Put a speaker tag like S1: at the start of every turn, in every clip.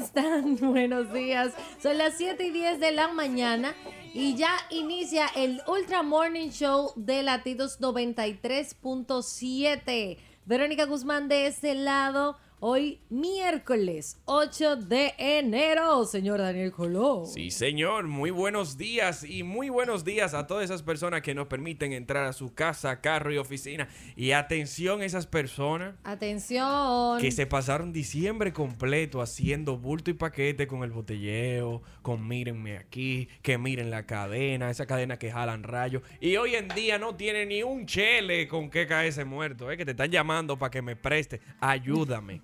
S1: están? Buenos días. Son las 7 y 10 de la mañana y ya inicia el Ultra Morning Show de Latidos 93.7. Verónica Guzmán de este lado. Hoy miércoles 8 de enero, señor Daniel Coló.
S2: Sí, señor, muy buenos días y muy buenos días a todas esas personas que nos permiten entrar a su casa, carro y oficina. Y atención esas personas
S1: Atención.
S2: que se pasaron diciembre completo haciendo bulto y paquete con el botelleo, con mírenme aquí, que miren la cadena, esa cadena que jalan rayos. Y hoy en día no tiene ni un chele con que caerse muerto, ¿eh? que te están llamando para que me preste. Ayúdame.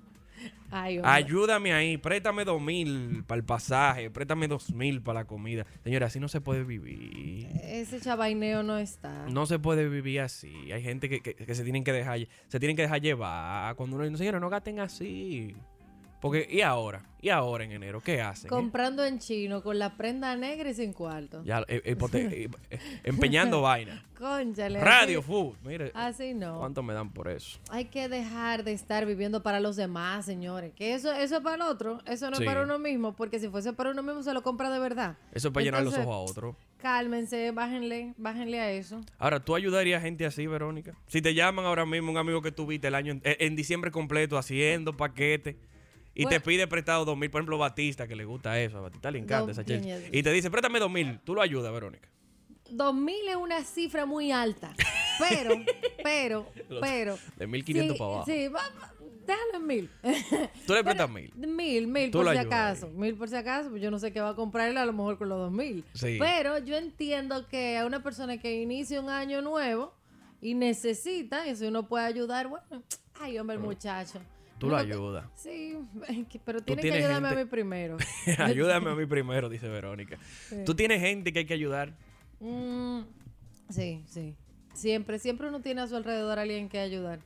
S1: Ay, hombre.
S2: Ayúdame ahí, préstame dos mil para el pasaje, préstame dos mil para la comida. Señora, así no se puede vivir.
S1: Ese chabaineo no está.
S2: No se puede vivir así. Hay gente que, que- que se tienen que dejar, lle- se tienen que dejar llevar. Cuando uno dice, señora, no gasten así. Porque, ¿y ahora? ¿Y ahora en enero? ¿Qué hacen? eh?
S1: Comprando en chino con la prenda negra y sin cuarto.
S2: Ya, eh, eh, hipote- eh, eh, empeñando vaina.
S1: Cónchale.
S2: Radio Food. Mire,
S1: Así no.
S2: ¿cuánto me dan por eso?
S1: Hay que dejar de estar viviendo para los demás, señores. Que eso, eso es para el otro, eso no
S2: Sí.
S1: es para uno mismo, porque si fuese para uno mismo se lo compra de verdad.
S2: Eso es para llenar los
S1: Entonces,
S2: ojos a otro.
S1: Cálmense, bájenle, bájenle a eso.
S2: Ahora, ¿tú ayudarías a gente así, Verónica? Si te llaman ahora mismo un amigo que tuviste el año en, eh, en diciembre completo haciendo paquetes y
S1: Bueno.
S2: te pide prestado dos mil, por ejemplo, Batista, que le gusta eso, a Batista le encanta
S1: Dos
S2: esa chelcha,
S1: millas.
S2: y te dice, préstame dos mil, tú lo ayudas, Verónica.
S1: 2000 es una cifra muy alta, pero, pero,
S2: Lo-
S1: pero.
S2: de 1500 para abajo.
S1: Sí, va- va- déjalo en mil.
S2: Tú le
S1: Pero,
S2: prestas mil.
S1: Mil, mil
S2: Tú
S1: por
S2: lo
S1: si
S2: ayudas ahí.
S1: acaso. Mil por si acaso. pues Yo no sé qué va a comprarle, a lo mejor con los dos mil.
S2: Sí.
S1: Pero yo entiendo que a una persona que inicia un año nuevo y necesita, y si uno puede ayudar, bueno, ay, hombre, muchacho.
S2: Tú lo
S1: No te-
S2: ayudas.
S1: Sí, pero tiene que
S2: tienes
S1: ayudarme
S2: gente-
S1: a mí primero.
S2: Ayúdame a mí primero, dice Verónica. Tú tienes gente que hay que ayudar.
S1: Mm, sí, sí. Siempre, siempre uno tiene a su alrededor a alguien que ayudar.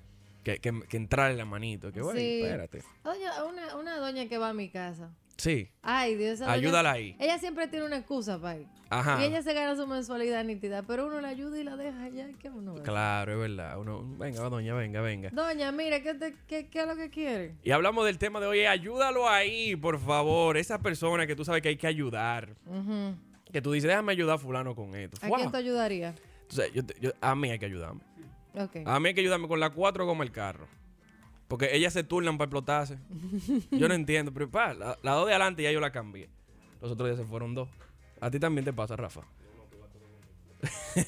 S2: Que, que, que entrarle la manito. Que, güey,
S1: Sí.
S2: espérate.
S1: Doña- una, una doña que va a mi casa.
S2: Sí.
S1: Ay, Dios. esa doña-
S2: Ayúdala ahí.
S1: Ella siempre tiene una excusa, pai.
S2: Ajá.
S1: Y ella se gana su mensualidad nítida, pero uno la ayuda y la deja ya. ¿Qué uno hace?
S2: Claro, es verdad. Uno, venga, doña, venga, venga.
S1: Doña, mira, ¿qué, te- qué, qué es lo que quiere?
S2: Y hablamos del tema de hoy. Ayúdalo ahí, por favor. Esa persona que tú sabes que hay que ayudar.
S1: Ujú.
S2: Que tú dices, déjame ayudar a fulano con esto.
S1: ¿A
S2: Fua.
S1: quién te ayudaría?
S2: Entonces, yo te- yo- a mí hay que ayudarme.
S1: Ok.
S2: A mí hay que ayudarme con las cuatro gomas del carro. Porque ellas se turnan para explotarse. Yo no entiendo. Pero, pa, la, la dos de adelante ya yo la cambié. Los otros días se fueron dos. A ti también te pasa, Rafa.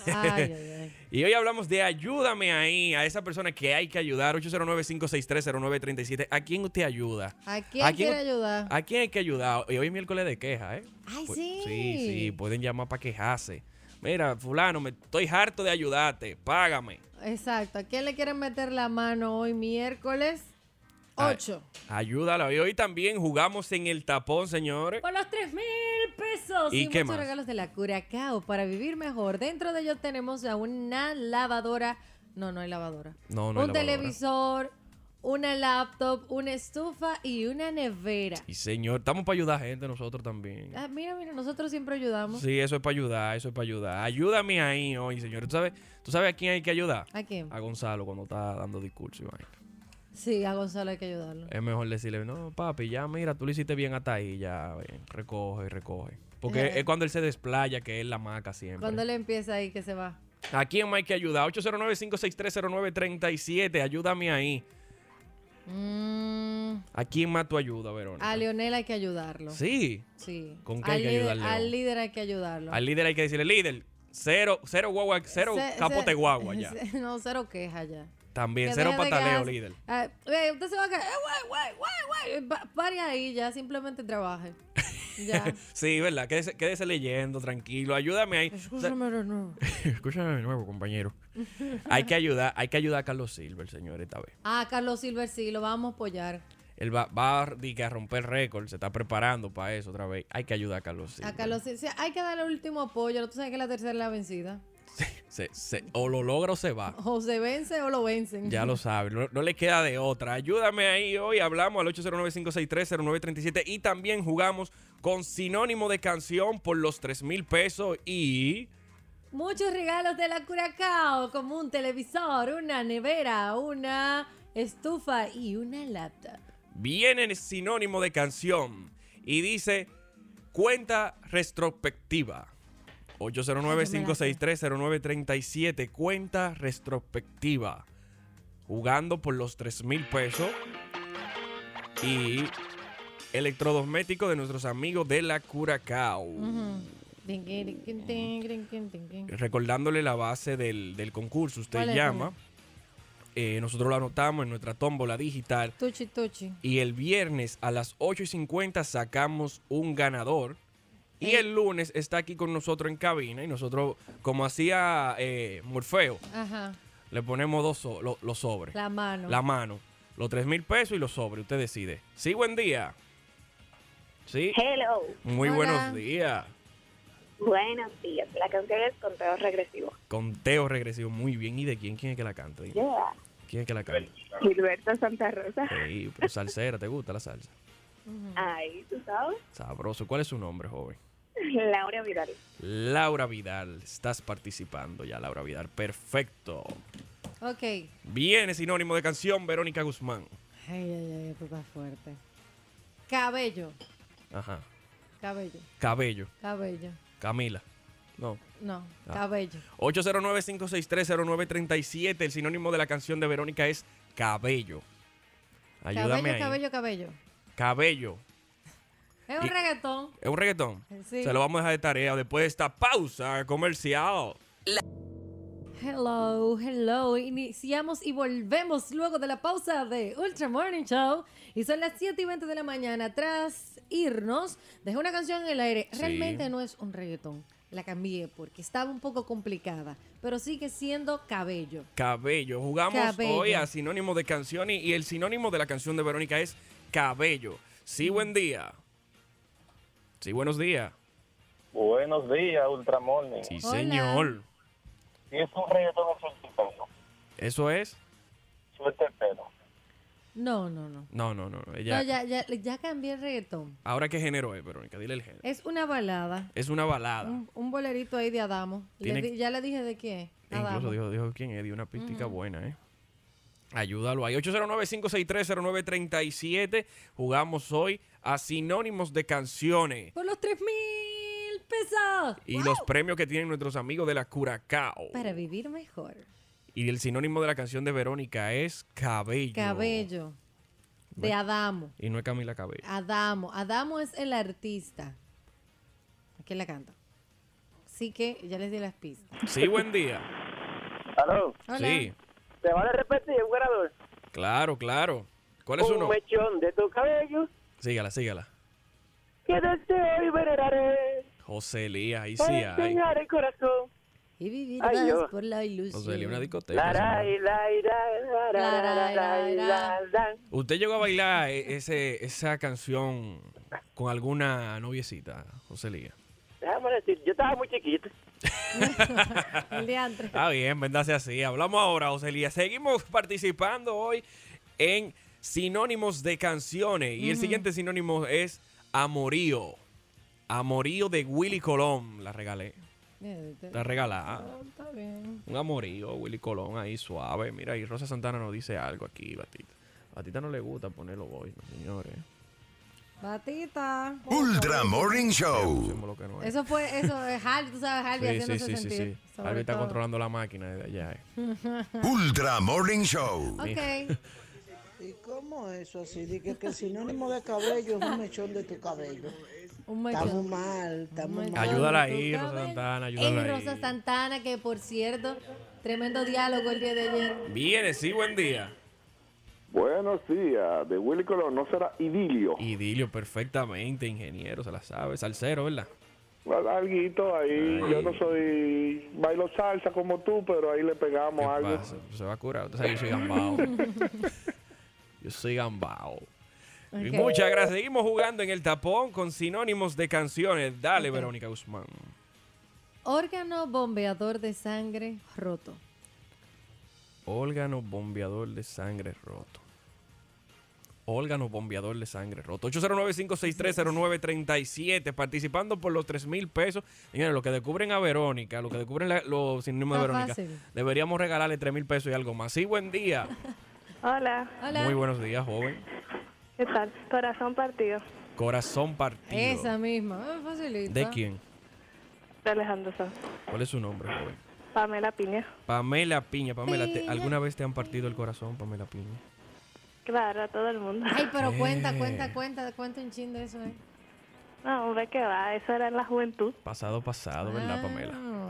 S1: Ay, ay, ay.
S2: Y hoy hablamos de ayúdame ahí, a esa persona que hay que ayudar. 809-563-0937. ¿A quién usted ayuda?
S1: ¿A quién quiere ayudar?
S2: ¿A quién hay que ayudar? Y hoy es miércoles de queja, ¿eh?
S1: Ay,
S2: Pu-
S1: sí.
S2: Sí, sí, pueden llamar para quejarse. Mira, fulano, me estoy harto de ayudarte, págame.
S1: Exacto. ¿A quién le quieren meter la mano hoy miércoles?
S2: Ay.
S1: 8.
S2: Ayúdalo. Y hoy también jugamos en el tapón, señores.
S1: Por los 3 mil pesos.
S2: ¿Y qué
S1: muchos
S2: más?
S1: regalos de la Curacao para vivir mejor. Dentro de ellos tenemos a una lavadora. No, no hay lavadora.
S2: No, no hay
S1: Un
S2: lavadora.
S1: televisor, una laptop, una estufa y una nevera.
S2: Y señor, estamos para ayudar a gente nosotros también.
S1: Ah, mira, mira, nosotros siempre ayudamos.
S2: Sí, eso es para ayudar, eso es para ayudar. Ayúdame ahí hoy, señores. ¿Tú sabes, ¿Tú sabes a quién hay que ayudar?
S1: ¿A quién?
S2: A Gonzalo cuando está dando discurso y vaina.
S1: Sí, a Gonzalo hay que ayudarlo.
S2: Es mejor decirle, no, papi, ya mira, tú lo hiciste bien hasta ahí, ya, ven, recoge, recoge. Porque
S1: Ajá.
S2: es cuando él se desplaya, que él la maca siempre.
S1: Cuando él empieza ahí que se va.
S2: ¿A quién más hay que ayudar? 809-5630937, ayúdame ahí.
S1: Mm,
S2: ¿A quién más tú ayudas, Verónica?
S1: a Leonel hay que ayudarlo. Sí.
S2: Sí. ¿Con qué
S1: Al
S2: hay que
S1: líder-
S2: ayudarle, Leo?
S1: Al líder hay que ayudarlo.
S2: Al líder hay que decirle, líder, cero, cero guagua, cero
S1: Se- se-
S2: capote guagua ya.
S1: se- no, cero queja ya.
S2: También,
S1: Que
S2: cero
S1: deje de
S2: pataleo,
S1: quejarse.
S2: líder.
S1: Ah, eh, usted se va a quedar, eh, guay, guay, guay, guay. Pa- Pare ahí ya, simplemente trabaje. Ya.
S2: Sí, ¿verdad? Quédese, quédese leyendo, tranquilo, ayúdame ahí. O sea,
S1: Escúchame de nuevo.
S2: Escúchame de nuevo, compañero. hay que ayudar, hay que ayudar a Carlos Silver, señor, esta vez.
S1: Ah, Carlos Silver sí, lo vamos a apoyar.
S2: Él va, va a, di que a romper récord, se está preparando para eso otra vez. Hay que ayudar a Carlos Silver.
S1: A Carlos Silver. sí, hay que darle el último apoyo. Tú sabes que la tercera es la vencida.
S2: Se- se- o lo logra o se va.
S1: O se vence o lo vencen.
S2: Ya lo sabe, no, no le queda de otra. Ayúdame ahí hoy, hablamos al 809-563-0937 y también jugamos con sinónimo de canción por los 3 mil pesos y...
S1: Muchos regalos de la Curacao, como un televisor, una nevera, una estufa y una lata.
S2: Viene el sinónimo de canción. y dice cuenta retrospectiva.
S1: Ay,
S2: 809-563-0937, cuenta retrospectiva. Jugando por los 3 mil pesos y electrodomésticos de nuestros amigos de la Curacao.
S1: Ujú. Tin, tin, tin, tin, tin, tin, tin, tin.
S2: Recordándole la base del, del concurso,
S1: ¿Cuál
S2: usted
S1: es,
S2: llama, eh, nosotros lo anotamos en nuestra tómbola digital
S1: Tuchi, tuchi.
S2: y el viernes a las 8 y 50 sacamos un ganador. Y
S1: Ey.
S2: el lunes está aquí con nosotros en cabina y nosotros, como hacía eh, Morfeo,
S1: Ajá.
S2: le ponemos dos so- lo- los sobres.
S1: La mano.
S2: La mano. Los 3 mil pesos y los sobres. Usted decide. Sí, buen día. Sí.
S3: Hello,
S2: Muy
S1: Hola.
S2: buenos días.
S3: buenos días. La canción es Conteo Regresivo.
S2: Conteo regresivo. Muy bien. ¿Y de quién? ¿Quién es que la canta? Dime.
S3: Yeah.
S2: ¿Quién es que la canta?
S3: Gilberto Santa Rosa.
S2: Ey, pero salsera, ¿te gusta la salsa?
S4: Mm.
S3: Ay, tú sabes.
S2: Sabroso. ¿Cuál es su nombre, joven?
S3: Laura Vidal.
S2: Laura Vidal, estás participando ya, Laura Vidal. Perfecto.
S1: Ok. Ay,
S2: Viene sinónimo de canción Verónica Guzmán.
S1: ay, ay, esto está fuerte. Cabello.
S2: Ajá.
S1: Cabello.
S2: Cabello.
S1: Cabello.
S2: Camila. No.
S1: No,
S2: Ah.
S1: cabello.
S2: 809-563-0937. El sinónimo de la canción de Verónica es cabello. Ayúdame
S1: cabello,
S2: ahí.
S1: cabello, cabello.
S2: Cabello.
S1: Es un
S2: Y-
S1: reggaetón.
S2: ¿Es un reggaetón?
S1: Sí.
S2: Se lo vamos a dejar de tarea después de esta pausa comercial.
S1: Hello, hello. Iniciamos y volvemos luego de la pausa de Ultra Morning Show. Y son las 7 y 20 de la mañana. Tras irnos, dejé una canción en el aire.
S2: Sí.
S1: Realmente no es un reggaetón. La cambié porque estaba un poco complicada. Pero sigue siendo cabello.
S2: Cabello. Jugamos
S1: Cabello.
S2: hoy a sinónimo de canción y, y el sinónimo de la canción de Verónica es cabello. Sí,
S1: Mm.
S2: buen día. Sí, buenos días.
S5: Buenos días, Ultramorning.
S2: Sí,
S1: Hola.
S2: señor.
S5: Si es un reggaetón, suelta el pelo.
S2: ¿Eso es?
S5: Suelta el pelo.
S1: No, no, no.
S2: No, no, no.
S1: Ya.
S2: Ella...
S1: No, ya, ya, ya cambié el reggaetón.
S2: Ahora, ¿qué género es, Verónica? Dile el género.
S1: Es una balada.
S2: Es una balada.
S1: Un, un bolerito ahí de Adamo. Le
S2: Tiene-
S1: di- ya le dije de quién.
S2: E incluso dijo, dijo quién es, dio una pística
S1: Mm.
S2: buena, ¿eh? Ayúdalo ahí. 809-563-0937. Jugamos hoy a sinónimos de canciones
S1: Por los 3 mil pesos.
S2: y los premios que tienen nuestros amigos de la Curacao.
S1: Para vivir mejor.
S2: Y el sinónimo de la canción de Verónica es cabello.
S1: Cabello. De Adamo.
S2: Y no es Camila Cabello.
S1: Adamo. Adamo es el artista. ¿A quién la canta? Así que ya les di las pistas.
S2: Sí, buen día.
S4: Aló,
S1: Hola.
S2: Sí,
S4: ¿te vale repetir, un ganador?
S2: claro, claro. ¿Cuál
S6: Oh,
S2: es su
S4: un
S2: nombre?
S4: mechón de tu cabello
S2: Sígala, sígala.
S4: que desde hoy veneraré
S2: José Elías, ahí sí
S4: para
S2: hay.
S4: enseñar el corazón.
S1: Y vivir
S4: Ay,
S1: más
S4: yo.
S1: por la ilusión.
S2: José Elías, una discoteca. señora.
S4: Laray, laray, laray, laray, laray, laray.
S2: ¿Usted llegó a bailar e- ese, esa canción con alguna noviecita, José Elías?
S4: Déjame decir, yo estaba muy chiquito.
S1: El de antes.
S2: Está bien, véndase así. Hablamos ahora, José Elías. Seguimos participando hoy en sinónimos de canciones. Y el siguiente sinónimo es Amorío. Amorío de Willy Colón. La regalé.
S1: Eh, te-
S2: La regalada.
S1: Está bien.
S2: Un amorío, Willy Colón ahí suave. Mira, y Rosa Santana nos dice algo aquí, Batita. Batita no le gusta ponerlo hoy, señores.
S1: Batita.
S7: Ultra Morning Show.
S2: Hacemos lo que no es.
S1: Eso fue, eso es Harvey, tú sabes, Harvey
S2: Sí, sí,
S1: haciéndose
S2: sí, sí,
S1: sentir.
S2: sí.
S1: sobre
S2: Harvey está
S1: todo.
S2: controlando la máquina desde allá. eh.
S7: Ultra Morning Show.
S1: Ok.
S8: ¿Y cómo eso así? Dije que el sinónimo de cabello es un mechón de tu cabello.
S1: Un
S8: Estamos
S1: mechón.
S8: mal, estamos
S1: Mechón
S8: mal.
S2: Ayúdala
S1: de
S2: ahí,
S1: tu
S2: Rosa
S1: cabello.
S2: Santana,
S1: Ey,
S2: ayúdala ahí.
S1: Rosa Santana, que por cierto, tremendo diálogo el día de ayer.
S2: Viene, sí, buen día.
S9: Buenos días, de Willy Colón, no será idilio.
S2: Idilio, perfectamente, ingeniero, se la sabe. Salsero, ¿verdad?
S9: Alguito ahí, yo no soy bailo salsa como tú, pero ahí le pegamos
S2: ¿Qué
S9: algo.
S2: pasa? Se va a curar. Usted sabe que yo soy gambao. yo soy gambao. Y
S1: Ok.
S2: muchas gracias. Seguimos jugando en el tapón con sinónimos de canciones. Dale, Verónica Guzmán.
S1: Órgano bombeador de sangre roto.
S2: Órgano bombeador de sangre roto. Órgano bombeador de sangre roto. 809-563-0937. Participando por los 3 mil pesos. Señores, lo que descubren a Verónica, lo que descubren la- los sinónimos de
S1: Está
S2: Verónica,
S1: fácil.
S2: deberíamos regalarle 3 mil pesos y algo más. Sí, buen día.
S3: Hola,
S1: Hola.
S2: Muy buenos días, joven.
S3: ¿qué tal? Corazón partido.
S2: Corazón partido.
S1: Esa misma. Ah, facilita.
S2: ¿De quién?
S4: De Alejandro Sanz.
S2: ¿Cuál es su nombre? joven?
S4: Pamela Piña.
S2: Pamela Piña. Pamela, ¿te-
S1: Piña.
S2: ¿alguna vez te han partido el corazón, Pamela Piña?
S4: Claro, a todo el mundo.
S1: Ay, pero
S2: Eh.
S1: cuenta, cuenta, cuenta, cuenta un chin de eso, ¿eh?
S4: No, ve que va, eso era en la juventud.
S2: Pasado, pasado, ¿verdad, Pamela?
S1: Ah.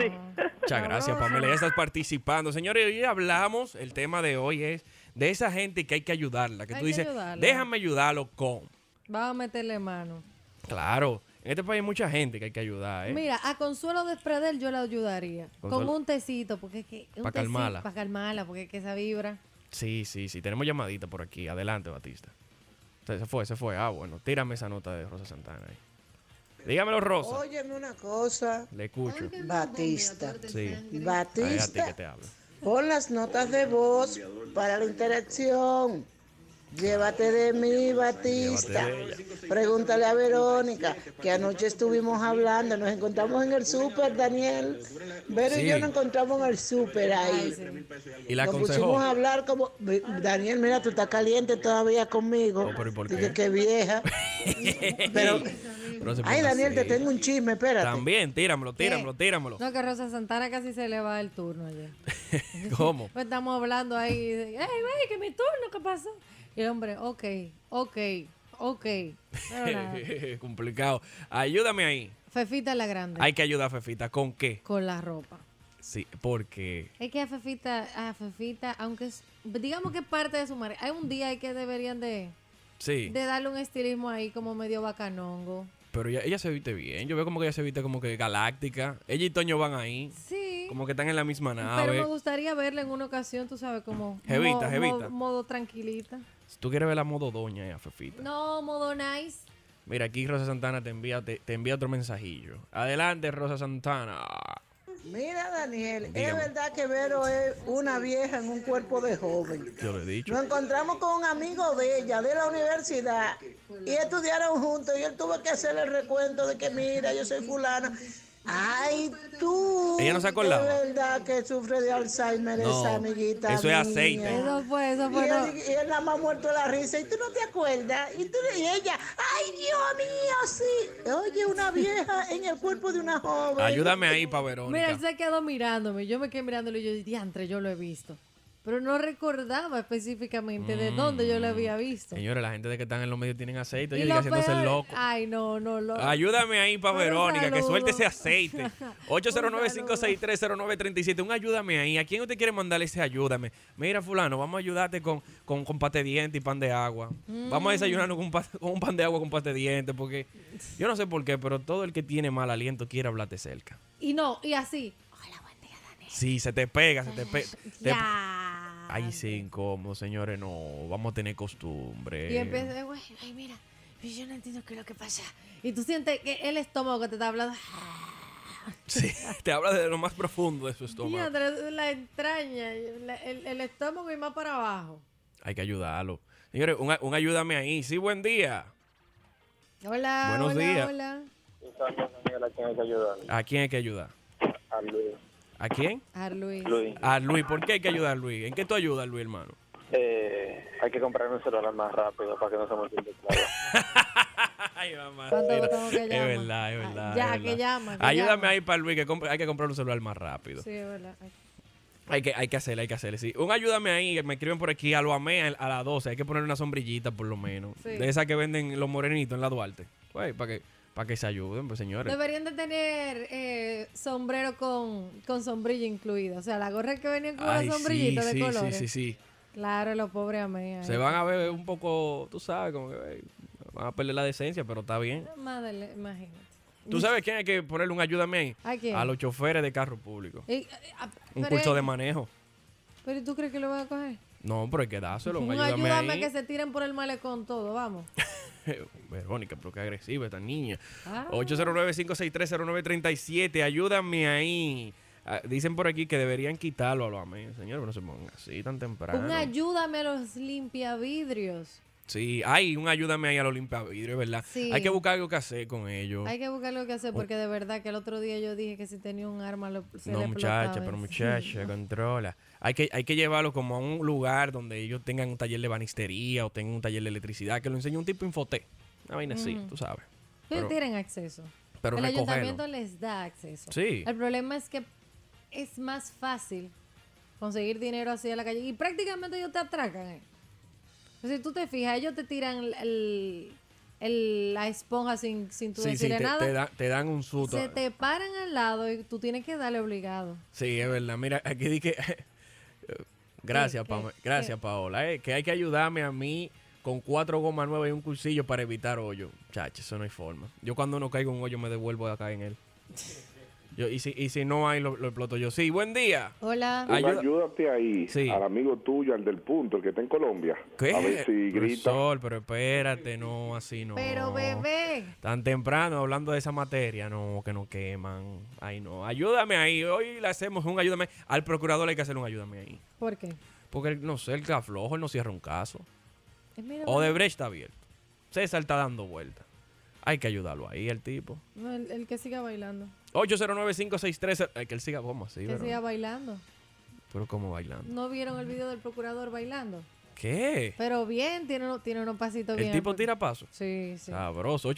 S2: Muchas gracias, Pamela. Ya estás participando. Señores, hoy hablamos, el tema de hoy es de esa gente que hay que ayudarla. Que
S1: Hay
S2: tú
S1: que
S2: dices,
S1: ayudarla.
S2: déjame ayudarlo con.
S1: Vamos a meterle mano.
S2: Claro, en este país hay mucha gente que hay que ayudar, ¿eh?
S1: Mira, a Consuelo Despradel yo la ayudaría.
S2: Consuelo-
S1: Con un tecito, porque es que.
S2: Pa' calmarla.
S1: Para calmarla, porque es que esa vibra.
S2: Sí, sí, sí. Tenemos llamadita por aquí. Adelante, Batista. Se, se fue, se fue. Ah, bueno, tírame esa nota de Rosa Santana ahí. Dígamelo, Rosa.
S8: Óyeme una cosa,
S2: Le escucho.
S8: Batista.
S2: Sí. Ahí a ti que
S8: Batista,
S2: te hablo.
S8: pon las notas de voz para la interacción. Llévate de mí, Batista.
S2: Llévate
S8: Pregúntale a Verónica, que anoche estuvimos hablando, nos encontramos en el súper, Daniel. Vero
S2: Sí.
S8: y yo nos encontramos en el súper ahí.
S2: Y la
S8: Nos pusimos
S2: aconsejó.
S8: a hablar como, Daniel, mira, tú estás caliente todavía conmigo.
S2: No, pero ¿y por
S8: Dije,
S2: qué?
S8: qué vieja. Pero,
S2: No se
S8: ay,
S2: ponga
S8: Daniel, te
S2: así.
S8: tengo un chisme, espérate.
S2: También, tíramelo, tíramelo, tíramelo.
S1: No, que Rosa Santana casi se le va el turno ayer.
S2: ¿Cómo?
S1: Pues estamos hablando ahí. de, ¡Ey, güey, que mi turno, qué pasó! Y el hombre, ok, ok, ok. Pero nada.
S2: Complicado. Ayúdame ahí.
S1: Fefita la grande.
S2: Hay que ayudar a Fefita. ¿Con qué?
S1: Con la ropa.
S2: Sí, porque
S1: Es que a Fefita, a Fefita, aunque es- digamos que es parte de su marca, hay un día ahí que deberían de,
S2: sí.
S1: de darle un estilismo ahí como medio bacanongo.
S2: Pero ella, ella se viste bien. Yo veo como que ella se viste como que galáctica. Ella y Toño van ahí.
S1: Sí.
S2: Como que están en la misma
S1: pero me
S2: nave.
S1: gustaría verla en una ocasión, tú sabes, como
S2: Jevita,
S1: mo- mo-
S2: jevita.
S1: modo tranquilita.
S2: Si tú quieres ver la modo doña eh, a Fefita.
S1: No, modo nice.
S2: Mira, aquí Rosa Santana te envía, te, te envía otro mensajillo. Adelante, Rosa Santana.
S8: Mira, Daniel,
S2: Dígame.
S8: es verdad que Vero es una vieja en un cuerpo de joven.
S2: Yo le he dicho.
S8: Nos encontramos con un amigo de ella, de la universidad, y estudiaron juntos, y él tuvo que hacer el recuento de que, mira, yo soy fulana. Ay, tú.
S2: Ella no se acordaba.
S8: Es verdad que sufre de Alzheimer
S2: No,
S8: esa amiguita.
S2: eso es
S8: mía.
S2: aceite.
S1: Eso fue, eso
S8: Y
S1: fue. no.
S8: él, y él nada más muerto de la risa, y tú no te acuerdas. Y, tú, y ella, ay, Dios mío, sí. Oye, una vieja en el cuerpo de una joven.
S2: Ayúdame ahí, pa'
S1: Mira, él
S2: Verónica.
S1: se quedó mirándome. Yo me quedé mirándolo y yo, diantre, yo lo he visto. Pero no recordaba específicamente de dónde
S2: Mm,
S1: yo lo había visto.
S2: Señores, la gente de que están en los medios tienen aceite. Oye,
S1: lo
S2: y haciéndose el
S1: peor-
S2: loco.
S1: Ay, no, no, lo.
S2: Ayúdame ahí para
S1: Un
S2: Verónica, que
S1: saludo.
S2: suelte ese aceite.
S1: Un saludo.
S2: 809-563-0937. Un ayúdame ahí. ¿A quién usted quiere mandarle ese ayúdame? Mira, fulano, vamos a ayudarte con, con, con pate diente y pan de agua. Vamos a
S1: Mm.
S2: desayunarnos con, un pa- con un pan de agua con pate diente, porque yo no sé por qué, pero todo el que tiene mal aliento quiere hablarte cerca.
S1: Y no, y así. Hola, buen día, Daniel.
S2: Sí, se te pega, se te pega.
S1: Ya.
S2: Ay, sí, incómodo, señores, no. Vamos a tener costumbre.
S1: Y empieza, eh, güey, ay, mira, yo no entiendo qué es lo que pasa. Y tú sientes que el estómago que te está hablando.
S2: Sí, te habla de lo más profundo de su estómago.
S1: Diantre, la entraña, la- el, el estómago y más para abajo.
S2: Hay que ayudarlo. Señores, un, un ayúdame ahí. Sí, buen día.
S1: Hola,
S2: Buenos
S1: hola,
S2: días.
S1: hola.
S5: Tú sabes, Daniel, a quién hay que ayudar.
S2: ¿A quién hay que ayudar?
S5: A Luis.
S2: ¿A quién?
S1: Ah, Luis.
S5: Luis,
S2: A Luis. ¿Por qué hay que ayudar a Luis? ¿En qué tú ayudas, Luis, hermano?
S5: eh, hay que comprar un celular más rápido para que no se multiplique.
S2: Ay, mamá.
S1: ¿Cuánto
S2: mira.
S1: tengo que
S2: es
S1: llamar?
S2: verdad, es
S1: Ah,
S2: verdad.
S1: ya,
S2: es
S1: que
S2: verdad.
S1: llama, que
S2: Ayúdame
S1: llama.
S2: ahí para Luis, que compre- hay que comprar un celular más rápido.
S1: Sí, es verdad. Ay.
S2: Hay, que, hay que hacerle, hay que hacerle, sí. Un ayúdame ahí, que me escriben por aquí, a lo amé a las 12. Hay que poner una sombrillita por lo menos.
S1: Sí.
S2: De esas que venden los morenitos en la Duarte. Pues, para que, para que se ayuden, pues señores.
S1: Deberían de tener eh, sombrero con, con sombrilla incluida. O sea, la gorra que venía con
S2: Ay,
S1: una
S2: sí,
S1: sombrillita de
S2: sí, sí,
S1: colores.
S2: sí, sí.
S1: Claro, los pobres amén.
S2: Se van a ver un poco, tú sabes, como que eh, van a perder la decencia, pero está bien.
S1: Madre, imagínate.
S2: ¿Tú sabes quién hay que ponerle un ayúdame ahí?
S1: ¿A quién?
S2: A los choferes de carro público.
S1: Y- ah,
S2: Un
S1: pero-
S2: curso de manejo.
S1: Pero ¿tú crees que lo van a coger?
S2: No, pero hay que dárselo. Un
S1: Un
S2: ayúdame,
S1: ayúdame
S2: ahí.
S1: que se tiren por el malecón todo, vamos.
S2: Verónica, pero qué agresiva esta niña.
S1: Ah.
S2: 809-563-0937. Ayúdame ahí. Ah, dicen por aquí que deberían quitarlo a los amén. Señor, pero no se pongan así tan temprano.
S1: Un ayúdame a los limpiavidrios.
S2: sí, hay un ayúdame ahí a los limpiavidrios, ¿verdad?
S1: Sí.
S2: Hay que buscar algo que hacer con ellos.
S1: Hay que buscar lo que
S2: Oh.
S1: hacer porque de verdad que el otro día yo dije que si tenía un arma lo, se
S2: No,
S1: le
S2: muchacha,
S1: explotaba
S2: pero
S1: encima.
S2: muchacha, controla. Hay que, hay que llevarlo como a un lugar donde ellos tengan un taller de banistería o tengan un taller de electricidad, que lo enseñe un tipo infotec. Una vaina así, tú sabes.
S1: Ellos
S2: Pero-
S1: tienen acceso.
S2: pero
S1: el
S2: recogerlo.
S1: ayuntamiento les da acceso.
S2: Sí.
S1: El problema es que es más fácil conseguir dinero así a la calle y prácticamente ellos te atracan. eh. Pues si tú te fijas, ellos te tiran el, el- el- la esponja sin, sin tú
S2: Sí, sí,
S1: decirle
S2: te,
S1: nada.
S2: te da- te dan un susto.
S1: Se te paran al lado y tú tienes que darle obligado.
S2: Sí, es verdad. Mira, aquí dije. Gracias,
S1: ¿Qué,
S2: Pame-
S1: qué,
S2: Gracias Paola. eh, que hay que ayudarme a mí con cuatro gomas nuevas y un cursillo para evitar hoyo. Chacho, eso no hay forma. Yo cuando no caigo en un hoyo me devuelvo acá en él. Yo, y, si, y si no hay, lo, lo exploto yo. Sí, buen día.
S1: Hola.
S2: Ay, Ayuda-
S9: Ayúdate ahí,
S2: Sí.
S9: al amigo tuyo, al del punto, el que está en Colombia. A ver si grita.
S2: Profesor, pero espérate, no, así no.
S1: Pero bebé.
S2: Tan temprano hablando de esa materia, no, que no queman. Ay, no. Ayúdame ahí. Hoy le hacemos un ayúdame. Al procurador hay que hacerle un ayúdame ahí.
S1: ¿Por qué?
S2: Porque él, no sé, él está flojo, él no cierra un caso.
S1: Eh, mira,
S2: Odebrecht está abierto. César está dando vuelta. Hay que ayudarlo ahí, el tipo.
S1: no, el, el que siga bailando.
S2: 809-563. Ay, que él siga, ¿cómo así?
S1: que
S2: Pero,
S1: siga bailando.
S2: pero como bailando.
S1: ¿No vieron el video del procurador bailando?
S2: ¿Qué?
S1: Pero bien, tiene, uno- tiene unos pasitos bien.
S2: El tipo
S1: porque-
S2: tira Ah. paso.
S1: Sí, sí.
S2: Sabroso.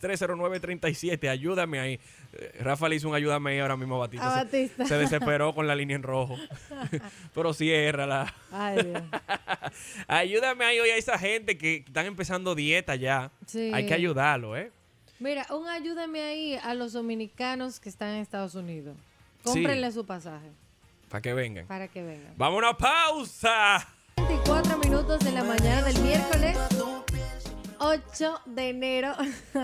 S2: 809-563-0937. Ayúdame ahí. Eh, Rafa le hizo un ayúdame ahí ahora mismo a Batista.
S1: A
S2: Se-
S1: Batista.
S2: Se, desesperó con la línea en rojo. Pero ciérrala.
S1: Ay, Dios.
S2: Ayúdame ahí hoy a esa gente que están empezando dieta ya.
S1: Sí.
S2: Hay que ayudarlo, ¿eh?
S1: Mira, un ayúdame ahí a los dominicanos que están en Estados Unidos. Cómprenle su pasaje
S2: Para que vengan.
S1: para que vengan.
S2: Vamos a una pausa.
S1: 24 minutos de la mañana del miércoles 8 de enero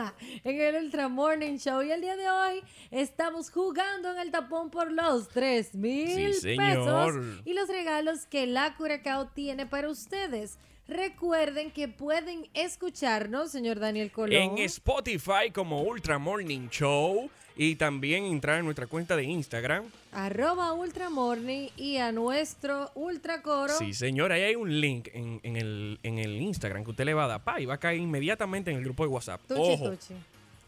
S1: en el Ultra Morning Show. Y el día de hoy estamos jugando en el tapón por los 3 mil
S2: Sí, señor.
S1: pesos y los regalos que la Curacao tiene para ustedes. Recuerden que pueden escucharnos, señor Daniel Colón.
S2: En Spotify como Ultra Morning Show. Y también entrar en nuestra cuenta de Instagram.
S1: arroba Ultra Morning y a nuestro Ultra Coro.
S2: Sí, señor, ahí hay un link en, en el, en el Instagram que usted le va a dar pa, y va a caer inmediatamente en el grupo de WhatsApp.
S1: Tuchi,
S2: Ojo,
S1: tuchi.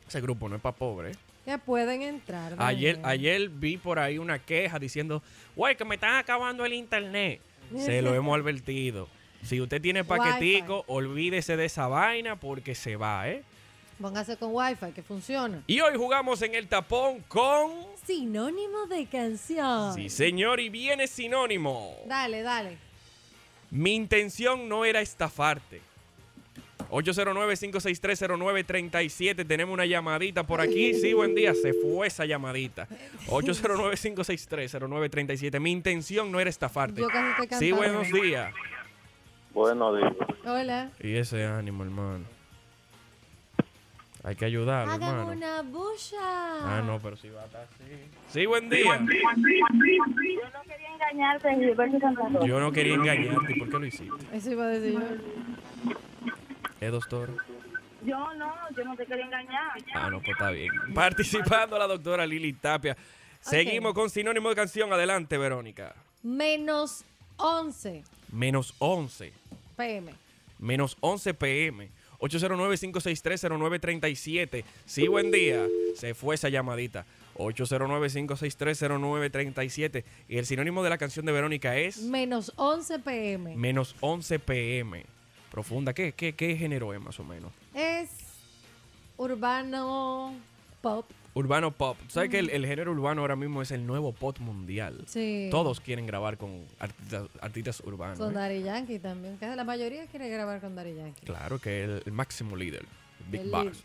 S2: ese grupo no es para pobre. ¿eh?
S1: Ya pueden entrar.
S2: Ayer,
S1: Daniel.
S2: ayer vi por ahí una queja diciendo, güey, que me están acabando el internet. Se lo hemos advertido. Si usted tiene paquetico, olvídese de esa vaina porque se va, ¿eh?
S1: Póngase con Wi-Fi que funciona.
S2: Y hoy jugamos en el tapón con...
S1: Sinónimo de canción.
S2: Sí, señor, y viene sinónimo.
S1: Dale, dale.
S2: Mi intención no era estafarte. 809-56309-37. Tenemos una llamadita por aquí. Sí, buen día. Se fue esa llamadita. 809-56309-37. Mi intención no era estafarte.
S1: Yo casi te
S2: Sí,
S1: cantaba.
S2: buenos días.
S5: Bueno, digo.
S1: Hola.
S2: Y ese ánimo, hermano. Hay que ayudar,
S1: Hagan
S2: hermano.
S1: una bulla.
S2: Ah, no, pero si va a estar así. Sí, buen día.
S3: Yo no quería engañarte, Gilberto Santa Rosa.
S2: Yo no quería engañarte. ¿Por qué lo hiciste?
S1: Eso iba a decir yo.
S2: ¿Eh, doctor?
S3: Yo no, yo no te quería engañar.
S2: Ah, no, pues está bien. Participando la doctora Lili Tapia. Seguimos con sinónimo de canción. Adelante, Verónica.
S1: Menos 11
S2: Menos 11.
S1: pm.
S2: Menos 11 pm. 809-563-0937. Sí, buen día. Se fue esa llamadita. 809-563-0937. Y el sinónimo de la canción de Verónica es
S1: Menos 11 pm.
S2: menos 11 pm. Profunda. ¿Qué, qué, qué género es más o menos?
S1: es urbano pop.
S2: Urbano pop. ¿Tú ¿Sabes que el, el género urbano ahora mismo es el nuevo pop mundial?
S1: Sí.
S2: Todos quieren grabar con artistas, artistas urbanos.
S1: Con
S2: ¿eh?
S1: Daddy Yankee también. Casi la mayoría quiere grabar con Daddy Yankee.
S2: Claro que el, el máximo líder. Big
S1: El
S2: Box.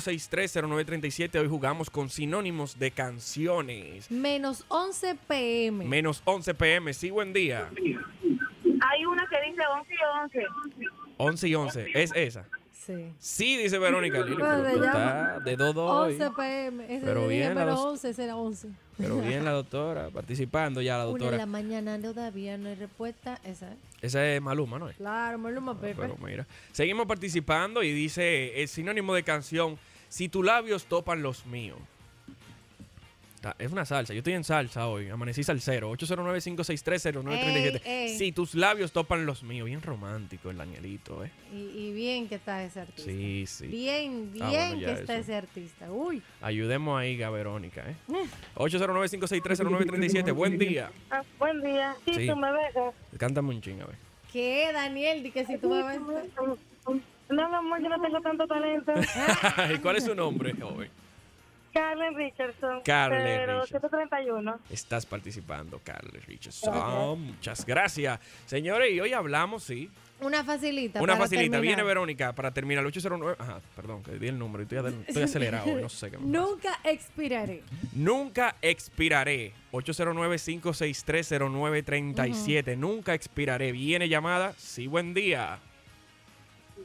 S2: 809-563-0937. Hoy jugamos con sinónimos de canciones.
S1: Menos 11 pm.
S2: Menos 11 pm. Sí, buen día.
S3: Hay una que dice 11 y 11.
S2: 11 y 11. Es esa.
S1: sí.
S2: Sí, dice Verónica. Lili,
S1: Bueno,
S2: pero
S1: se
S2: tú
S1: llama
S2: estás de dodo hoy.
S1: 11 pm. Ese
S2: Pero
S1: pero
S2: bien, la
S1: pero
S2: dos-
S1: 11 será 11.
S2: Pero bien la doctora. Participando ya la
S1: Una de
S2: doctora.
S1: la mañana todavía no hay respuesta. Esa es.
S2: Esa es Maluma, ¿no es?
S1: Claro, Maluma Pepe.
S2: Ah, Pero mira, seguimos participando y dice el sinónimo de canción, si tus labios topan los míos. Ta- Es una salsa, yo estoy en salsa hoy, amanecí salsero, 809-563-0937.
S1: Ey, ey.
S2: Si tus labios topan los míos, bien romántico el Danielito, ¿eh?
S1: Y, y bien que está ese artista.
S2: Sí, sí.
S1: Bien, bien
S2: Ah, bueno, ya
S1: que está
S2: eso.
S1: ese artista. Uy,
S2: Ayudemos ahí a Verónica, ¿eh?
S1: Mm.
S2: 809-563-0937, buen día.
S3: Ah, buen día. Sí,
S2: Sí.
S3: tú me besas.
S2: Cántame un ching, a ver.
S1: ¿qué, Daniel? Di que si tú me ves.
S4: No, mi amor, yo no tengo tanto talento.
S2: ¿Y cuál es su nombre, joven?
S4: Carlen Richardson.
S2: Carlen
S4: Pero
S2: Richardson.
S4: 131.
S2: Estás participando, Carles Richardson. Oh, Muchas gracias. Señores, y hoy hablamos, sí.
S1: Una facilita.
S2: Una
S1: para
S2: facilita.
S1: terminar.
S2: Viene Verónica para terminar. el 809. Ajá, perdón, que di el número. Estoy, adel- estoy acelerado. hoy, no sé qué me pasa.
S1: Nunca expiraré.
S2: Nunca expiraré. 809-5630937. Nunca expiraré. Viene llamada. Sí, buen día.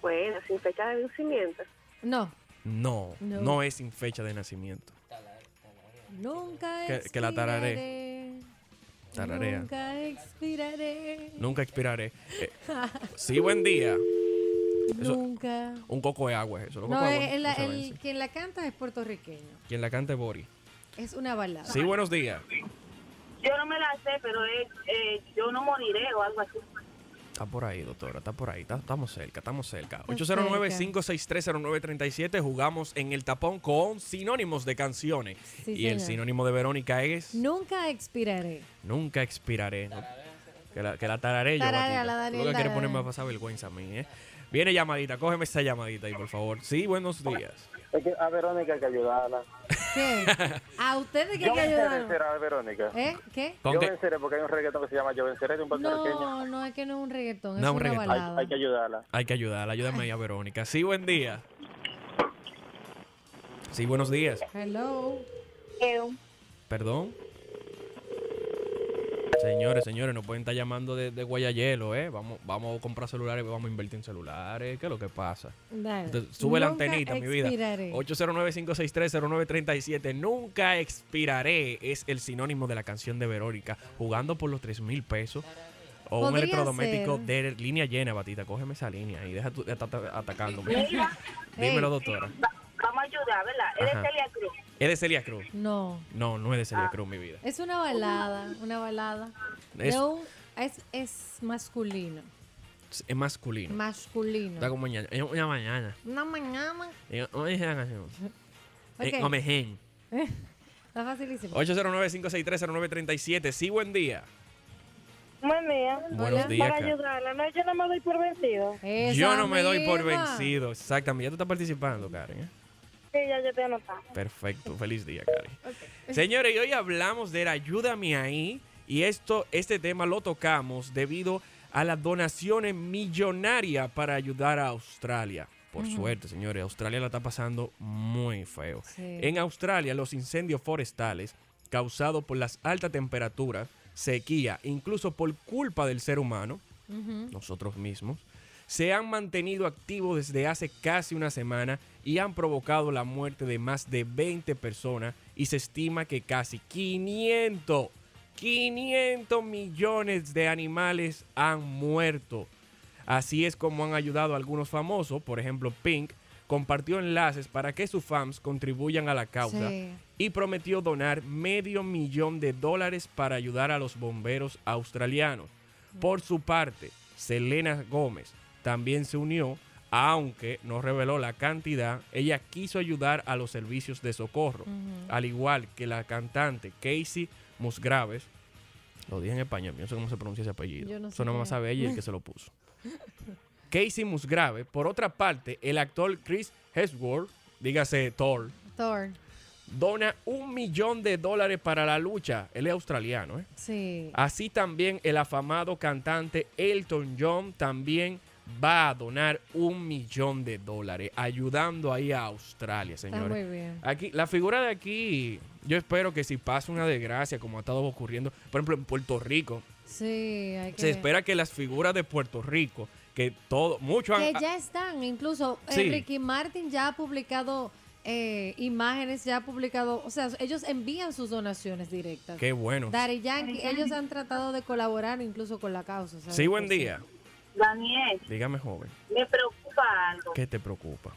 S4: Bueno, sin fecha de vencimiento.
S1: No,
S2: No,
S1: No.
S2: no, es sin fecha de nacimiento.
S1: nunca
S2: Que-
S1: expiraré.
S2: que la tararé. Tararea. Nunca,
S1: Nunca expiraré.
S2: expiraré. Eh, sí, buen día. Eso-
S1: Nunca.
S2: Un coco de agua, es eso. Los
S1: No,
S2: cocos de
S1: el, el-
S2: agua no se
S1: el-
S2: vencen.
S1: quien la canta es puertorriqueño.
S2: Quien la cante, Bori.
S1: Es una balada.
S2: Sí, buenos días.
S4: Yo no me la sé, pero es, eh, yo no moriré o algo así.
S2: Está por ahí, doctora, está por ahí. Está- estamos cerca, estamos cerca.
S1: Está
S2: 809-5630937. Jugamos en el tapón con sinónimos de canciones.
S1: Sí,
S2: y el
S1: señor.
S2: sinónimo de Verónica es
S1: Nunca expiraré.
S2: Nunca expiraré. ¿no? Que la, que la tararé yo.
S1: Tararea,
S2: Batita.
S1: la Daniel,
S2: Tú lo que quieres
S1: tararea.
S2: ponerme a pasar vergüenza a mí, ¿eh? Viene llamadita, cógeme esa llamadita ahí, por favor. Sí, buenos días.
S5: Es que a Verónica hay que ayudarla.
S1: ¿Qué? ¿A ustedes que hay
S5: Yo
S1: que
S5: venceré,
S1: ayudar?
S5: será de Verónica.
S1: ¿Eh? ¿qué?
S2: ¿Con
S5: Yo
S2: qué?
S5: venceré porque hay un reggaetón que se llama Yo venceré de un puertorriqueño.
S1: No, no es que no es un reggaetón,
S2: No,
S1: es
S2: un
S1: una
S2: reggaetón.
S5: Hay,
S1: balada.
S5: hay que ayudarla.
S2: Hay que ayudarla, ayúdame ahí a Verónica. Sí, buen día. Sí, buenos días.
S1: Hello.
S2: Perdón. Señores, señores, nos pueden estar llamando de, de Guayayelo, ¿eh? Vamos, vamos a comprar celulares, vamos a invertir en celulares. ¿Qué es lo que pasa?
S1: Dale.
S2: Entonces, sube la
S1: Eh, Nunca
S2: antenita, mi vida.
S1: expiraré.
S2: 809-563-0937. Nunca expiraré es el sinónimo de la canción de Verónica. Jugando por los 3 mil pesos. O un
S1: Podría
S2: electrodoméstico
S1: ser.
S2: de línea llena, Batista. Cógeme esa línea y deja tú de at- atacarme. Dímelo, doctora.
S4: Vamos a ayudar, ¿verdad? Eres
S2: Ajá.
S4: Celia Cruz.
S2: ¿Es de Celia Cruz?
S1: No.
S2: No, no es de
S1: Ah.
S2: Celia Cruz, mi vida.
S1: Es una balada, una balada.
S2: Es-
S1: De un- es, es masculino.
S2: Es es masculino.
S1: Masculino.
S2: Está como mañana. Es una mañana.
S1: Una mañana.
S2: Eh, ¿Cómo dice la canción? Eh,
S1: Ok.
S2: Omejen.
S1: Está facilísimo.
S2: 809-563-0937. Sí, buen día.
S4: Buen día.
S2: Buenos días,
S4: Para
S2: Kat.
S4: ayudarla, no, yo no me doy por vencido.
S1: Esa
S2: Yo no me doy por
S1: misma.
S2: vencido. Exactamente. Ya tú estás participando, Karen. ¿eh?
S4: Sí, ya yo te anotaba.
S2: Perfecto. Feliz día, Karen. Señores, y hoy hablamos de la Ayúdame ahí. Y esto, este tema lo tocamos debido a las donaciones millonarias para ayudar a Australia. Por suerte, señores, Australia la está pasando muy feo.
S1: Sí.
S2: En Australia, los incendios forestales causados por las altas temperaturas, sequía, incluso por culpa del ser humano, nosotros mismos, se han mantenido activos desde hace casi una semana y han provocado la muerte de más de 20 personas y se estima que casi 500, 500 millones de animales han muerto. Así es como han ayudado a algunos famosos, por ejemplo Pink, compartió enlaces para que sus fans contribuyan a la causa
S1: Sí.
S2: y prometió donar medio millón de dólares para ayudar a los bomberos australianos. Por su parte, Selena Gómez también se unió, aunque no reveló la cantidad, ella quiso ayudar a los servicios de socorro, al igual que la cantante Casey Musgraves. Lo dije en español, yo no sé cómo se pronuncia ese apellido.
S1: Yo no sé
S2: Eso nada más
S1: qué-
S2: sabe ella y el que se lo puso. Casey Musgrave, por otra parte, el actor Chris Hemsworth, dígase Thor,
S1: Thor.
S2: dona un millón de dólares para la lucha. Él es australiano, ¿eh?
S1: Sí.
S2: Así también el afamado cantante Elton John también va a donar un millón de dólares, ayudando ahí a Australia,
S1: Está
S2: señores.
S1: muy bien.
S2: Aquí, la figura de aquí, yo espero que si pasa una desgracia como ha estado ocurriendo, por ejemplo, en Puerto Rico,
S1: Sí, hay que
S2: se espera que las figuras de Puerto Rico, que todo, muchos
S1: Que
S2: han,
S1: ya están, incluso eh,
S2: Sí.
S1: Ricky Martin ya ha publicado eh, imágenes, ya ha publicado, o sea, ellos envían sus donaciones directas.
S2: qué bueno.
S1: Daddy Yankee, ellos han tratado de colaborar incluso con la causa. o sea,
S2: Sí, buen
S1: que
S2: día.
S4: Daniel,
S2: Dígame, joven,
S4: me preocupa algo.
S2: ¿qué te preocupa?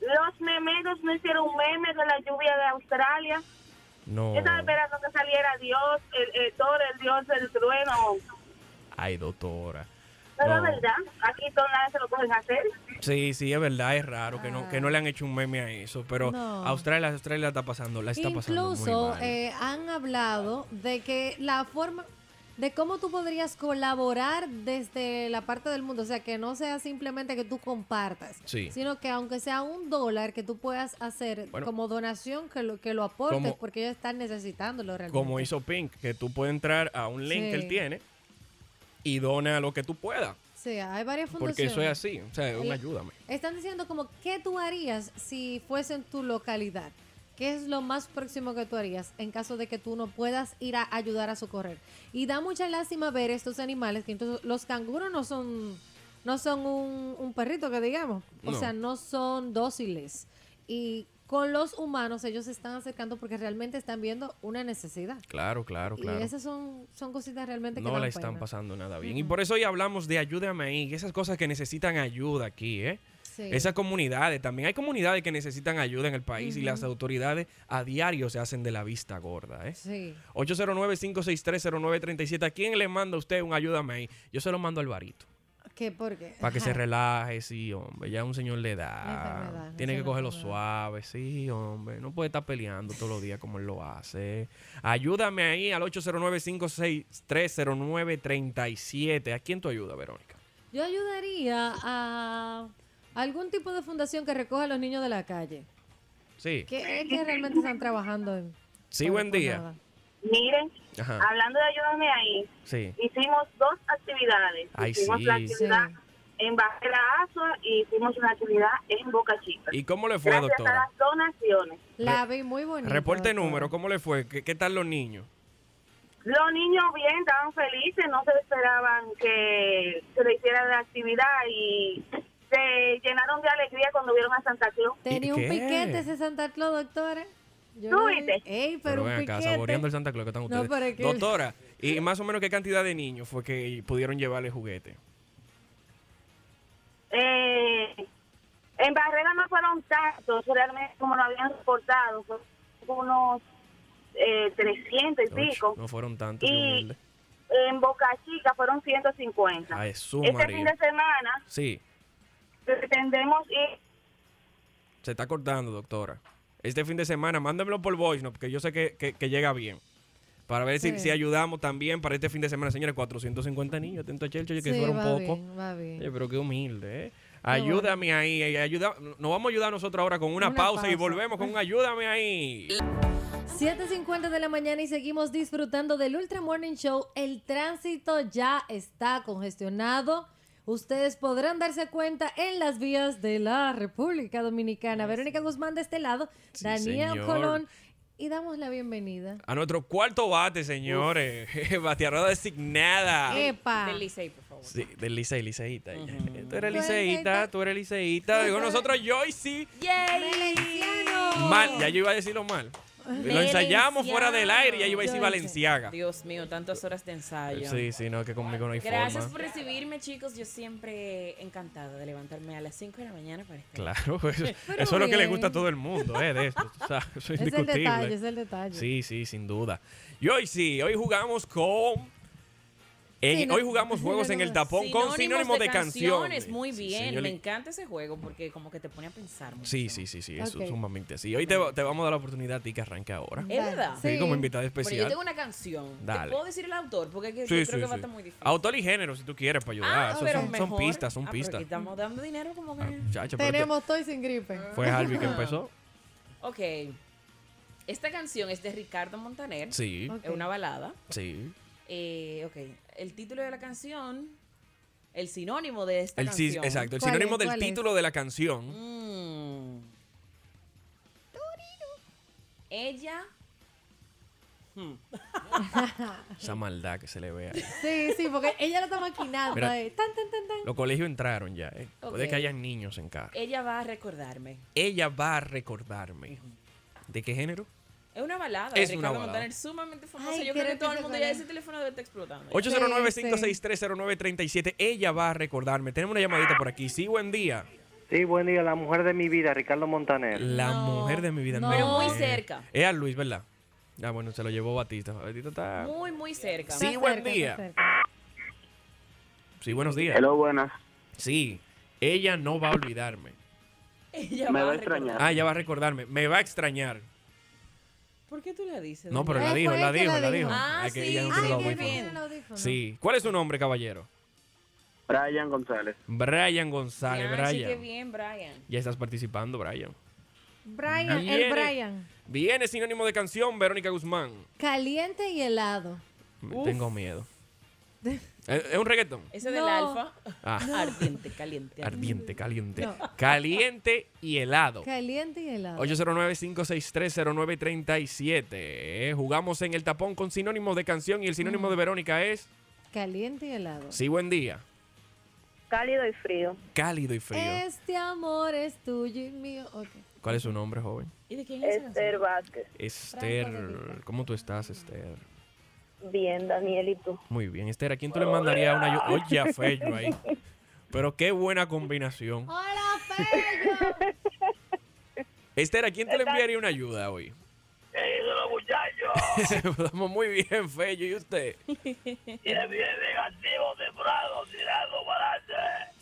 S4: Los memeros no hicieron memes de la lluvia de Australia.
S2: No.
S4: Yo estaba esperando que saliera Dios, el, el Thor, el Dios del trueno.
S2: Ay, doctora.
S4: Pero es
S2: No.
S4: verdad, aquí todos nadie se lo pueden hacer.
S2: Sí, sí, es verdad, es raro que no, que no le han hecho un meme a eso, pero
S1: No. eh,
S2: Australia, Australia la está pasando, la está pasando muy
S1: Incluso
S2: mal.
S1: eh, han hablado de que la forma, de cómo tú podrías colaborar desde la parte del mundo. O sea, que no sea simplemente que tú compartas,
S2: Sí.
S1: sino que aunque sea un dólar que tú puedas hacer
S2: Bueno.
S1: como donación, que lo, que lo aportes,
S2: Como-
S1: porque ellos están necesitándolo realmente.
S2: Como hizo Pink, que tú puedes entrar a un link
S1: Sí.
S2: que él tiene y dona lo que tú puedas.
S1: Sí, hay varias fundaciones.
S2: Porque eso es así. O sea, es
S1: El-
S2: una ayúdame.
S1: Están diciendo como, ¿qué tú harías si fuese en tu localidad? ¿Qué es lo más próximo que tú harías en caso de que tú no puedas ir a ayudar a socorrer? Y da mucha lástima ver estos animales, que entonces los canguros no son, no son un, un perrito, que digamos. O
S2: No.
S1: sea, no son dóciles. Y con los humanos ellos se están acercando porque realmente están viendo una necesidad.
S2: Claro, claro,
S1: Y
S2: claro.
S1: esas son, son cositas realmente que
S2: No
S1: dan
S2: la están
S1: pena.
S2: pasando nada bien. Y por eso hoy hablamos de ayúdame ahí, esas cosas que necesitan ayuda aquí, ¿eh?
S1: Sí.
S2: Esas comunidades también. Hay comunidades que necesitan ayuda en el país y las autoridades a diario se hacen de la vista gorda, ¿eh?
S1: Sí.
S2: 809-563-0937. ¿A quién le manda usted un ayúdame ahí? Yo se lo mando al varito.
S1: ¿Qué? ¿Por qué?
S2: Para que se
S1: Ajá.
S2: relaje, sí, hombre. Ya un señor le
S1: Una
S2: da.
S1: enfermedad,
S2: Tiene
S1: es
S2: que
S1: una
S2: cogerlo
S1: enfermedad.
S2: suave, sí, hombre. No puede estar peleando todos los días como él lo hace. Ayúdame ahí al 809-563-0937. ¿A quién tú ayudas, Verónica?
S1: Yo ayudaría a algún tipo de fundación que recoja a los niños de la calle.
S2: Sí.
S1: Que es que realmente están trabajando en.
S2: Sí,
S1: por-
S2: buen
S1: por
S2: día.
S1: Pues, nada.
S4: Miren,
S2: Ajá.
S4: hablando de ayúdame ahí,
S2: Sí.
S4: hicimos dos actividades.
S2: Ay,
S4: hicimos
S2: sí.
S4: la actividad
S1: Sí.
S4: en Barrera Azua y hicimos una actividad en Boca Chica.
S2: ¿Y cómo le fue,
S4: Gracias a
S2: doctora?
S4: las donaciones.
S1: La vi muy bonita.
S2: Reporte
S1: doctora.
S2: número, ¿cómo le fue? ¿Qué, qué tal los niños?
S4: Los niños bien, estaban felices, no se esperaban que se le hiciera la actividad y se llenaron de alegría cuando vieron a Santa Claus.
S1: Tenía un
S2: ¿Qué?
S1: piquete ese Santa Claus, doctora. Yo
S4: Tú
S1: no vi-
S4: viste.
S1: Ey, pero, un
S2: ven acá,
S1: piquete.
S2: saboreando el Santa Claus que están
S1: No,
S2: ustedes.
S1: pero es que-
S2: Doctora, ¿y más o menos qué cantidad de niños fue que pudieron llevarle juguete?
S4: Eh, en Barrera no fueron tantos, realmente como lo habían reportado, fueron unos eh, 300 y
S2: Ocho,
S4: pico.
S2: no fueron tantos, qué
S4: Y
S2: humilde.
S4: en Boca Chica fueron 150.
S2: Ay, su
S4: este
S2: María.
S4: fin de semana
S2: Sí,
S4: pretendemos ir
S2: se está cortando, doctora. Este fin de semana, mándamelo por voice, ¿no? porque yo sé que, que- que llega bien. Para ver si,
S1: Sí.
S2: si ayudamos también para este fin de semana, señores. 450 niños, atento a Chelcho, oye, que
S1: Sí,
S2: fueron
S1: va
S2: poco.
S1: bien, va bien.
S2: Oye, pero qué humilde, ¿eh? Ayúdame ahí, eh, ayuda, nos vamos a ayudar nosotros ahora con una,
S1: Una
S2: pausa, y
S1: pausa.
S2: volvemos con un ayúdame ahí.
S1: 7.50 de la mañana y seguimos disfrutando del Ultra Morning Show. El tránsito ya está congestionado. Ustedes podrán darse cuenta en las vías de la República Dominicana. Verónica Guzmán de este lado,
S2: Sí,
S1: Daniel
S2: señor.
S1: Colón. Y damos la bienvenida.
S2: A nuestro cuarto bate, señores. Bateadora designada.
S1: ¡Epa!
S6: Del Licey, por favor.
S2: Sí, del Licey, liceíta. ella. Tú eres
S1: Tú eres liceíta.
S2: liceíta, tú eres liceíta. Con nosotros Joyce.
S1: ¡Valenciano!
S2: Mal, ya yo iba a decirlo mal. Lo ensayamos fuera del aire y ya yo iba a decir
S1: Joyce.
S2: Valenciaga.
S6: Dios mío, tantas horas de ensayo.
S2: Sí, sí, no, que conmigo no hay
S6: Gracias
S2: forma.
S6: por recibirme, chicos. Yo siempre encantada de levantarme a las 5 de la mañana para estar.
S2: Claro, eso,
S1: Pero
S2: eso es lo que le
S1: bien.
S2: gusta a todo el mundo, ¿eh? De esto, o sea, eso es
S1: Es el detalle, es
S2: indiscutible.
S1: el detalle.
S2: Sí, sí, sin duda. Y hoy sí, hoy jugamos con... en-
S1: Sí, no-
S2: hoy jugamos juegos en el tapón con sinónimos de canciones.
S6: Muy
S2: Sí,
S6: bien,
S2: señor-
S6: me encanta ese juego porque como que te pone a pensar. mucho.
S2: Sí, sí, sí, sí, eso
S1: Ok.
S2: sumamente así. Hoy te, va- te vamos a dar la oportunidad a ti que arranque ahora.
S6: Es verdad.
S1: Sí.
S2: Sí, como invitada
S6: Eh, Pero yo
S2: especial.
S6: tengo una canción.
S2: Dale.
S6: ¿Te puedo decir el autor? Porque es que
S2: Sí,
S6: yo creo
S2: sí,
S6: que va a
S2: sí.
S6: estar muy difícil. Ah,
S2: Autor y género, si tú quieres, para ayudar. Eso
S6: pero
S2: son, son
S6: mejor.
S2: pistas, son
S6: Ah, pero
S2: pistas.
S6: aquí estamos dando dinero como que...
S2: Ah, muchacha, pero
S1: Tenemos Toy sin gripe.
S6: Ah,
S2: te- fue Harvey que empezó.
S6: Ok. Esta canción es de Ricardo Montaner.
S2: Sí,
S1: Ok.
S6: Es una balada.
S2: sí.
S6: Eh, ok. El título de la canción. El sinónimo de esta
S2: El, sí-
S6: canción.
S2: exacto, el
S1: ¿Cuál
S2: sinónimo
S1: es?
S2: del
S1: ¿Cuál es?
S2: título de la canción.
S6: Mm. Ella.
S2: Hmm. Esa maldad que se le vea.
S1: Sí, sí, porque ella lo está maquinando.
S2: Mira.
S1: eh. Tan, tan, tan, tan.
S2: Los colegios entraron ya, ¿eh? Puede
S6: Ok.
S2: que hayan niños en casa.
S6: Ella va a recordarme.
S2: Ella va a recordarme. ¿De qué género?
S6: Es una balada.
S2: Es
S6: de
S2: una
S6: Ricardo
S2: balada.
S6: Montaner sumamente famosa.
S1: Ay,
S6: Yo creo
S1: creo
S6: que
S1: que
S6: todo
S1: sé
S6: el mundo
S1: cuál
S6: ya
S1: es.
S6: ese teléfono debe estar explotando.
S2: 809-563-0937. Ella va a recordarme. Tenemos una llamadita por aquí. Sí, buen día.
S10: Sí, buen día, la mujer de mi vida, Ricardo Montaner.
S2: La
S6: No,
S2: mujer de mi vida.
S1: no. Pero muy
S2: es.
S6: cerca.
S2: Es a Luis, ¿verdad? Ah, bueno, se lo llevó Batista. Batista está...
S6: Muy, muy cerca.
S2: Sí,
S1: Está
S2: buen
S1: cerca,
S2: día.
S1: está cerca.
S2: Sí, buenos días.
S5: Hello, buenas.
S2: Sí, ella no va a olvidarme.
S6: Ella
S5: Me
S6: va
S5: va a
S6: recordar.
S5: extrañar.
S2: Ah, ella va a recordarme. Me va a extrañar.
S6: ¿Por qué tú la dices?
S2: No, pero
S6: Daniel?
S2: la dijo,
S6: Fue
S2: la
S6: que
S2: dijo, la dijo.
S6: Ah,
S2: Es que
S6: sí,
S2: ella no
S6: sí,
S2: tiene los
S6: muy
S2: audífonos.
S6: bien.
S2: Sí. ¿Cuál es su nombre, caballero?
S5: Brian González.
S2: Brian González,
S6: Ah, sí,
S2: Brian.
S6: qué bien, Brian.
S2: Ya estás participando, Brian.
S1: Brian,
S2: Viene.
S1: el Brian.
S2: Viene sinónimo de canción, Verónica Guzmán.
S1: Caliente y helado.
S2: Me-
S1: Uf.
S2: Tengo miedo. ¿Es es un reggaetón?
S6: Ese del
S1: No.
S6: alfa.
S2: Ah.
S6: Ardiente, caliente.
S2: Ardiente, caliente.
S1: No.
S2: Caliente y helado.
S1: Caliente y helado.
S2: 809-563-0937. Eh, Jugamos en el tapón con sinónimo de canción y el sinónimo
S1: Mm.
S2: de Verónica es
S1: Caliente y helado.
S2: Sí, buen día.
S3: Cálido y frío.
S2: Cálido y frío.
S1: Este amor es tuyo y mío. Ok.
S2: ¿Cuál es su nombre, joven?
S6: ¿Y de quién es esa
S3: Esther Vázquez.
S2: Esther. ¿Cómo tú estás, Esther?
S3: Bien, Daniel, ¿y tú?
S2: Muy bien, Esther. ¿A quién tú le mandarías una ayuda? Oye, a Fello ahí. Pero qué buena combinación.
S1: ¡Hola, Fello!
S2: Esther, ¿a quién tú le enviarías una ayuda hoy? Estamos muy bien, Fello. ¿Y usted?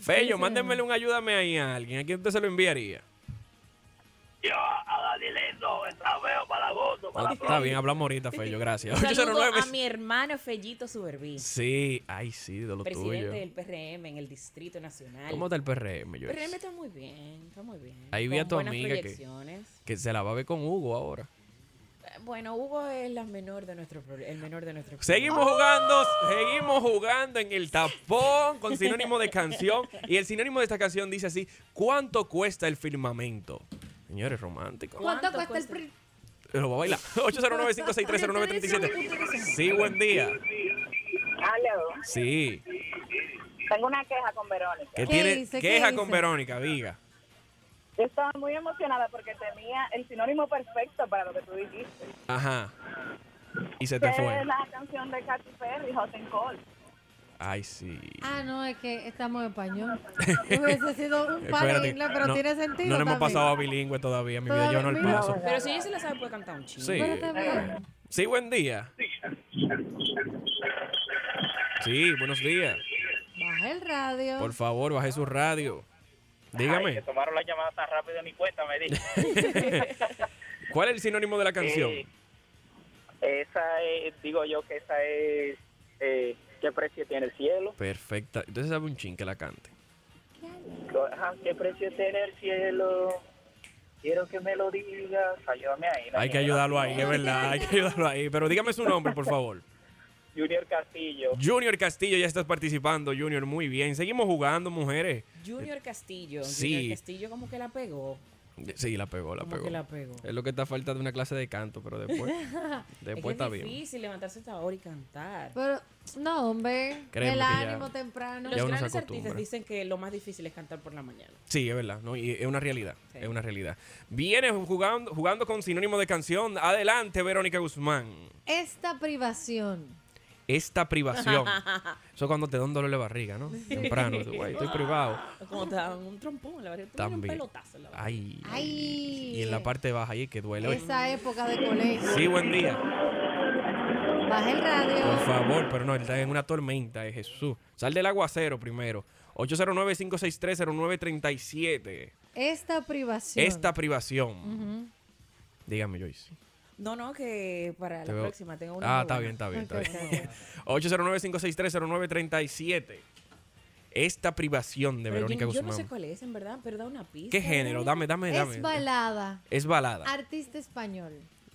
S2: Fello, mándenmele un ayúdame ahí a alguien. ¿A quién usted se lo enviaría? Yo a Danielito, Ah, está bien, hablamos ahorita, Fello. Gracias.
S6: Un saludo
S2: 809.
S6: a mi hermano Fellito Suberbí,
S2: Sí, ay, sí, de lo
S6: presidente
S2: tuyo.
S6: del PRM en el Distrito Nacional.
S2: ¿Cómo está el PRM, Joyce?
S6: PRM está muy bien, está muy bien.
S2: Ahí vi a
S6: Con
S2: tu
S6: buenas
S2: amiga que,
S6: proyecciones.
S2: que se la va a ver con Hugo ahora.
S6: Eh, Bueno, Hugo es la menor de nuestro pro- el menor de nuestro
S2: Seguimos jugando, seguimos jugando en el tapón con sinónimo de canción. Y el sinónimo de esta canción dice así: ¿Cuánto cuesta el firmamento? Señores, romántico.
S1: ¿Cuánto,
S6: ¿Cuánto
S1: cuesta el pri-
S2: Lo va a bailar. 809-5630937. Sí, buen día.
S3: Aló.
S2: Sí.
S3: Tengo una queja con Verónica.
S2: Que
S1: ¿Qué
S2: tiene
S1: dice? ¿Qué
S2: queja
S1: dice?
S2: con Verónica, diga.
S3: Yo estaba muy emocionada porque tenía el sinónimo perfecto para lo que tú dijiste.
S2: Ajá. Y se
S3: Que
S2: te
S4: Eh,
S3: es
S2: fue.
S3: la canción de Katy Perry, Hot and Cold.
S2: Ay, sí.
S1: Ah, no, es que estamos en español. Hubiese sido un par
S2: Eh, Espérate,
S1: de inglés, pero
S2: no-
S1: tiene sentido.
S2: No nos hemos
S1: también.
S2: pasado a bilingüe todavía, mi vida.
S1: Todavía-
S2: Yo no el
S1: mira.
S2: paso.
S6: Pero si ella se la sabe, puede cantar un chingo.
S2: Sí.
S1: Pero está bien.
S2: Sí, buen día. Sí, buenos días.
S1: Baja el radio.
S2: Por favor, baje su radio. Dígame,
S5: tomaron la llamada tan rápido en mi cuenta, me Eh, dije.
S2: ¿cuál es el sinónimo de la canción?
S5: Eh, esa es, digo yo que esa es, eh, ¿qué precio tiene el cielo?
S2: Perfecta. Entonces sabe un chin que la cante.
S5: Lo- ajá, ¿Qué precio tiene el cielo? Quiero que me lo digas. Ayúdame ahí.
S6: Eh.
S2: Hay que
S5: Daniela.
S2: ayudarlo ahí, es verdad. Hay que ayudarlo ahí. Pero dígame su nombre, por favor.
S5: Junior Castillo.
S2: Junior Castillo, ya estás participando, Junior. Muy bien. Seguimos jugando, mujeres.
S6: Junior Castillo.
S2: Sí.
S6: Junior Castillo como que la pegó.
S2: Sí, la pegó, la
S6: Como
S2: pegó.
S6: que la pegó.
S2: Es lo que está falta de una clase de canto, pero después,
S6: Es,
S2: después
S6: que
S2: está
S6: es
S2: bien.
S6: difícil levantarse hasta ahora y cantar.
S1: Pero, no, hombre.
S2: Créeme
S1: el
S2: que ya-
S1: ánimo temprano.
S6: Los
S2: Ya uno se
S6: grandes
S2: acostumbra.
S6: artistas dicen que lo más difícil es cantar por la mañana.
S2: Sí, es verdad, ¿no? Y es una realidad,
S6: Sí.
S2: es una realidad. Viene jugando, jugando con sinónimo de canción. Adelante, Verónica Guzmán.
S1: Esta privación.
S2: Esta privación. Eso es cuando te da un dolor de barriga, ¿no? Temprano, tú, "Güey, estoy privado.
S6: Como te dan un trompón en la barriga. Tú tienes
S2: También.
S6: un pelotazo en la barriga.
S2: Ay.
S1: Ay.
S2: Y en la parte baja ahí que duele. Oye,
S1: Esa época de colegio.
S2: Sí, buen día.
S1: Baja el
S2: Por
S1: radio.
S2: favor, pero no, él está en una tormenta, es Jesús. Sal del aguacero primero. 809-563-0937.
S1: Esta privación.
S2: Esta privación.
S1: Ujú.
S2: Dígame, Joyce.
S6: No, no, que para
S2: Te
S6: la
S2: veo-
S6: próxima tengo una.
S2: Ah,
S6: muy
S2: está bien,
S6: buena.
S2: está bien, está
S1: Ok,
S2: bien. 809-563-0937. Esta privación de
S6: Pero yo-
S2: Verónica
S6: yo,
S2: Guzmán.
S6: no sé cuál es, en verdad, pero da una pista.
S2: ¿Qué género?
S6: ¿verdad?
S2: Dame, dame, dame.
S1: Es balada.
S2: Es balada.
S1: Artista español.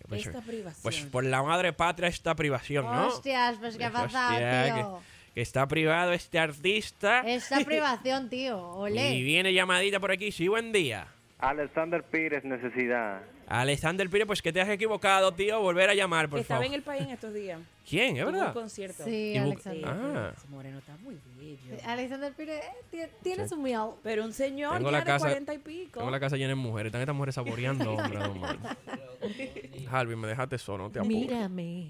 S2: Pues,
S6: Ah, Esta
S2: Pues
S6: privación.
S2: por la madre patria esta privación, ¿no?
S1: Hostias, pues qué ha
S2: Hostia,
S1: pasado, tío.
S2: que, que está privado este artista.
S1: Esta privación, tío. Olé.
S2: Y viene llamadita por aquí. Sí, buen día.
S10: Alexander Pires, necesidad.
S2: Alexander Pire, pues que te has equivocado, tío. Volver a llamar,
S6: que
S2: por
S6: estaba
S2: favor.
S6: en el país en estos días.
S2: ¿Quién? ¿Es
S6: Tuvo
S2: verdad?
S6: un concierto.
S1: Sí,
S2: Y
S6: Sí,
S2: bu-
S1: Alexander.
S2: Ah.
S6: pero ese Moreno está muy bello.
S1: Alexander Pires eh, tie- tiene su miau.
S6: Pero un señor
S2: Tengo
S6: ya
S2: la
S6: de
S2: casa-
S6: 40 y pico.
S2: Tengo la casa llena de mujeres. Están estas mujeres saboreando, hombre. no mames. Harvey, me dejaste solo, no te apures.
S1: Mírame.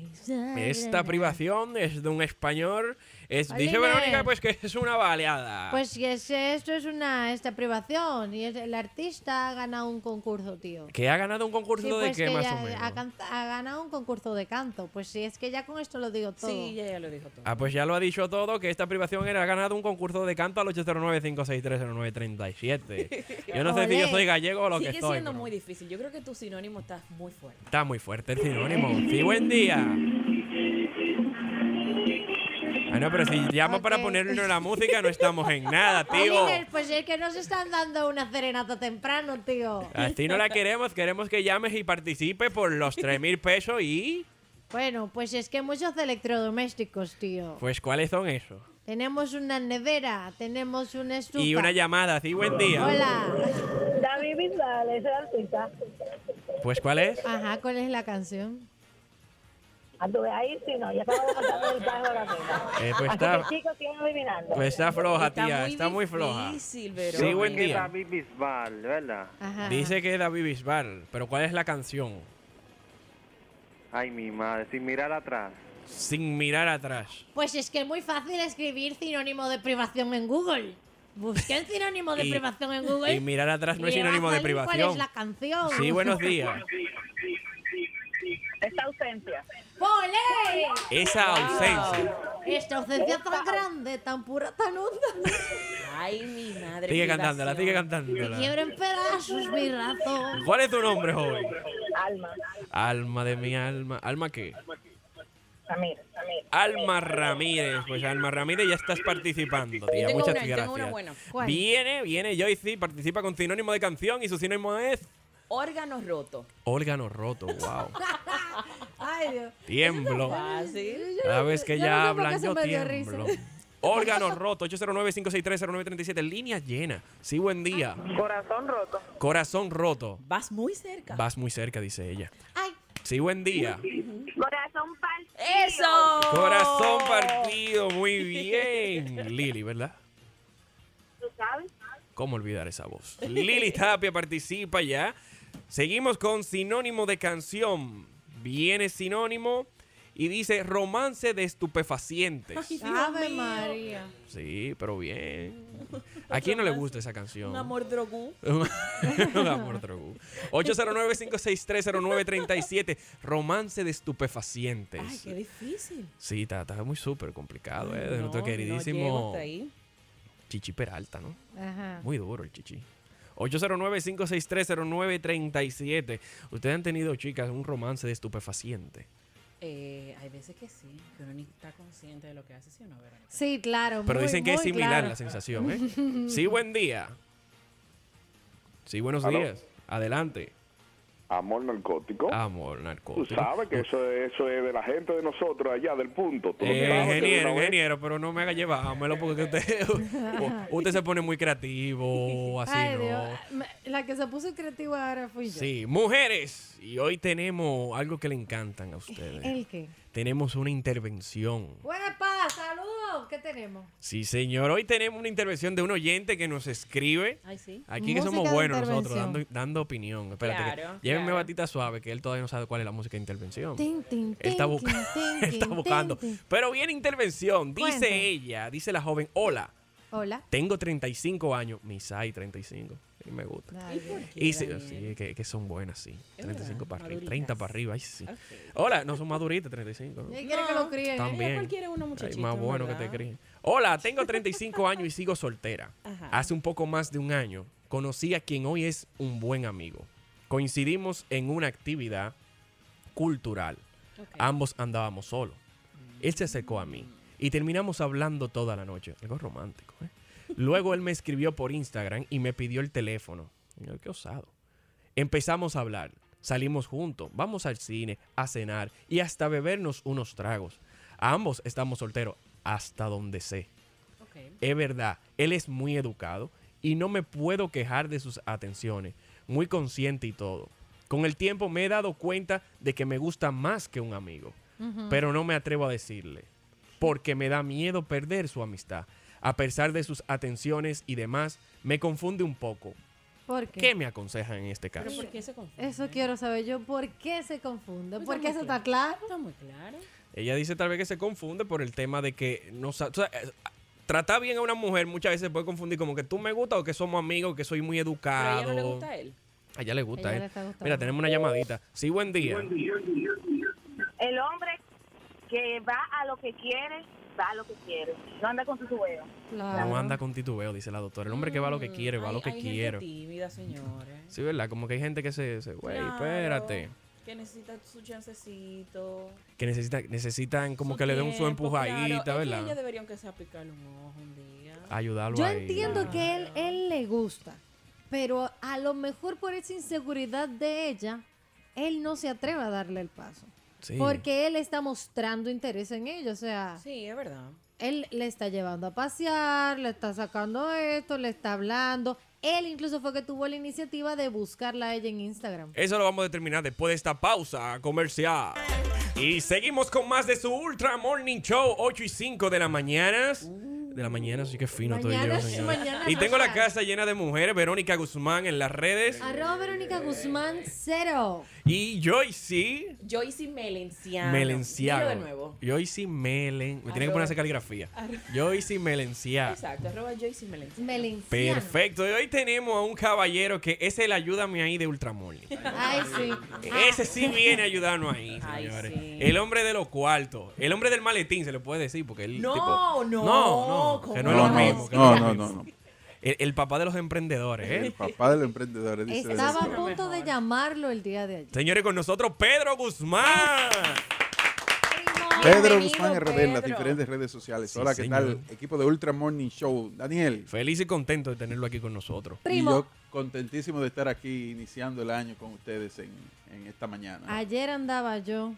S2: Esta privación es de un español Es,
S1: Ay,
S2: dice
S1: dime.
S2: Verónica pues que es una baleada.
S1: Pues que es- esto es una esta privación y es- el artista ha ganado un concurso, tío.
S2: que ha ganado un concurso
S1: Sí,
S2: de
S1: pues
S2: qué
S1: que
S2: más
S1: ya
S2: o menos.
S1: Ha, can- ha ganado un concurso de canto. Pues si es que ya con esto lo digo todo.
S6: Sí, ya, ya lo dijo todo.
S2: Ah, pues ya lo ha dicho todo, que esta privación era ha ganado un concurso de canto al 809-5630937. Yo no sé si yo
S6: Olé.
S2: soy gallego o lo que
S6: Sigue
S2: estoy.
S6: siendo
S2: pero
S6: muy difícil. Yo creo que tu sinónimo está muy fuerte.
S2: Está muy fuerte el sinónimo. Sí, buen día. Ah, no, pero si llamo para ponerle la música, no estamos en nada, tío.
S1: Oye, pues es que nos están dando una serenata temprano, tío.
S2: Así no la queremos, queremos que llames y participe por los 3 mil pesos y...
S1: Bueno, pues es que muchos electrodomésticos, tío.
S2: Pues, ¿cuáles son esos?
S1: Tenemos una nevera, tenemos una estufa.
S2: Y una llamada, sí, buen día.
S1: Hola.
S3: David Bisbal es el artista.
S2: Pues, ¿cuál es?
S1: Ajá, ¿cuál es la canción?
S3: Anduve ahí, si no, ya estaba cantando el carro ahora mismo.
S2: Eh, pues
S3: Así
S2: está-
S3: que, chicos, sigan adivinando.
S2: Pues está floja,
S6: Está
S2: tía,
S6: muy
S2: está muy floja.
S6: difícil, Verónica.
S2: Sí, buen
S10: Que
S2: día.
S10: David Bisbal, ¿verdad?
S2: Dice que es David Bisbal, pero ¿cuál es la canción?
S10: Ay, mi madre, sin mirar atrás.
S2: Sin mirar atrás.
S1: Pues es que es muy fácil escribir sinónimo de privación en Google. Busquen sinónimo de
S2: Y-
S1: privación en Google.
S2: y mirar atrás no es
S1: y le va a
S2: sinónimo de
S1: salir ¿Cuál
S2: privación.
S1: es la canción?
S2: Sí, buenos días.
S3: Esta ausencia.
S1: ¡Polé!
S2: Esa ausencia.
S1: Esta ausencia tan grande, tan pura, tan honda.
S6: Ay, mi madre.
S2: Sigue cantándola, sigue
S1: Me
S2: cantándola.
S1: quiebra en pedazos mi razón.
S2: ¿Cuál es tu nombre, joven?
S3: Alma.
S2: Alma de mi alma. ¿Alma qué?
S3: Samir. Samir.
S2: Alma Ramírez. Pues Alma Ramírez ya estás participando, tía.
S6: tengo
S2: Muchas
S6: una, yo
S2: gracias.
S6: tengo una buena.
S1: ¿Cuál?
S2: Viene, viene Joyce, participa con sinónimo de canción y su sinónimo es
S6: Órgano roto.
S2: órgano roto. Wow.
S1: Ay, Dios.
S2: Tiemblo.
S6: Fácil.
S2: Cada vez Ah, que
S1: yo no
S2: ya
S1: sé por
S2: hablan,
S1: qué
S2: yo
S1: se me dio risa.
S2: tiemblo. Órgano roto, 809-563-0937. Línea llena. Sí, buen día.
S5: Corazón roto.
S2: Corazón roto.
S6: Vas muy cerca.
S2: Vas muy cerca, dice ella.
S1: Ay,
S2: Sí, buen día.
S4: Corazón partido.
S6: ¡Eso!
S2: Corazón partido, muy bien. Lili, ¿verdad?
S4: ¿Tú sabes?
S2: ¿Cómo olvidar esa voz? Lili Tapia participa ya. Seguimos con sinónimo de canción. Viene sinónimo y dice romance de estupefacientes.
S1: Ave María.
S2: Sí, pero bien. ¿A quién no le gusta esa canción?
S6: Un amor drogú.
S2: Un amor drogú. 809-5630937. Romance de estupefacientes.
S6: Ay, qué difícil.
S2: Sí, está, está muy súper complicado, ¿eh? De
S6: No,
S2: nuestro
S6: no llego
S2: queridísimo
S6: hasta ahí.
S2: Chichi Peralta, ¿no?
S1: Ajá.
S2: Muy duro el Chichi. 809-5630937. Ustedes han tenido, chicas, un romance de estupefaciente.
S6: Eh, hay veces que sí, que uno ni está consciente de lo que hace, ¿sí o no, Verónica?
S1: Sí, claro.
S2: Pero
S1: muy,
S2: dicen que es
S1: muy
S2: similar
S1: claro.
S2: la sensación, ¿eh? sí, buen día. Sí, buenos
S9: ¿Aló?
S2: días. Adelante.
S9: Amor narcótico.
S2: Amor,
S9: Tú
S2: narcótico.
S9: sabes que eso, es- eso es de la gente de nosotros allá del punto. Tú lo
S2: Eh,
S9: sabes que
S2: ingeniero,
S9: de una vez-
S2: ingeniero, pero no me haga llevármelo porque usted, usted se pone muy creativo, así
S1: Ay,
S2: no.
S1: Dios. Me- La que se puso creativa ahora fui yo.
S2: Sí, mujeres, y hoy tenemos algo que le encantan a ustedes.
S1: ¿El qué?
S2: Tenemos una intervención.
S1: Buenas paz, saludos. ¿Qué tenemos?
S2: Sí, señor, hoy tenemos una intervención de un oyente que nos escribe.
S6: Ay, sí.
S2: Aquí que
S1: Música
S2: somos
S1: de
S2: buenos nosotros,
S1: intervención.
S2: dando, dando opinión. Espérate, que-
S6: Claro,
S2: llévenme
S6: claro.
S2: batita suave, que él todavía no sabe cuál es la música de intervención.
S1: Tin, tin,
S2: Él está,
S1: tin,
S2: bu-
S1: tin,
S2: él está
S1: tin,
S2: buscando.
S1: tin, tin.
S2: Pero viene intervención. Dice
S1: Cuente.
S2: ella, dice la joven, hola,
S1: Hola.
S2: tengo 35 años. Misai, 35. Sí, me gusta.
S1: Ay, Dios.
S2: Y sí,
S6: Daniel.
S2: sí, que, que son buenas, sí.
S6: Es
S2: 35
S6: verdad,
S2: para arriba,
S6: maduritas.
S2: 30 para arriba, ay, sí.
S6: Ok.
S2: Hola, no son maduritas, 35. ¿no?
S1: Él quiere que lo críen. ¿eh?
S2: También.
S6: cualquiera una muchachita,
S2: Ay, más bueno que te
S6: ¿verdad?
S2: críen. Hola, tengo 35 años y sigo soltera.
S6: Ajá.
S2: Hace un poco más de un año conocí a quien hoy es un buen amigo. Coincidimos en una actividad cultural.
S6: Ok.
S2: Ambos andábamos solos. Él se acercó a mí y terminamos hablando toda la noche. Algo romántico. ¿eh? Luego él me escribió por Instagram y me pidió el teléfono. Mira, qué osado. Empezamos a hablar, salimos juntos, vamos al cine, a cenar y hasta bebernos unos tragos. Ambos estamos solteros, hasta donde sé.
S6: Ok.
S2: Es verdad, él es muy educado y no me puedo quejar de sus atenciones, muy consciente y todo. Con el tiempo me he dado cuenta de que me gusta más que un amigo, pero no me atrevo a decirle, porque me da miedo perder su amistad. A pesar de sus atenciones y demás, me confunde un poco.
S1: ¿Por
S2: ¿Qué,
S1: qué?
S2: me aconseja en este
S6: ¿Pero
S2: caso?
S6: por qué se confunde?
S1: Eso quiero saber yo. ¿Por qué se confunde?
S6: Pues
S1: ¿Por
S6: está muy
S1: qué se está claro?
S6: Está muy claro.
S2: Ella dice tal vez que se confunde por el tema de que no sa- o sea, eh, tratar bien a una mujer muchas veces se puede confundir como que tú me gustas o que somos amigos, que soy muy
S6: Pero a
S2: educado.
S6: ella no le gusta a él.
S2: A ella le gusta,
S6: Ella
S2: ¿eh?
S6: le está gustando.
S2: Mira, tenemos una llamadita. Sí, buen día.
S4: El hombre que va a lo que quiere, va a lo que quiere. No anda con su juego.
S2: No anda con titubeo, dice la doctora. El hombre que va a lo que quiere, va a lo que
S6: Mm, Hay
S2: quiere.
S6: gente tímida, señores.
S2: Sí, ¿verdad? Como que hay gente que se... se Güey,
S6: Claro,
S2: espérate.
S6: Que necesita su chancecito.
S2: Que necesita, necesitan como
S6: su
S2: que le den su
S6: tiempo, claro.
S2: empujadita,
S6: Es que
S2: ¿verdad?
S6: Ella debería aunque sea picarle un ojo un día.
S2: Ayudarlo
S1: Yo
S2: ahí.
S1: entiendo que él, él le gusta, pero a lo mejor por esa inseguridad de ella, él no se atreve a darle el paso.
S2: Sí.
S1: Porque él está mostrando interés en ella, o sea,
S6: Sí, es verdad.
S1: él le está llevando a pasear, le está sacando esto, le está hablando. Él incluso fue que tuvo la iniciativa de buscarla a ella en Instagram.
S2: Eso lo vamos a determinar después de esta pausa comercial. Y seguimos con más de su Ultra Morning Show, 8 y 5 de la mañana.
S6: Uh.
S2: De la mañana, así que fino
S1: Mañana
S2: todo
S1: sí,
S2: yo, señores.
S1: mañana
S2: Y
S1: no
S2: tengo la
S1: sale.
S2: casa llena de mujeres, Verónica Guzmán en las redes.
S6: Ah.
S1: Arroba Verónica Guzmán, cero.
S2: Y Joyce
S6: Joyce Melenciano.
S2: Melenciago.
S6: Dilo de nuevo.
S2: Joyce Melen. Me tiene que
S6: Arroba.
S2: poner a hacer caligrafía.
S6: Arroba.
S2: Joyce Melenciago.
S6: Exacto, arroba Joyce Melenciano.
S2: Perfecto. Y hoy tenemos a un caballero que es el ayúdame ahí de Ultramorning.
S1: Ay, sí.
S2: Ese sí viene a ayudarnos ahí, señores. El hombre de los cuartos. El hombre del maletín, se le puede decir, porque él.
S6: No, no,
S2: tipo- No, no. Que no
S11: ¿cómo
S2: es lo
S11: no?
S2: mismo. que
S11: No,
S2: es lo
S11: no,
S2: mismo.
S11: no, no.
S2: El, el papá de los emprendedores, ¿eh?
S11: El papá del emprendedor. dice
S1: Estaba
S11: eso.
S1: a punto de llamarlo el día de ayer.
S2: Señores, con nosotros Pedro Guzmán.
S11: Pedro
S1: Bienvenido,
S11: Guzmán RD en las
S1: Pedro.
S11: diferentes redes sociales.
S2: Sí,
S11: Hola, ¿qué
S2: señor.
S11: tal? Equipo de Ultra Morning Show. Daniel.
S2: Feliz y contento de tenerlo aquí con nosotros.
S1: Primo.
S11: Y yo contentísimo de estar aquí iniciando el año con ustedes en, en esta mañana.
S1: Ayer andaba yo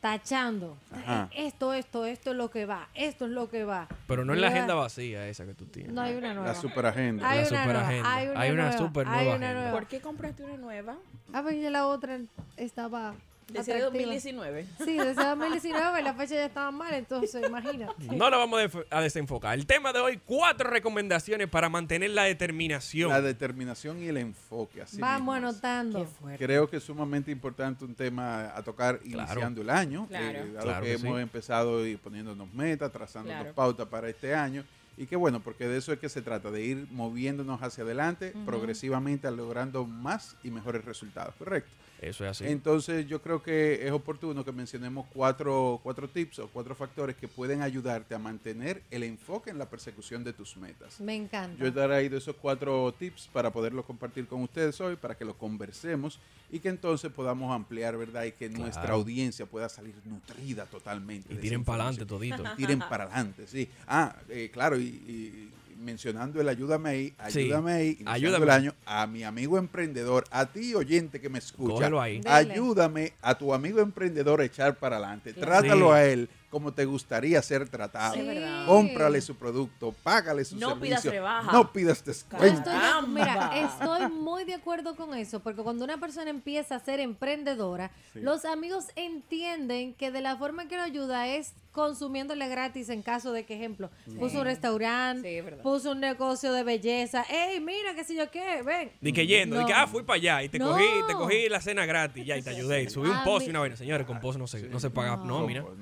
S1: tachando.
S11: Ajá.
S1: Esto, esto, esto es lo que va. Esto es lo que va.
S2: Pero no es la
S1: Mira,
S2: agenda vacía esa que tú tienes.
S1: No hay una nueva.
S11: La superagenda.
S1: Hay
S2: La
S1: una nueva,
S2: superagenda.
S1: Hay una,
S2: Hay una
S1: nueva,
S2: super
S1: hay
S2: nueva
S1: una
S2: agenda.
S1: nueva.
S6: ¿Por qué compraste una nueva?
S1: Ah, porque la otra estaba.
S6: Desde
S1: atractiva.
S6: 2019.
S1: Sí, desde 2019 pues la fecha ya estaba mal, entonces imagínate.
S2: No la vamos a def- a desenfocar. El tema de hoy, cuatro recomendaciones para mantener la determinación.
S11: La determinación y el enfoque. Así
S1: Vamos anotando.
S11: mismo. Creo que es sumamente importante un tema a tocar iniciando el año,
S1: Claro.
S11: eh, dado
S2: Claro
S11: que,
S2: que sí.
S11: hemos empezado y poniéndonos metas, trazándonos
S1: Claro.
S11: pautas para este año. Y que bueno, porque de eso es que se trata, de ir moviéndonos hacia adelante,
S2: Ujú.
S11: progresivamente logrando más y mejores resultados, ¿correcto?
S2: Eso es así.
S11: Entonces yo creo que es oportuno que mencionemos cuatro, cuatro tips o cuatro factores que pueden ayudarte a mantener el enfoque en la persecución de tus metas.
S1: Me encanta.
S11: Yo he traído esos cuatro tips para poderlos compartir con ustedes hoy, para que los conversemos y que entonces podamos ampliar, ¿verdad? Y que nuestra
S2: Claro.
S11: audiencia pueda salir nutrida totalmente.
S2: Y
S11: de
S2: tiren
S11: esa
S2: para
S11: información.
S2: adelante todito.
S11: Y tiren para adelante, sí. Ah, eh, claro, y, y- y mencionando el ayúdame ahí,
S2: Sí.
S11: ayúdame ahí, iniciando
S2: Ayúdame.
S11: el año, a mi amigo emprendedor, a ti oyente que me escucha,
S2: Cógelo ahí. Dele.
S11: ayúdame a tu amigo emprendedor a echar para adelante. Trátalo
S2: Sí.
S11: a él como te gustaría ser tratado.
S6: Sí, es verdad.
S11: Cómprale su producto, págale su
S6: No pidas
S11: servicio.
S6: rebaja.
S11: No pidas este
S1: Yo
S11: descuento.
S1: estoy de- mira, estoy muy de acuerdo con eso, porque cuando una persona empieza a ser emprendedora,
S11: Sí.
S1: los amigos entienden que de la forma que lo ayuda es consumiéndole gratis en caso de que, ejemplo,
S6: Sí.
S1: puso un restaurante, puso un negocio de belleza, hey, mira, qué sé yo qué, ven.
S2: Di que yendo, di
S1: No.
S2: que ah, fui para allá y te
S1: No.
S2: cogí, te cogí la cena gratis, ya, y te ayudé. Y subí
S1: Ah,
S2: un post
S1: mi-
S2: y una vaina. Señores, con post no se, no se paga, no,
S11: No,
S2: mira.
S11: pues,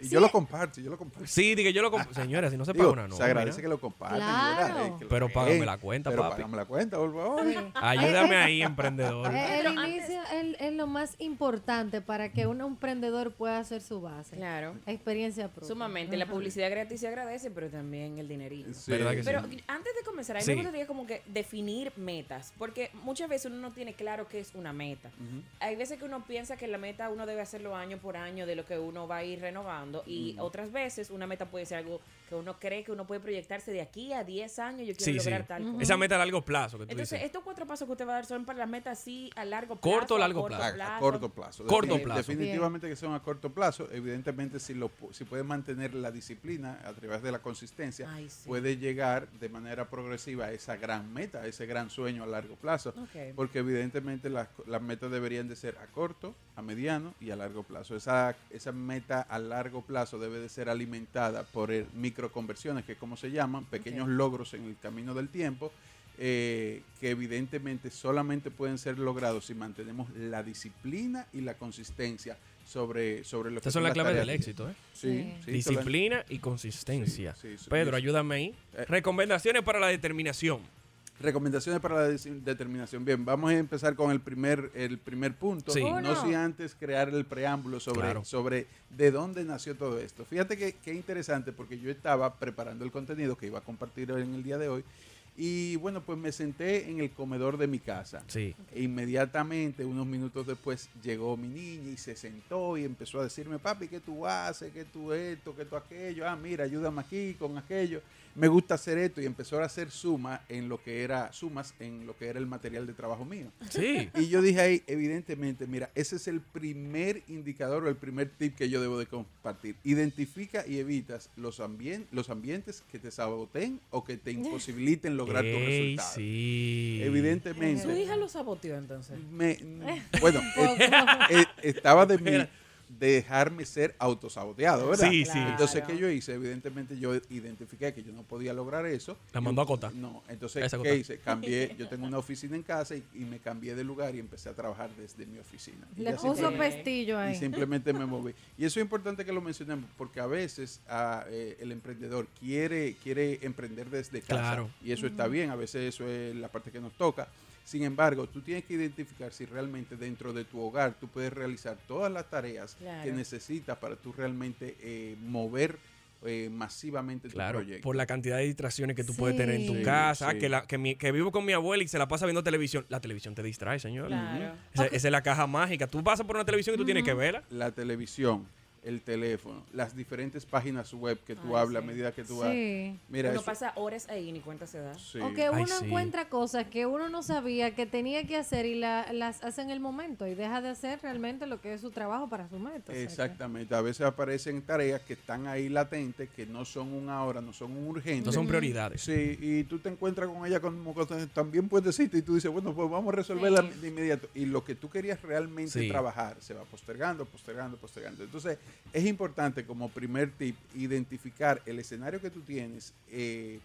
S11: Y yo lo comparto, yo lo comparto.
S2: Sí, di que yo lo comp- Señores, si no se
S11: Digo,
S2: paga una, no.
S11: se agradece
S2: mira.
S11: que lo compartan.
S1: Claro.
S11: ¿verdad? Eh, que lo
S2: Pero
S11: creen,
S2: págame la cuenta,
S11: pero
S2: papi.
S11: Págame la cuenta, por favor.
S2: Ayúdame ahí, emprendedor.
S1: Eh, El inicio es, es lo más importante para que un emprendedor pueda hacer su base.
S6: Claro.
S1: Experiencia propia.
S6: Sumamente, la
S1: Ajá.
S6: publicidad gratis se agradece, pero también el dinerito.
S2: Sí. ¿Verdad que sí?
S6: pero antes de comenzar, a mí
S2: Sí.
S6: me gustaría como que definir metas, porque muchas veces uno no tiene claro qué es una meta. Hay veces que uno piensa que la meta uno debe hacerlo año por año de lo que uno va a ir renovando y
S12: Mm.
S6: otras veces una meta puede ser algo que uno cree que uno puede proyectarse de aquí a 10 años, yo quiero
S2: Sí, sí.
S6: lograr tal cosa.
S2: Esa meta a largo plazo que tú
S6: Entonces,
S2: dices.
S6: estos cuatro pasos que usted va a dar son para las metas así a largo plazo.
S2: Corto o
S6: a
S2: largo
S6: corto
S2: plazo.
S11: A, a corto plazo.
S2: Corto
S11: Defini-
S2: plazo.
S11: Definitivamente que son a corto plazo. Evidentemente, si, lo, pu- si puedes mantener la disciplina a través de la consistencia,
S6: Ay, sí.
S11: puedes llegar de manera progresiva a esa gran meta, a ese gran sueño a largo plazo.
S6: Ok.
S11: Porque evidentemente las, co- las metas deberían de ser a corto, a mediano y a largo plazo. Esa, esa meta a largo plazo debe de ser alimentada por el- microconversiones, que es como se llaman, pequeños
S6: Ok.
S11: logros en el camino del tiempo, eh, que evidentemente solamente pueden ser logrados si mantenemos la disciplina y la consistencia sobre, sobre lo que
S2: Estas son las claves
S11: tareas.
S2: del éxito, ¿eh?
S11: Sí, sí,
S2: Disciplina y consistencia.
S11: sí. Eh.
S2: Pedro, ayúdame ahí. Recomendaciones para la determinación.
S11: Recomendaciones para la desi- determinación. Bien, vamos a empezar con el primer, el primer punto.
S2: Sí. Uno.
S11: No si antes crear el preámbulo sobre,
S2: Claro.
S11: sobre de dónde nació todo esto. Fíjate que, que interesante porque yo estaba preparando el contenido que iba a compartir en el día de hoy. Y bueno, pues me senté en el comedor de mi casa.
S2: Sí.
S11: E inmediatamente, unos minutos después, llegó mi niña y se sentó y empezó a decirme, papi, ¿qué tú haces? ¿Qué tú esto? ¿Qué tú aquello? Ah, mira, ayúdame aquí con aquello. Me gusta hacer esto y empezó a hacer suma en lo que era sumas en lo que era el material de trabajo mío.
S2: Sí.
S11: Y yo dije ahí, evidentemente, mira, ese es el primer indicador o el primer tip que yo debo de compartir. Identifica y evitas los, ambien- los ambientes que te saboteen o que te imposibiliten lograr tus
S2: Ey,
S11: resultados.
S2: sí.
S11: Evidentemente.
S6: Su hija lo saboteó entonces.
S11: Me- Bueno, eh, eh, estaba de mí dejarme ser autosaboteado, ¿verdad?
S2: Sí, sí.
S11: Entonces, ¿qué yo hice? Evidentemente, yo identifiqué que yo no podía lograr eso.
S2: La mandó a Cota.
S11: No, entonces,
S2: Esa Cota.
S11: ¿qué hice? Cambié, yo tengo una oficina en casa y, y me cambié de lugar y empecé a trabajar desde mi oficina. Y
S1: Le
S11: ya
S1: puso
S11: simplemente-
S1: pestillo ahí.
S11: Y simplemente me moví. Y eso es importante que lo mencionemos porque a veces ah, eh, el emprendedor quiere, quiere emprender desde casa.
S2: Claro.
S11: Y eso está
S2: Ujú.
S11: bien, a veces eso es la parte que nos toca. Sin embargo, tú tienes que identificar si realmente dentro de tu hogar tú puedes realizar todas las tareas
S2: Claro.
S11: que necesitas para tú realmente eh, mover eh, masivamente
S2: Claro,
S11: tu proyecto.
S2: por la cantidad de distracciones que tú puedes tener en tu
S11: Sí,
S2: casa, Ah,
S11: sí.
S2: que, la- que, mi- que vivo con mi abuela y se la pasa viendo televisión. La televisión te distrae, señor.
S11: Claro.
S2: Esa, esa es la caja mágica. Tú pasas por una televisión y tú tienes que
S11: Ujú.
S2: verla.
S11: La televisión, el teléfono, las diferentes páginas web que tú
S6: Ay,
S11: hablas
S6: sí.
S11: a medida que tú
S1: Sí.
S11: vas. Mira,
S6: uno
S11: eso-
S6: pasa horas ahí y ni cuenta se da.
S11: sí.
S1: O que uno encuentra cosas que uno no sabía que tenía que hacer y la- las hace en el momento y deja de hacer realmente lo que es su trabajo para su meta. o sea que-
S11: Exactamente, a veces aparecen tareas que están ahí latentes, que no son un ahora, no son un urgente.
S2: No son Ujú. prioridades.
S11: Sí, y tú te encuentras con ella como cosas también puentecita y tú dices, bueno, pues vamos a resolverla
S2: Sí.
S11: de inmediato. Y lo que tú querías realmente
S2: Sí.
S11: trabajar se va postergando, postergando, postergando. Entonces, es importante como primer tip identificar el escenario que tú tienes eh,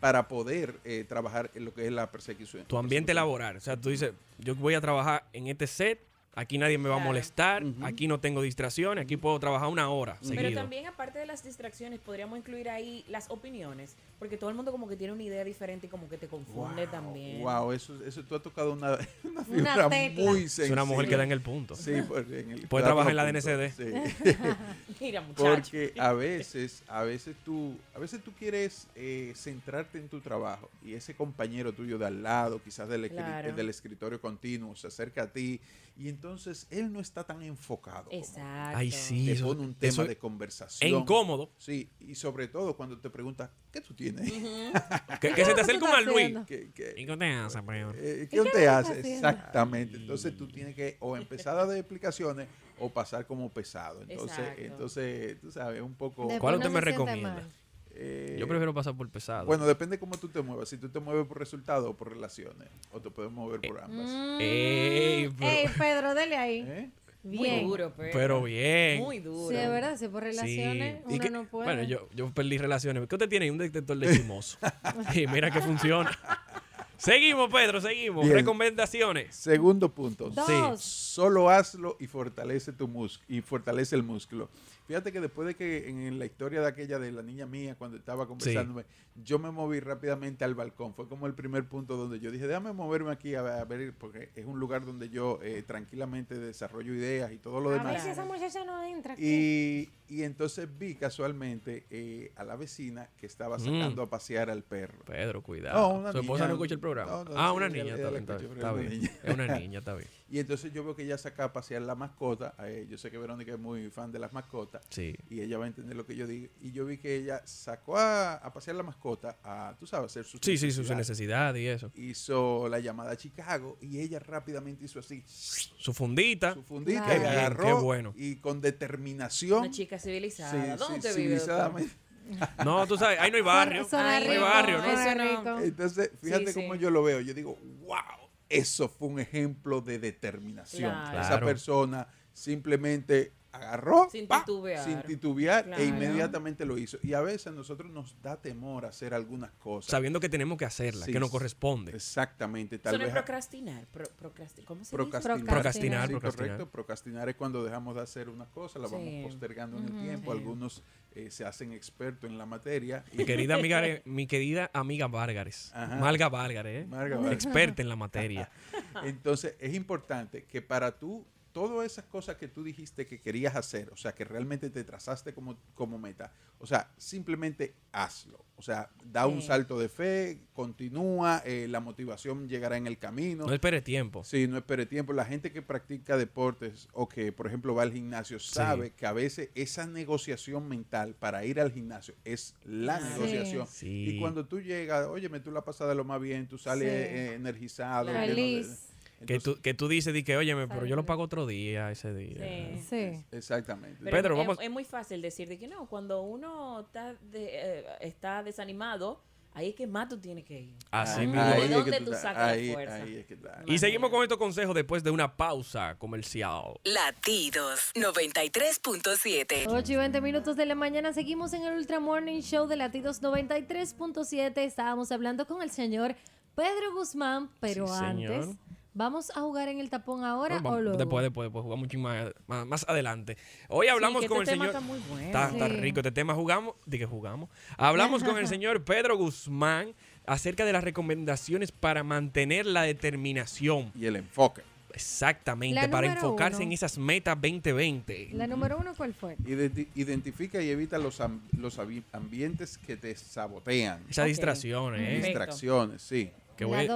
S11: para poder eh, trabajar en lo que es la persecución.
S2: Tu ambiente laboral. O sea, tú dices, yo voy a trabajar en este set, aquí nadie me va a
S6: Claro.
S2: molestar, aquí no tengo distracciones, aquí puedo trabajar una hora
S6: Pero
S2: seguido.
S6: también, aparte de las distracciones, podríamos incluir ahí las opiniones, porque todo el mundo como que tiene una idea diferente y como que te confunde también.
S11: Wow, eso, eso tú has tocado una, una
S6: Una
S11: fibra
S6: tecla.
S11: muy
S2: Es
S11: sensible.
S2: una mujer que da en el punto.
S11: Sí, porque en el-
S2: Puede
S11: da
S2: trabajar en la
S11: como
S2: DNCD.
S11: sí.
S6: Mira, muchacho.
S11: Porque a veces, a veces tú, a veces tú quieres eh, centrarte en tu trabajo y ese compañero tuyo de al lado, quizás del, escri-
S6: Claro.
S11: del escritorio continuo, se acerca a ti y entonces él no está tan enfocado. como-
S6: Exacto.
S2: Ay, sí,
S11: Te
S2: eso-
S11: pone un tema
S2: eso
S11: de
S2: es
S11: conversación.
S2: incómodo.
S11: Sí, y sobre todo cuando te preguntas, ¿qué tú tienes?
S2: Que, que se te acerque un Luis.
S11: Que- que-
S2: ¿Y qué te hace, Pedro?
S11: eh,
S2: ¿Y
S11: ¿Qué
S2: qué
S11: te hace?
S2: haciendo?
S11: Exactamente. Entonces tú tienes que o empezar a dar explicaciones o pasar como pesado. Entonces,
S2: Exacto.
S11: entonces tú sabes, un poco...
S2: Después ¿Cuál no usted me se siente recomienda? mal. Yo prefiero pasar por pesado.
S11: Eh, Bueno, depende cómo tú te muevas. Si tú te mueves por resultados o por relaciones. O te puedes mover por ambas.
S2: Ey, Eh, pero-
S1: Ey, Mm. Eh, Pedro, dele ahí.
S11: ¿Eh?
S1: Bien.
S6: Muy duro, pero.
S2: Pero bien.
S6: Muy duro.
S1: Sí, es verdad, si por relaciones
S2: Y
S1: uno
S2: que-
S1: no puede.
S2: Bueno, yo, yo perdí relaciones. ¿Qué usted tiene? ahí? Un detector de chismoso. y mira que funciona. Seguimos, Pedro, seguimos.
S11: Bien.
S2: Recomendaciones.
S11: Segundo punto.
S2: Dos.
S11: Solo hazlo y fortalece tu músculo y fortalece el músculo. Fíjate que después de que en, en la historia de aquella de la niña mía cuando estaba conversándome, yo me moví rápidamente al balcón. Fue como el primer punto donde yo dije, déjame moverme aquí a ver, a ver", porque es un lugar donde yo eh, tranquilamente desarrollo ideas y todo lo
S1: a ver
S11: demás.
S1: si esa muchacha no entra. aquí.
S11: Y, y entonces vi casualmente eh, a la vecina que estaba sacando a pasear al perro.
S2: Pedro, cuidado. Su esposa no escucha el programa. Ah, una
S11: sí, ella-
S2: niña, está
S11: ella
S2: bien,
S11: la escucha,
S2: está
S11: pero
S2: bien, es una niña, está bien.
S11: Y entonces yo veo que ella saca a pasear la mascota. eh, yo sé que Verónica es muy fan de las mascotas.
S2: Sí.
S11: Y ella va a entender lo que yo digo. Y yo vi que ella sacó a, a pasear la mascota a, tú sabes, hacer sus
S2: Sí, sí, su necesidad y eso.
S11: Hizo la llamada a Chicago y ella rápidamente hizo así.
S2: Su fundita.
S11: Su fundita
S2: Qué
S11: y
S2: bien,
S11: agarró.
S2: qué bueno.
S11: Y con determinación.
S6: Una chica civilizada.
S11: Sí,
S6: ¿Dónde
S11: sí,
S6: te vive, doctor?
S11: civilizadamente.
S2: No, tú sabes, ahí no hay barrio.
S6: Suena
S2: ahí no hay
S6: rico,
S2: barrio, ¿no?
S6: eso no.
S11: Entonces, fíjate
S6: Sí, sí.
S11: cómo yo lo veo. Yo digo, wow, eso fue un ejemplo de determinación.
S6: Claro.
S11: Esa
S2: Claro.
S11: persona simplemente agarró
S6: Sin
S11: pa,
S6: titubear.
S11: sin titubear
S6: Claro.
S11: e inmediatamente lo hizo. Y a veces nosotros nos da temor hacer algunas cosas.
S2: Sabiendo que tenemos que hacerla, que nos corresponde.
S11: Exactamente, tal
S6: Eso no es
S11: vez
S6: procrastinar. pro- procrasti- ¿Cómo se
S11: procrastinar.
S6: dice?
S2: Procrastinar,
S11: Sí,
S2: procrastinar.
S11: correcto. Procrastinar es cuando dejamos de hacer una cosa, la
S6: Sí.
S11: vamos postergando en
S6: Ujú.
S11: el tiempo.
S6: Sí.
S11: Algunos eh, se hacen expertos en la materia.
S2: Mi querida amiga, mi querida amiga Vargas.
S11: Ajá.
S2: Marga Vargas, ¿eh?
S11: Marga Vargas.
S2: Experta en la materia.
S11: Entonces, es importante que para tú, todas esas cosas que tú dijiste que querías hacer, o sea, que realmente te trazaste como, como meta, o sea, simplemente hazlo. O sea, da un
S2: Sí.
S11: salto de fe, continúa, eh, la motivación llegará en el camino.
S2: No espere tiempo.
S11: Sí, no espere tiempo. La gente que practica deportes o que, por ejemplo, va al gimnasio sabe que a veces esa negociación mental para ir al gimnasio es la
S2: Sí.
S11: negociación.
S2: Sí.
S11: Y cuando tú llegas, óyeme, tú la pasada lo más bien, tú sales
S2: Sí.
S11: eh, energizado. lleno de-
S2: que, tú, que tú dices, di que, óyeme, pero yo lo pago otro día, ese día.
S6: Sí. Sí.
S11: Exactamente.
S6: Pero
S2: Pedro,
S6: es,
S2: vamos.
S6: es muy fácil decir de que no, cuando uno está, de- eh, está desanimado, ahí es que más tú tienes que ir.
S2: Así
S11: Ah,
S6: ¿De
S2: mismo.
S6: ¿De
S2: Ahí es
S6: dónde
S2: que
S6: tú,
S2: tú estás-
S6: sacas
S2: ahí-
S6: la fuerza?
S11: ahí es que está.
S2: Y seguimos con estos consejos después de una pausa comercial.
S12: Latidos 93.7.
S1: 8 y 20 minutos de la mañana, seguimos en el Ultra Morning Show de Latidos 93.7. Estábamos hablando con el señor Pedro Guzmán, pero
S2: Sí, señor.
S1: antes, ¿vamos a jugar en el tapón ahora
S2: Bueno,
S1: o
S2: vamos-
S1: luego?
S2: Después, después, después, jugamos un chin más, más- más adelante. Hoy hablamos
S1: que
S2: con el
S1: este tema
S2: señor.
S1: está muy bueno.
S2: Está- está
S1: Sí.
S2: rico este tema. Jugamos, de que jugamos. Hablamos con el señor Pedro Guzmán acerca de las recomendaciones para mantener la determinación
S11: y el enfoque.
S2: Exactamente,
S1: La
S2: para
S1: número
S2: enfocarse
S1: uno.
S2: en esas metas 2020.
S1: ¿La número uno cuál fue?
S11: Identi- identifica y evita los, am- los avi- ambientes que te sabotean.
S2: Esas Ok. distracciones, ¿eh? Perfecto.
S11: Distracciones, sí.
S2: Que voy,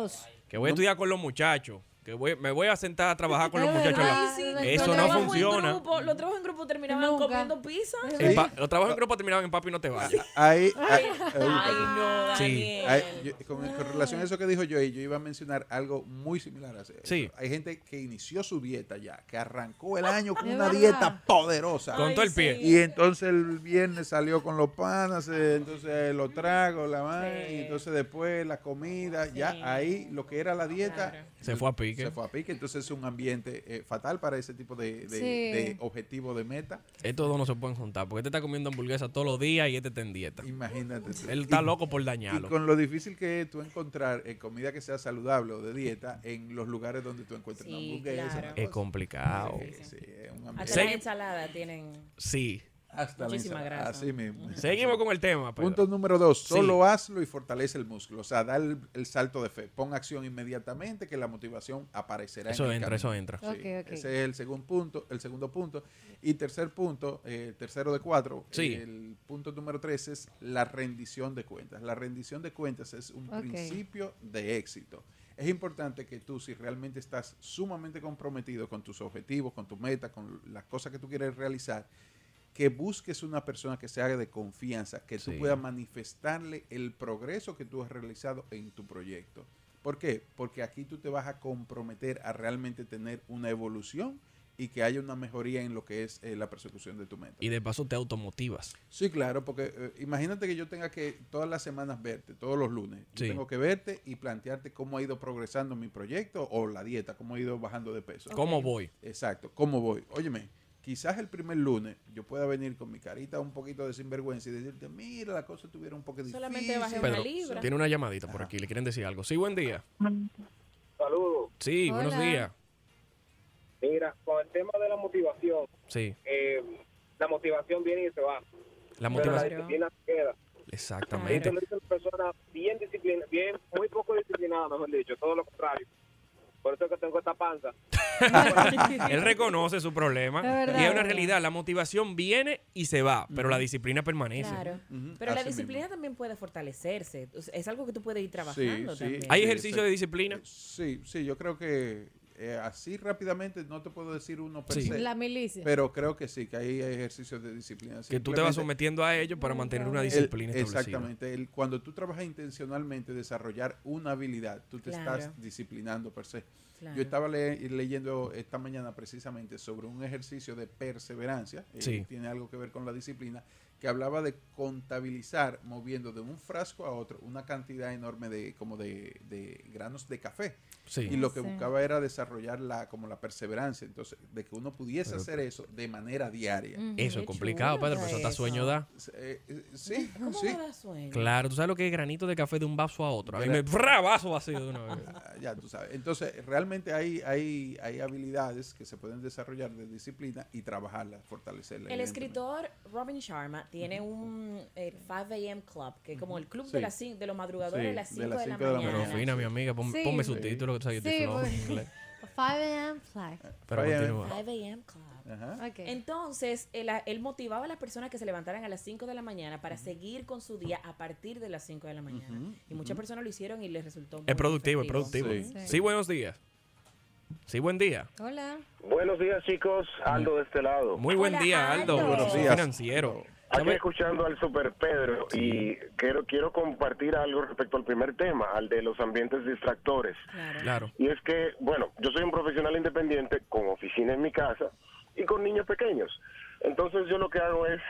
S2: que voy a estudiar con los muchachos. Que voy- me voy a sentar a trabajar con los muchachos.
S6: Ay, sí,
S2: Eso
S6: los
S2: no
S6: trabajos en
S2: funciona.
S6: grupo- los trabajos en grupo terminaban comiendo pizza.
S2: El pa- Los trabajos en grupo terminaban en papi no te vayas.
S11: Ahí,
S6: Ay.
S11: ahí-
S6: Ay, no,
S11: Sí.
S6: Daniel.
S11: Ahí, yo- con, con relación a eso que dijo yo, yo iba a mencionar algo muy similar a eso.
S2: Sí.
S11: Hay gente que inició su dieta ya, que arrancó el año con
S2: Es
S11: una
S2: verdad.
S11: dieta poderosa.
S2: Con Ay, todo el pie. sí.
S11: Y entonces el viernes salió con los panas, eh, entonces lo trago, la mano, y entonces después la comida, ya ahí lo que era la dieta.
S2: Se fue a pique.
S11: Se fue a pique, entonces es un ambiente eh, fatal para ese tipo de, de,
S2: Sí.
S11: de objetivo de meta.
S2: Estos dos no se pueden juntar porque este está comiendo hamburguesa todos los días y este está en dieta.
S11: Imagínate. tú.
S2: Él está
S11: Y-
S2: loco por
S11: Y
S2: dañarlo.
S11: con lo difícil que es tú encontrar eh, comida que sea saludable o de dieta en los lugares donde tú encuentras una
S6: Sí,
S11: hamburguesa.
S6: claro.
S11: una
S2: Es
S11: cosa.
S2: complicado.
S11: Sí, sí, es un
S6: Hasta
S11: ambiente.
S6: las ensaladas tienen.
S2: Sí.
S11: Hasta la
S6: Muchísima
S11: ensalada,
S6: grasa.
S11: Así mismo.
S2: Seguimos con el tema. Pedro.
S11: Punto número dos,
S2: Sí.
S11: solo hazlo y fortalece el músculo. O sea, da el, el salto de fe. Pon acción inmediatamente que la motivación aparecerá. en
S2: Eso
S11: el
S2: entra,
S11: camino.
S2: eso entra.
S11: Sí,
S2: Ok,
S1: ok.
S11: Ese es el segundo punto. El segundo punto. Y tercer punto, eh, tercero de cuatro.
S2: Sí.
S11: El punto número tres es la rendición de cuentas. La rendición de cuentas es un
S2: Ok.
S11: principio de éxito. Es importante que tú, si realmente estás sumamente comprometido con tus objetivos, con tus metas, con las cosas que tú quieres realizar, que busques una persona que se haga de confianza, que
S2: Sí.
S11: tú puedas manifestarle el progreso que tú has realizado en tu proyecto. ¿Por qué? Porque aquí tú te vas a comprometer a realmente tener una evolución y que haya una mejoría en lo que es eh, la persecución de tu meta.
S2: Y de paso te automotivas.
S11: Sí, claro, porque eh, imagínate que yo tenga que todas las semanas verte, todos los lunes. Yo
S2: Sí.
S11: tengo que verte y plantearte cómo ha ido progresando mi proyecto o la dieta, cómo ha ido bajando de peso.
S2: ¿Cómo Ok. voy?
S11: Exacto, cómo voy. Óyeme, quizás el primer lunes yo pueda venir con mi carita un poquito de sinvergüenza y decirte, mira, la cosa estuviera un poco difícil.
S6: Solamente bajé
S2: Pedro, tiene una llamadita por aquí. Le quieren decir algo. Sí, buen día.
S13: Saludos.
S2: Sí, buenos
S13: Hola.
S2: días.
S13: Mira, con el tema de la motivación,
S2: Sí,
S13: eh, la motivación viene y se va.
S2: la
S13: Pero la
S2: motivación.
S13: disciplina se queda.
S2: Exactamente.
S13: Eso lo dice una persona bien disciplinada, bien, muy poco disciplinada, mejor dicho, todo lo contrario. Por eso es que tengo esta panza.
S2: Él reconoce su problema.
S13: Es verdad,
S2: y es
S13: es
S2: una
S13: verdad.
S2: realidad. La motivación viene y se va, pero la disciplina permanece.
S6: Claro. Pero la disciplina también puede fortalecerse. O sea, Es algo que tú puedes ir trabajando
S11: sí.
S6: también.
S2: ¿Hay
S11: Sí,
S2: ejercicio
S11: sí.
S2: de disciplina?
S11: Sí, sí, yo creo que eh, así rápidamente no te puedo decir uno per
S2: Sí.
S11: se,
S1: La milicia.
S11: Pero creo que sí, que hay ejercicios de disciplina.
S2: Que tú te
S11: Simplemente-
S2: vas sometiendo a ellos para mantener una
S11: El-
S2: disciplina establecida.
S11: Exactamente. El- cuando tú trabajas intencionalmente desarrollar una habilidad, tú te
S2: Claro.
S11: estás disciplinando per se.
S6: Claro.
S11: Yo estaba le- leyendo esta mañana precisamente sobre un ejercicio de perseverancia, eh,
S2: Sí.
S11: tiene algo que ver con la disciplina, que hablaba de contabilizar moviendo de un frasco a otro una cantidad enorme de como de, de granos de café.
S2: Sí.
S11: Y lo que
S2: Sí.
S11: buscaba era desarrollar la como la perseverancia, entonces de que uno pudiese
S2: Pero-
S11: hacer eso de manera diaria.
S2: Ujú, Eso es qué complicado, chulo padre, pero eso está eso. sueño da.
S11: Eh, eh, sí,
S6: ¿Cómo
S11: sí.
S6: me da sueño?
S2: Claro, tú sabes lo que es granito de café de un vaso a otro. A mí
S11: Gra-
S2: me ¡fra! vaso vacío de una vez.
S11: ya tú sabes. Entonces, realmente hay, hay, hay habilidades que se pueden desarrollar de disciplina y trabajarlas, fortalecerlas.
S6: El
S11: evidentemente.
S6: escritor Robin Sharma tiene un eh, 5 a.m. club, que es como el club de,
S11: Sí.
S6: las cin- de los madrugadores
S11: Sí,
S6: de las
S11: de
S6: 5 de,
S11: las
S6: la
S11: cinco de la
S6: mañana.
S2: Pero fina, mi amiga, pon-
S6: Sí.
S2: ponme
S6: Sí.
S2: subtítulos, que tú sabes que yo
S6: Sí,
S2: estoy flojo en
S1: pues.
S6: porque-
S2: inglés.
S1: 5 a.m. flag.
S11: 5
S2: Pero
S11: a.m.
S2: continúa.
S6: 5 a.m. club.
S11: Ajá.
S1: Ok.
S6: Entonces, él, él motivaba a las personas que se levantaran a las 5 de la mañana para seguir con su día a partir de las 5 de la mañana.
S2: Ujú,
S6: Y muchas personas lo hicieron y les resultó muy
S2: Es productivo, es
S6: efectivo.
S2: productivo. Sí. buenos días. Sí, buen día.
S1: Hola.
S14: Buenos días, chicos. Aldo de este lado.
S2: Muy buen día, Aldo,
S14: Buenos
S2: profesor
S14: días.
S2: financiero.
S14: Aquí escuchando al Super Pedro y quiero, quiero compartir algo respecto al primer tema, al de los ambientes distractores.
S2: Claro.
S14: Y es que, bueno, yo soy un profesional independiente con oficina en mi casa y con niños pequeños. Entonces yo lo que hago es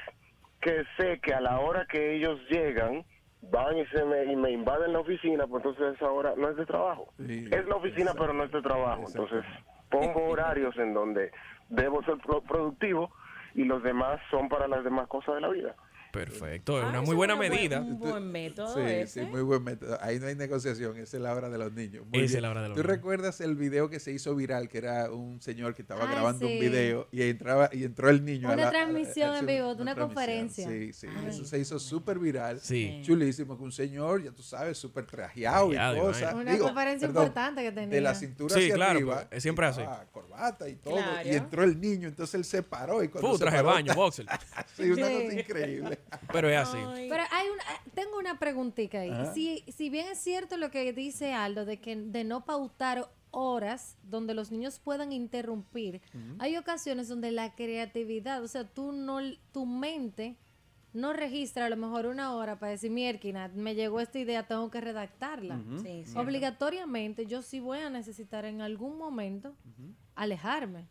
S14: que sé que a la hora que ellos llegan, van y, se me, y me invaden la oficina, pues entonces esa hora no es de trabajo. es la oficina, pero no es de trabajo. Entonces pongo horarios en donde debo ser pro- productivo y los demás son para las demás cosas de la vida.
S2: Perfecto, es
S14: Ah,
S2: una
S14: eso
S2: muy
S14: es
S2: buena
S14: una buena-
S2: medida.
S6: Un buen método
S11: Sí,
S6: ese.
S11: sí, muy buen método. Ahí no hay negociación, esa es la hora de los niños. Muy
S2: Esa es
S11: bien.
S2: la hora de los
S11: ¿Tú
S2: niños.
S11: recuerdas el video que se hizo viral, que era un señor que estaba
S1: Ah,
S11: grabando
S1: sí.
S11: un video y entraba y entró el niño? a
S1: Una
S11: la- a la-
S1: transmisión
S11: a-
S1: en vivo, una
S11: transmisión.
S1: conferencia.
S11: Sí, sí,
S1: Ay,
S11: eso se hizo súper viral,
S2: Sí.
S11: chulísimo, que un señor, ya tú sabes, súper trajeado y
S2: Trajeado y
S11: cosas.
S1: vaina. Una conferencia importante que tenía.
S11: De la cintura
S2: Sí,
S11: hacia
S2: claro,
S11: arriba. Ah,
S2: pues, siempre así.
S11: estaba Corbata y todo.
S2: Claro.
S11: Y entró el niño, entonces él se paró y cuando
S2: Fu,
S11: se
S2: traje
S11: paró,
S2: baño, boxer.
S11: sí, una
S1: Sí.
S11: cosa increíble.
S2: Pero es así.
S1: Pero hay una, tengo una preguntita ahí.
S11: Ajá.
S1: Si, si bien es cierto lo que dice Aldo de que de no pautar horas donde los niños puedan interrumpir,
S15: Ujú.
S1: hay ocasiones donde la creatividad, o sea, tú no, tu mente no registra a lo mejor una hora para decir, mierquina, me llegó esta idea, tengo que redactarla.
S15: Ujú. Sí, cierto.
S1: Obligatoriamente yo sí voy a necesitar en algún momento alejarme.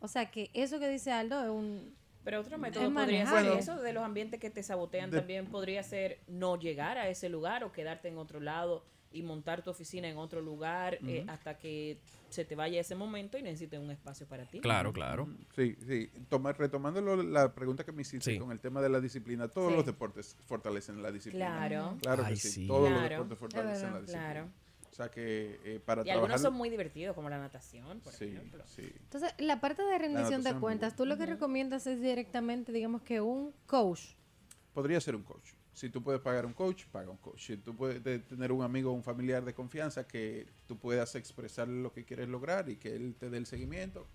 S1: O sea que eso que dice Aldo es un...
S6: Pero otro método
S1: es
S6: podría ser
S1: manejable.
S6: eso de los ambientes que te sabotean
S1: De-
S6: también podría ser no llegar a ese lugar o quedarte en otro lado y montar tu oficina en otro lugar eh,
S11: Ujú.
S6: hasta que se te vaya ese momento y necesites un espacio para ti.
S11: Mm, Sí, sí. Toma- retomando lo- la pregunta que me hiciste
S2: Sí.
S11: con el tema de la disciplina, todos
S6: Sí.
S11: los deportes fortalecen la disciplina.
S6: Claro.
S11: Claro que
S2: Ay,
S11: sí.
S2: sí.
S11: Todos los
S6: Claro.
S11: deportes
S6: Es
S11: fortalecen
S6: verdad.
S11: la disciplina.
S6: Claro.
S11: O sea que eh, para
S6: Y algunos
S11: trabajar.
S6: son muy divertidos, como la natación, por
S11: Sí,
S6: ejemplo.
S11: sí.
S1: Entonces, la parte de rendición
S11: natación es
S1: de
S11: muy
S1: cuentas, tú lo que recomiendas es directamente, digamos que un coach.
S11: Podría ser un coach. Si tú puedes pagar un coach, paga un coach. Si tú puedes te- tener un amigo o un familiar de confianza que tú puedas expresarle lo que quieres lograr y que él te dé el seguimiento,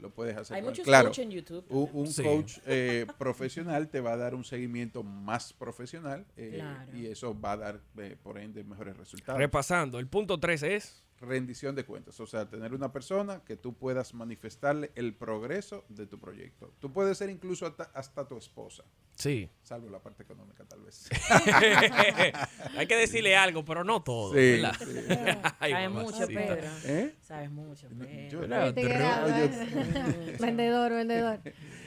S11: lo puedes hacer.
S6: Hay
S11: con él.
S6: muchos coach en YouTube
S11: Un,
S6: también.
S11: un
S6: Sí.
S11: coach eh, profesional te va a dar un seguimiento más profesional eh,
S6: Claro.
S11: y eso va a dar, eh, por ende, mejores resultados.
S2: Repasando, el punto 3 es.
S11: rendición de cuentas, o sea, tener una persona que tú puedas manifestarle el progreso de tu proyecto. Tú puedes ser incluso hasta, hasta tu esposa.
S2: Sí.
S11: Salvo la parte económica, tal vez.
S2: Hay que decirle algo, pero no todo.
S11: Sí,
S2: ¿verdad?
S11: sí.
S2: Ay,
S6: Sabes mucho,
S2: mamacita.
S6: Pedro.
S11: ¿Eh?
S6: Sabes mucho,
S11: No,
S6: Pedro.
S11: yo-
S2: Pero
S11: Oye,
S2: te grabo,
S1: ¿eh? Vendedor, vendedor.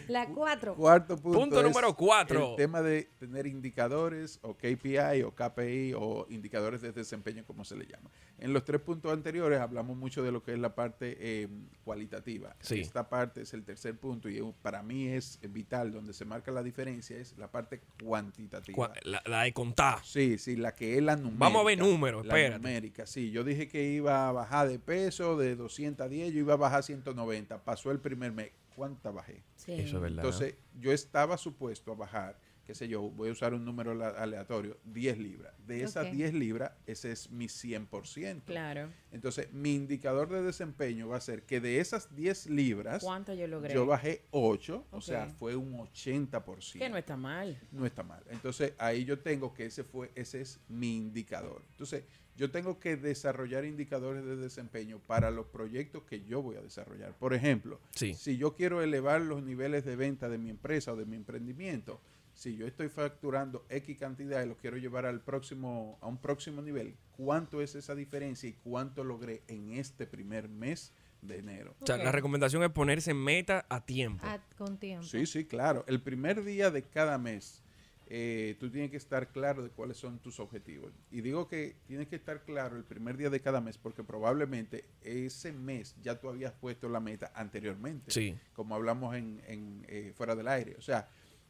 S1: La cuatro.
S11: Cuarto punto.
S2: Punto
S11: es
S2: número cuatro.
S11: El tema de tener indicadores o KPI o KPI o indicadores de desempeño, como se le llama. En los tres puntos anteriores hablamos mucho de lo que es la parte eh, cualitativa.
S2: Sí.
S11: Esta parte es el tercer punto y eh, para mí es vital, donde se marca la diferencia, es la parte cuantitativa.
S2: Cua- La, la de contar.
S11: Sí, sí, la que es la numérica.
S2: Vamos a ver números,
S11: La
S2: espérate.
S11: numérica, sí. Yo dije que iba a bajar de peso de 210, yo iba a bajar 190. Pasó el primer mes. ¿Cuánta bajé?
S2: Sí. Eso es verdad.
S11: Entonces, yo estaba supuesto a bajar, qué sé yo, voy a usar un número la- aleatorio, 10 libras. De esas
S6: Ok.
S11: 10 libras, ese es mi 100%.
S6: Claro.
S11: Entonces, mi indicador de desempeño va a ser que de esas 10 libras,
S6: ¿Cuánto yo logré?
S11: yo bajé 8, o
S6: Ok.
S11: sea, fue un 80%.
S6: Que no está mal.
S11: No está mal. Entonces ahí yo tengo que ese fue, ese es mi indicador. Entonces yo tengo que desarrollar indicadores de desempeño para los proyectos que yo voy a desarrollar. Por ejemplo,
S2: Sí.
S11: si yo quiero elevar los niveles de venta de mi empresa o de mi emprendimiento, si yo estoy facturando X cantidad y lo quiero llevar al próximo, a un próximo nivel, ¿cuánto es esa diferencia y cuánto logré en este primer mes de enero?
S2: O sea, la recomendación es ponerse meta a tiempo.
S1: Ah, con tiempo.
S11: Sí, sí, claro. El primer día de cada mes, eh, tú tienes que estar claro de cuáles son tus objetivos. Y digo que tienes que estar claro el primer día de cada mes porque probablemente ese mes ya tú habías puesto la meta anteriormente.
S2: Sí.
S11: Como hablamos en, en, eh, fuera del aire. O sea,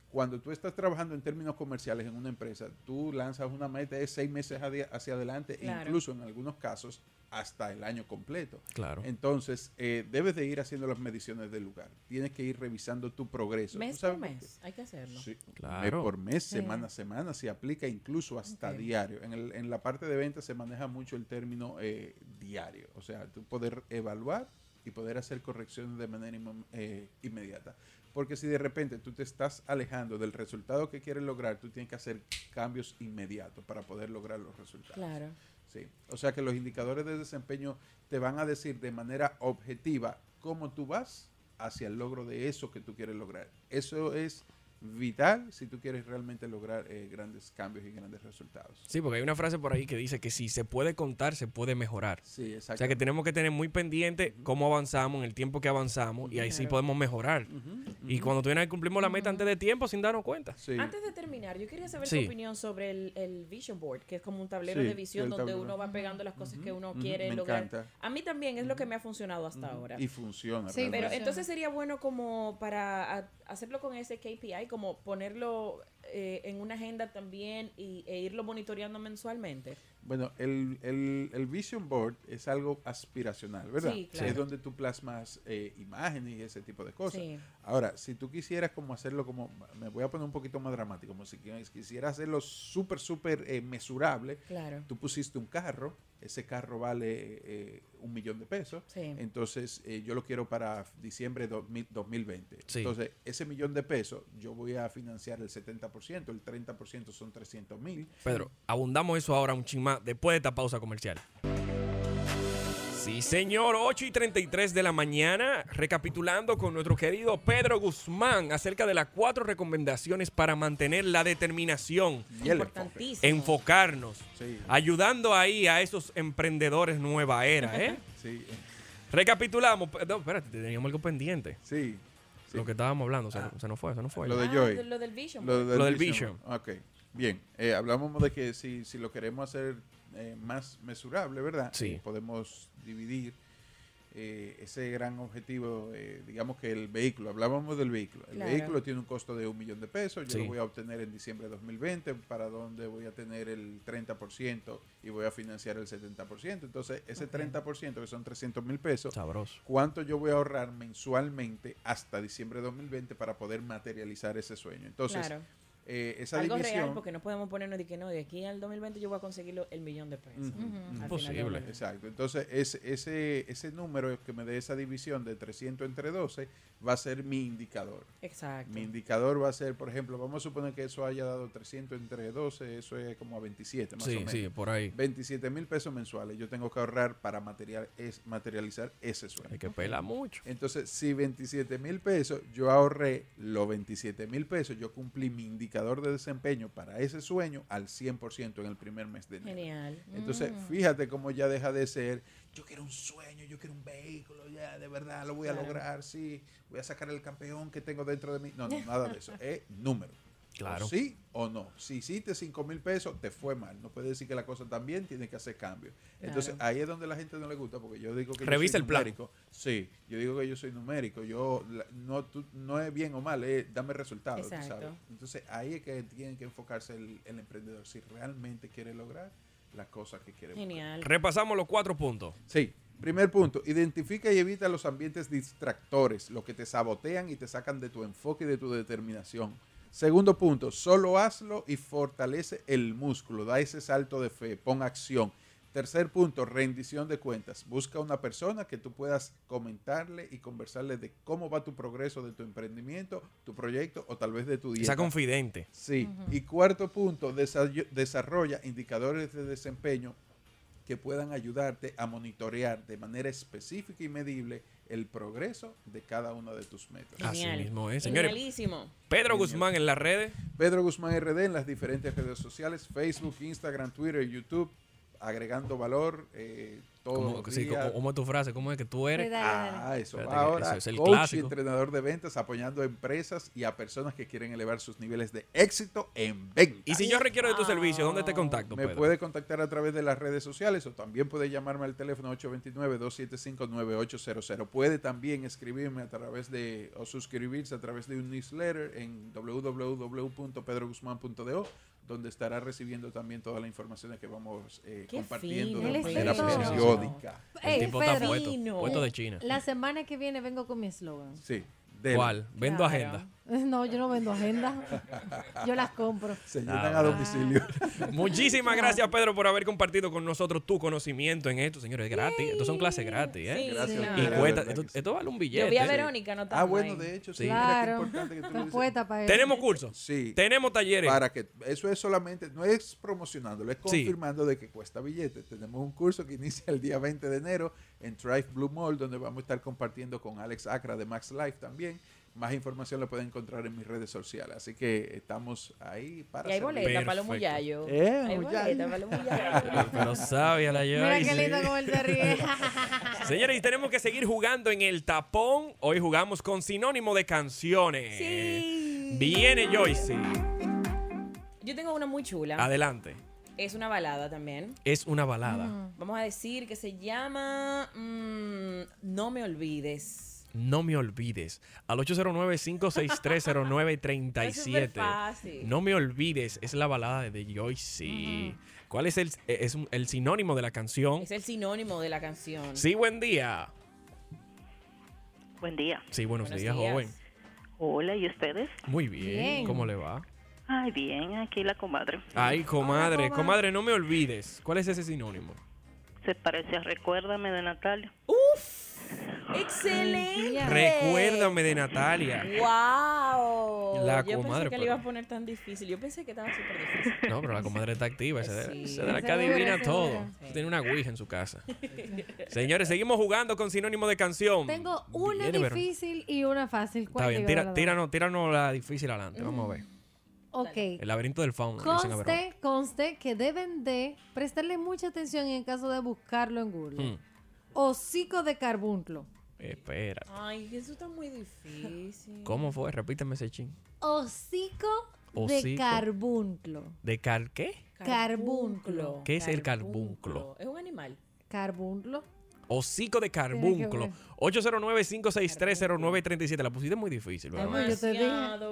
S11: cuando tú estás trabajando en términos comerciales en una empresa, tú lanzas una meta de seis meses adi- hacia adelante e
S2: Claro.
S11: incluso en algunos casos hasta el año completo.
S2: Claro.
S11: Entonces, eh, debes de ir haciendo las mediciones del lugar. Tienes que ir revisando tu progreso.
S6: Mes
S11: ¿Tú sabes
S6: por
S11: por qué?
S6: mes, hay que hacerlo.
S11: Sí,
S2: Claro.
S11: mes por mes,
S6: Sí.
S11: semana a semana, se aplica incluso hasta
S6: Ok.
S11: diario. En, el- en la parte de venta se maneja mucho el término eh, diario, o sea, tú poder evaluar y poder hacer correcciones de manera inmo- eh, inmediata. Porque si de repente tú te estás alejando del resultado que quieres lograr, tú tienes que hacer cambios inmediatos para poder lograr los resultados.
S6: Claro.
S11: Sí. O sea que los indicadores de desempeño te van a decir de manera objetiva cómo tú vas hacia el logro de eso que tú quieres lograr. Eso es vital si tú quieres realmente lograr eh, grandes cambios y grandes resultados.
S2: Sí, porque hay una frase por ahí que dice que si se puede contar, se puede mejorar.
S11: Sí, exacto.
S2: O sea que tenemos que tener muy pendiente cómo avanzamos, en el tiempo que avanzamos, y ahí sí
S6: Claro.
S2: podemos mejorar. Y cuando tú vienes cumplimos la meta antes de tiempo sin darnos cuenta.
S6: Antes de terminar, yo quería saber
S2: Sí.
S6: tu opinión sobre el, el vision board, que es como un tablero
S11: Sí,
S6: de visión
S11: el
S6: donde
S11: tablero.
S6: uno va pegando las cosas que uno
S11: ujú,
S6: quiere
S11: me
S6: lograr.
S11: encanta.
S6: A mí también es lo que me ha funcionado hasta ahora.
S11: Y funciona.
S6: Sí, pero
S11: realmente.
S6: entonces sería bueno como para a- hacerlo con ese KPI, como ponerlo eh, en una agenda también y, e irlo monitoreando mensualmente.
S11: Bueno, el, el- el Vision Board es algo aspiracional, ¿verdad?
S6: Sí, claro.
S11: Es donde tú plasmas eh, imágenes y ese tipo de cosas.
S6: Sí.
S11: Ahora, si tú quisieras como hacerlo como, me voy a poner un poquito más dramático, como si qui- quisieras hacerlo súper, súper eh, mesurable,
S6: Claro.
S11: tú pusiste un carro, ese carro vale eh, un millón de pesos,
S6: Sí.
S11: entonces eh, yo lo quiero para diciembre 2000 2020.
S2: Sí.
S11: Entonces, ese millón de pesos yo voy a financiar el 70%, el 30% son 300 mil.
S2: Pedro, abundamos eso ahora un chima después de esta pausa comercial. Sí, señor, 8 y 33 de la mañana, recapitulando con nuestro querido Pedro Guzmán acerca de las cuatro recomendaciones para mantener la determinación,
S11: Y el enfoque. Importantísimo.
S2: enfocarnos,
S11: Sí.
S2: ayudando ahí a esos emprendedores nueva era, ¿eh?
S11: Sí.
S2: Recapitulamos, Pe- no, espérate, teníamos algo pendiente.
S11: Sí. Ah.
S2: Lo que estábamos hablando, se, se nos fue, se nos fue.
S11: Lo de Joy.
S6: Ah, lo del Vision
S11: Lo
S6: Board.
S11: del,
S2: Lo del
S11: Vision. Ok. Bien. Eh, hablamos de que si, si lo queremos hacer eh, más mesurable, ¿verdad?
S2: Sí.
S11: Eh, podemos dividir eh, ese gran objetivo, eh, digamos que el vehículo, hablábamos del vehículo. El
S2: Claro.
S11: vehículo tiene un costo de un millón de pesos, yo
S2: Sí.
S11: lo voy a obtener en diciembre de 2020, para donde voy a tener el 30% y voy a financiar el 70%. Entonces, ese
S2: Ok.
S11: 30%, que son 300 mil pesos,
S2: Sabroso.
S11: cuánto yo voy a ahorrar mensualmente hasta diciembre de 2020 para poder materializar ese sueño. Entonces,
S6: Claro.
S11: eh, esa
S6: Algo
S11: división...
S6: real, porque no podemos ponernos de que no, de aquí al 2020 yo voy a conseguir lo- el millón de pesos.
S11: Ujú, ujú.
S6: Al final
S11: Imposible.
S6: del mes.
S11: Exacto. Entonces, ese, ese, ese número que me dé esa división de 300 entre 12 va a ser mi indicador.
S6: Exacto.
S11: Mi indicador va a ser, por ejemplo, vamos a suponer que eso haya dado 300 entre 12, eso es como a 27 más
S2: Sí,
S11: o menos.
S2: sí, por ahí.
S11: 27 mil pesos mensuales yo tengo que ahorrar para material, es, materializar ese sueño.
S2: Hay que pelar mucho.
S11: Entonces, si 27 mil pesos, yo ahorré los 27 mil pesos, yo cumplí mi indicador de desempeño para ese sueño al 100% en el primer mes de enero.
S6: Genial.
S11: Entonces,
S6: Mm.
S11: fíjate cómo ya deja de ser, yo quiero un sueño, yo quiero un vehículo, ya de verdad lo voy a
S6: Claro.
S11: lograr, sí, voy a sacar el campeón que tengo dentro de mí. No, no, nada de eso. Es número.
S2: Claro.
S11: O sí o no. Si hiciste 5 mil pesos, te fue mal. No puedes decir que la cosa también tiene que hacer cambios. Entonces,
S2: Claro.
S11: ahí es donde la gente no le gusta, porque yo digo que yo
S2: Revisa
S11: soy
S2: el plan.
S11: numérico. Sí, yo digo que yo soy numérico. Yo la- no, tú- no es bien o mal, es dame resultados. tú
S6: Exacto.
S11: sabes. Entonces, ahí es que tiene que enfocarse el, el emprendedor si realmente quiere lograr las cosas que quiere. buscar.
S6: Genial.
S2: Repasamos los cuatro puntos.
S11: Sí. Primer punto, identifica y evita los ambientes distractores, los que te sabotean y te sacan de tu enfoque y de tu determinación. Segundo punto, solo hazlo y fortalece el músculo, da ese salto de fe, pon acción. Tercer punto, rendición de cuentas. Busca una persona que tú puedas comentarle y conversarle de cómo va tu progreso de tu emprendimiento, tu proyecto o tal vez de tu dieta.
S2: Sea confidente.
S11: Sí. Y cuarto punto, desayo- desarrolla indicadores de desempeño que puedan ayudarte a monitorear de manera específica y medible el progreso de cada una de tus metas.
S2: Así
S6: Genial.
S2: mismo es, señores.
S6: Genialísimo.
S2: Pedro Guzmán en las redes.
S11: Pedro Guzmán RD en las diferentes redes sociales, Facebook, Instagram, Twitter, YouTube, agregando valor eh,
S2: ¿Cómo,
S11: todo los
S2: sí,
S11: días.
S2: ¿cómo, cómo es tu frase? ¿Cómo es que tú eres?
S11: Ah, eso
S2: Espérate,
S11: va
S2: que
S11: ahora.
S2: eso es el
S11: coach y
S2: clásico.
S11: entrenador de ventas apoyando a empresas y a personas que quieren elevar sus niveles de éxito en ventas.
S2: Y si yo requiero de tu servicio, ¿dónde te contacto,
S11: Me
S2: Pedro?
S11: puede contactar a través de las redes sociales o también puede llamarme al teléfono 829-275-9800. Puede también escribirme a través de o suscribirse a través de un newsletter en www.pedroguzman.do donde estará recibiendo también todas las informaciones que vamos eh,
S1: Qué
S11: compartiendo de
S1: fino. Él es
S11: manera
S1: todo.
S11: periódica.
S1: Ey, Pedro,
S2: puesto, puesto de China.
S1: La semana que viene vengo con mi eslogan.
S11: Sí.
S2: ¿Cuál? Vendo
S1: Claro.
S2: agenda.
S1: No, yo no vendo agenda. Yo las compro.
S11: Se
S2: llenan a
S11: domicilio.
S2: Muchísimas gracias, Pedro, por haber compartido con nosotros tu conocimiento en esto, señores. Es gratis. Esto son clases gratis, ¿eh?
S6: Sí, Gracias, claro.
S2: Y
S6: Pedro,
S2: cuesta.
S6: verdad
S2: Esto,
S6: que sí.
S2: esto vale un billete.
S6: Yo vi a Verónica, no estaba
S11: ah, bueno,
S6: ahí.
S11: de hecho,
S2: sí.
S1: Claro. Con poeta para él.
S2: Tenemos cursos.
S11: Sí.
S2: Tenemos talleres.
S11: Para que eso es solamente, no es promocionándolo, es
S2: Sí.
S11: confirmando de que cuesta billete. Tenemos un curso que inicia el día 20 de enero en Thrive Blue Mall, donde vamos a estar compartiendo con Alex Acra de Max Life también. Más información la pueden encontrar en mis redes sociales. Así que estamos ahí para.
S6: Y hay
S11: servir.
S6: boleta para los muyallos.
S11: Eh,
S6: Hay
S11: muyayo.
S6: boleta para los muyallos.
S2: Pero- Pero sabia la yo.
S1: Mira qué lindo como él se ríe.
S2: Señores, y tenemos que seguir jugando en el tapón. Hoy jugamos con sinónimo de canciones. Viene Joyce.
S6: Yo tengo una muy chula.
S2: Adelante.
S6: Es una balada también.
S2: Es una balada.
S6: Vamos a decir que se llama mm, No me olvides.
S2: No me olvides. Al 809-5630937.
S6: superfácil.
S2: No me olvides. Es la balada de Joyce. ¿Cuál es, el, es un- el sinónimo de la canción?
S6: Es el sinónimo de la canción.
S2: Sí, buen día.
S15: Buen día.
S2: Sí, buenos,
S15: Buenos
S2: días,
S15: días.
S2: joven.
S15: Hola, ¿y ustedes?
S2: Muy bien.
S15: Bien.
S2: ¿Cómo le va?
S15: Ay, bien, aquí la comadre.
S2: Ay, comadre,
S15: comadre.
S2: comadre, no me olvides. ¿Cuál es ese sinónimo?
S15: Se parece a Recuérdame de Natalia.
S6: ¡Excelente!
S2: Recuérdame de Natalia.
S6: ¡Wow!
S2: La
S6: Yo pensé
S2: comadre,
S6: que
S2: pero-
S6: le iba a poner tan difícil. Yo pensé que estaba súper difícil.
S2: No, pero la comadre está activa. Se de,
S6: Sí.
S2: esa de la que
S6: Segura,
S2: adivina
S6: segura.
S2: todo. Tiene una ouija en su casa. Señores, seguimos jugando con sinónimo de canción.
S1: Tengo una
S2: Viene, pero-
S1: difícil y una fácil. ¿Cuál
S2: Está bien,
S1: digo,
S2: tira,
S1: verdad?
S2: tíranos, tíranos la difícil adelante. Vamos a ver.
S1: Ok.
S2: El laberinto del fauno. le dicen a Verónica.
S1: Mm. Conste, conste que deben de prestarle mucha atención en caso de buscarlo en Google.
S2: Hmm,
S1: Hocico de carbunclo.
S2: espera.
S6: Ay, eso está muy difícil.
S2: ¿Cómo fue? Repíteme ese ching.
S1: Hocico, de
S2: Hocico.
S1: carbunclo.
S2: ¿De car qué?
S1: Carbunclo.
S2: ¿Qué es el carbunclo?
S6: Es un animal.
S1: Carbunclo.
S2: Hocico de carbunclo.
S1: ver.
S2: 809-5630937. La pusiste muy difícil, ¿verdad?
S1: Ay, yo te dije.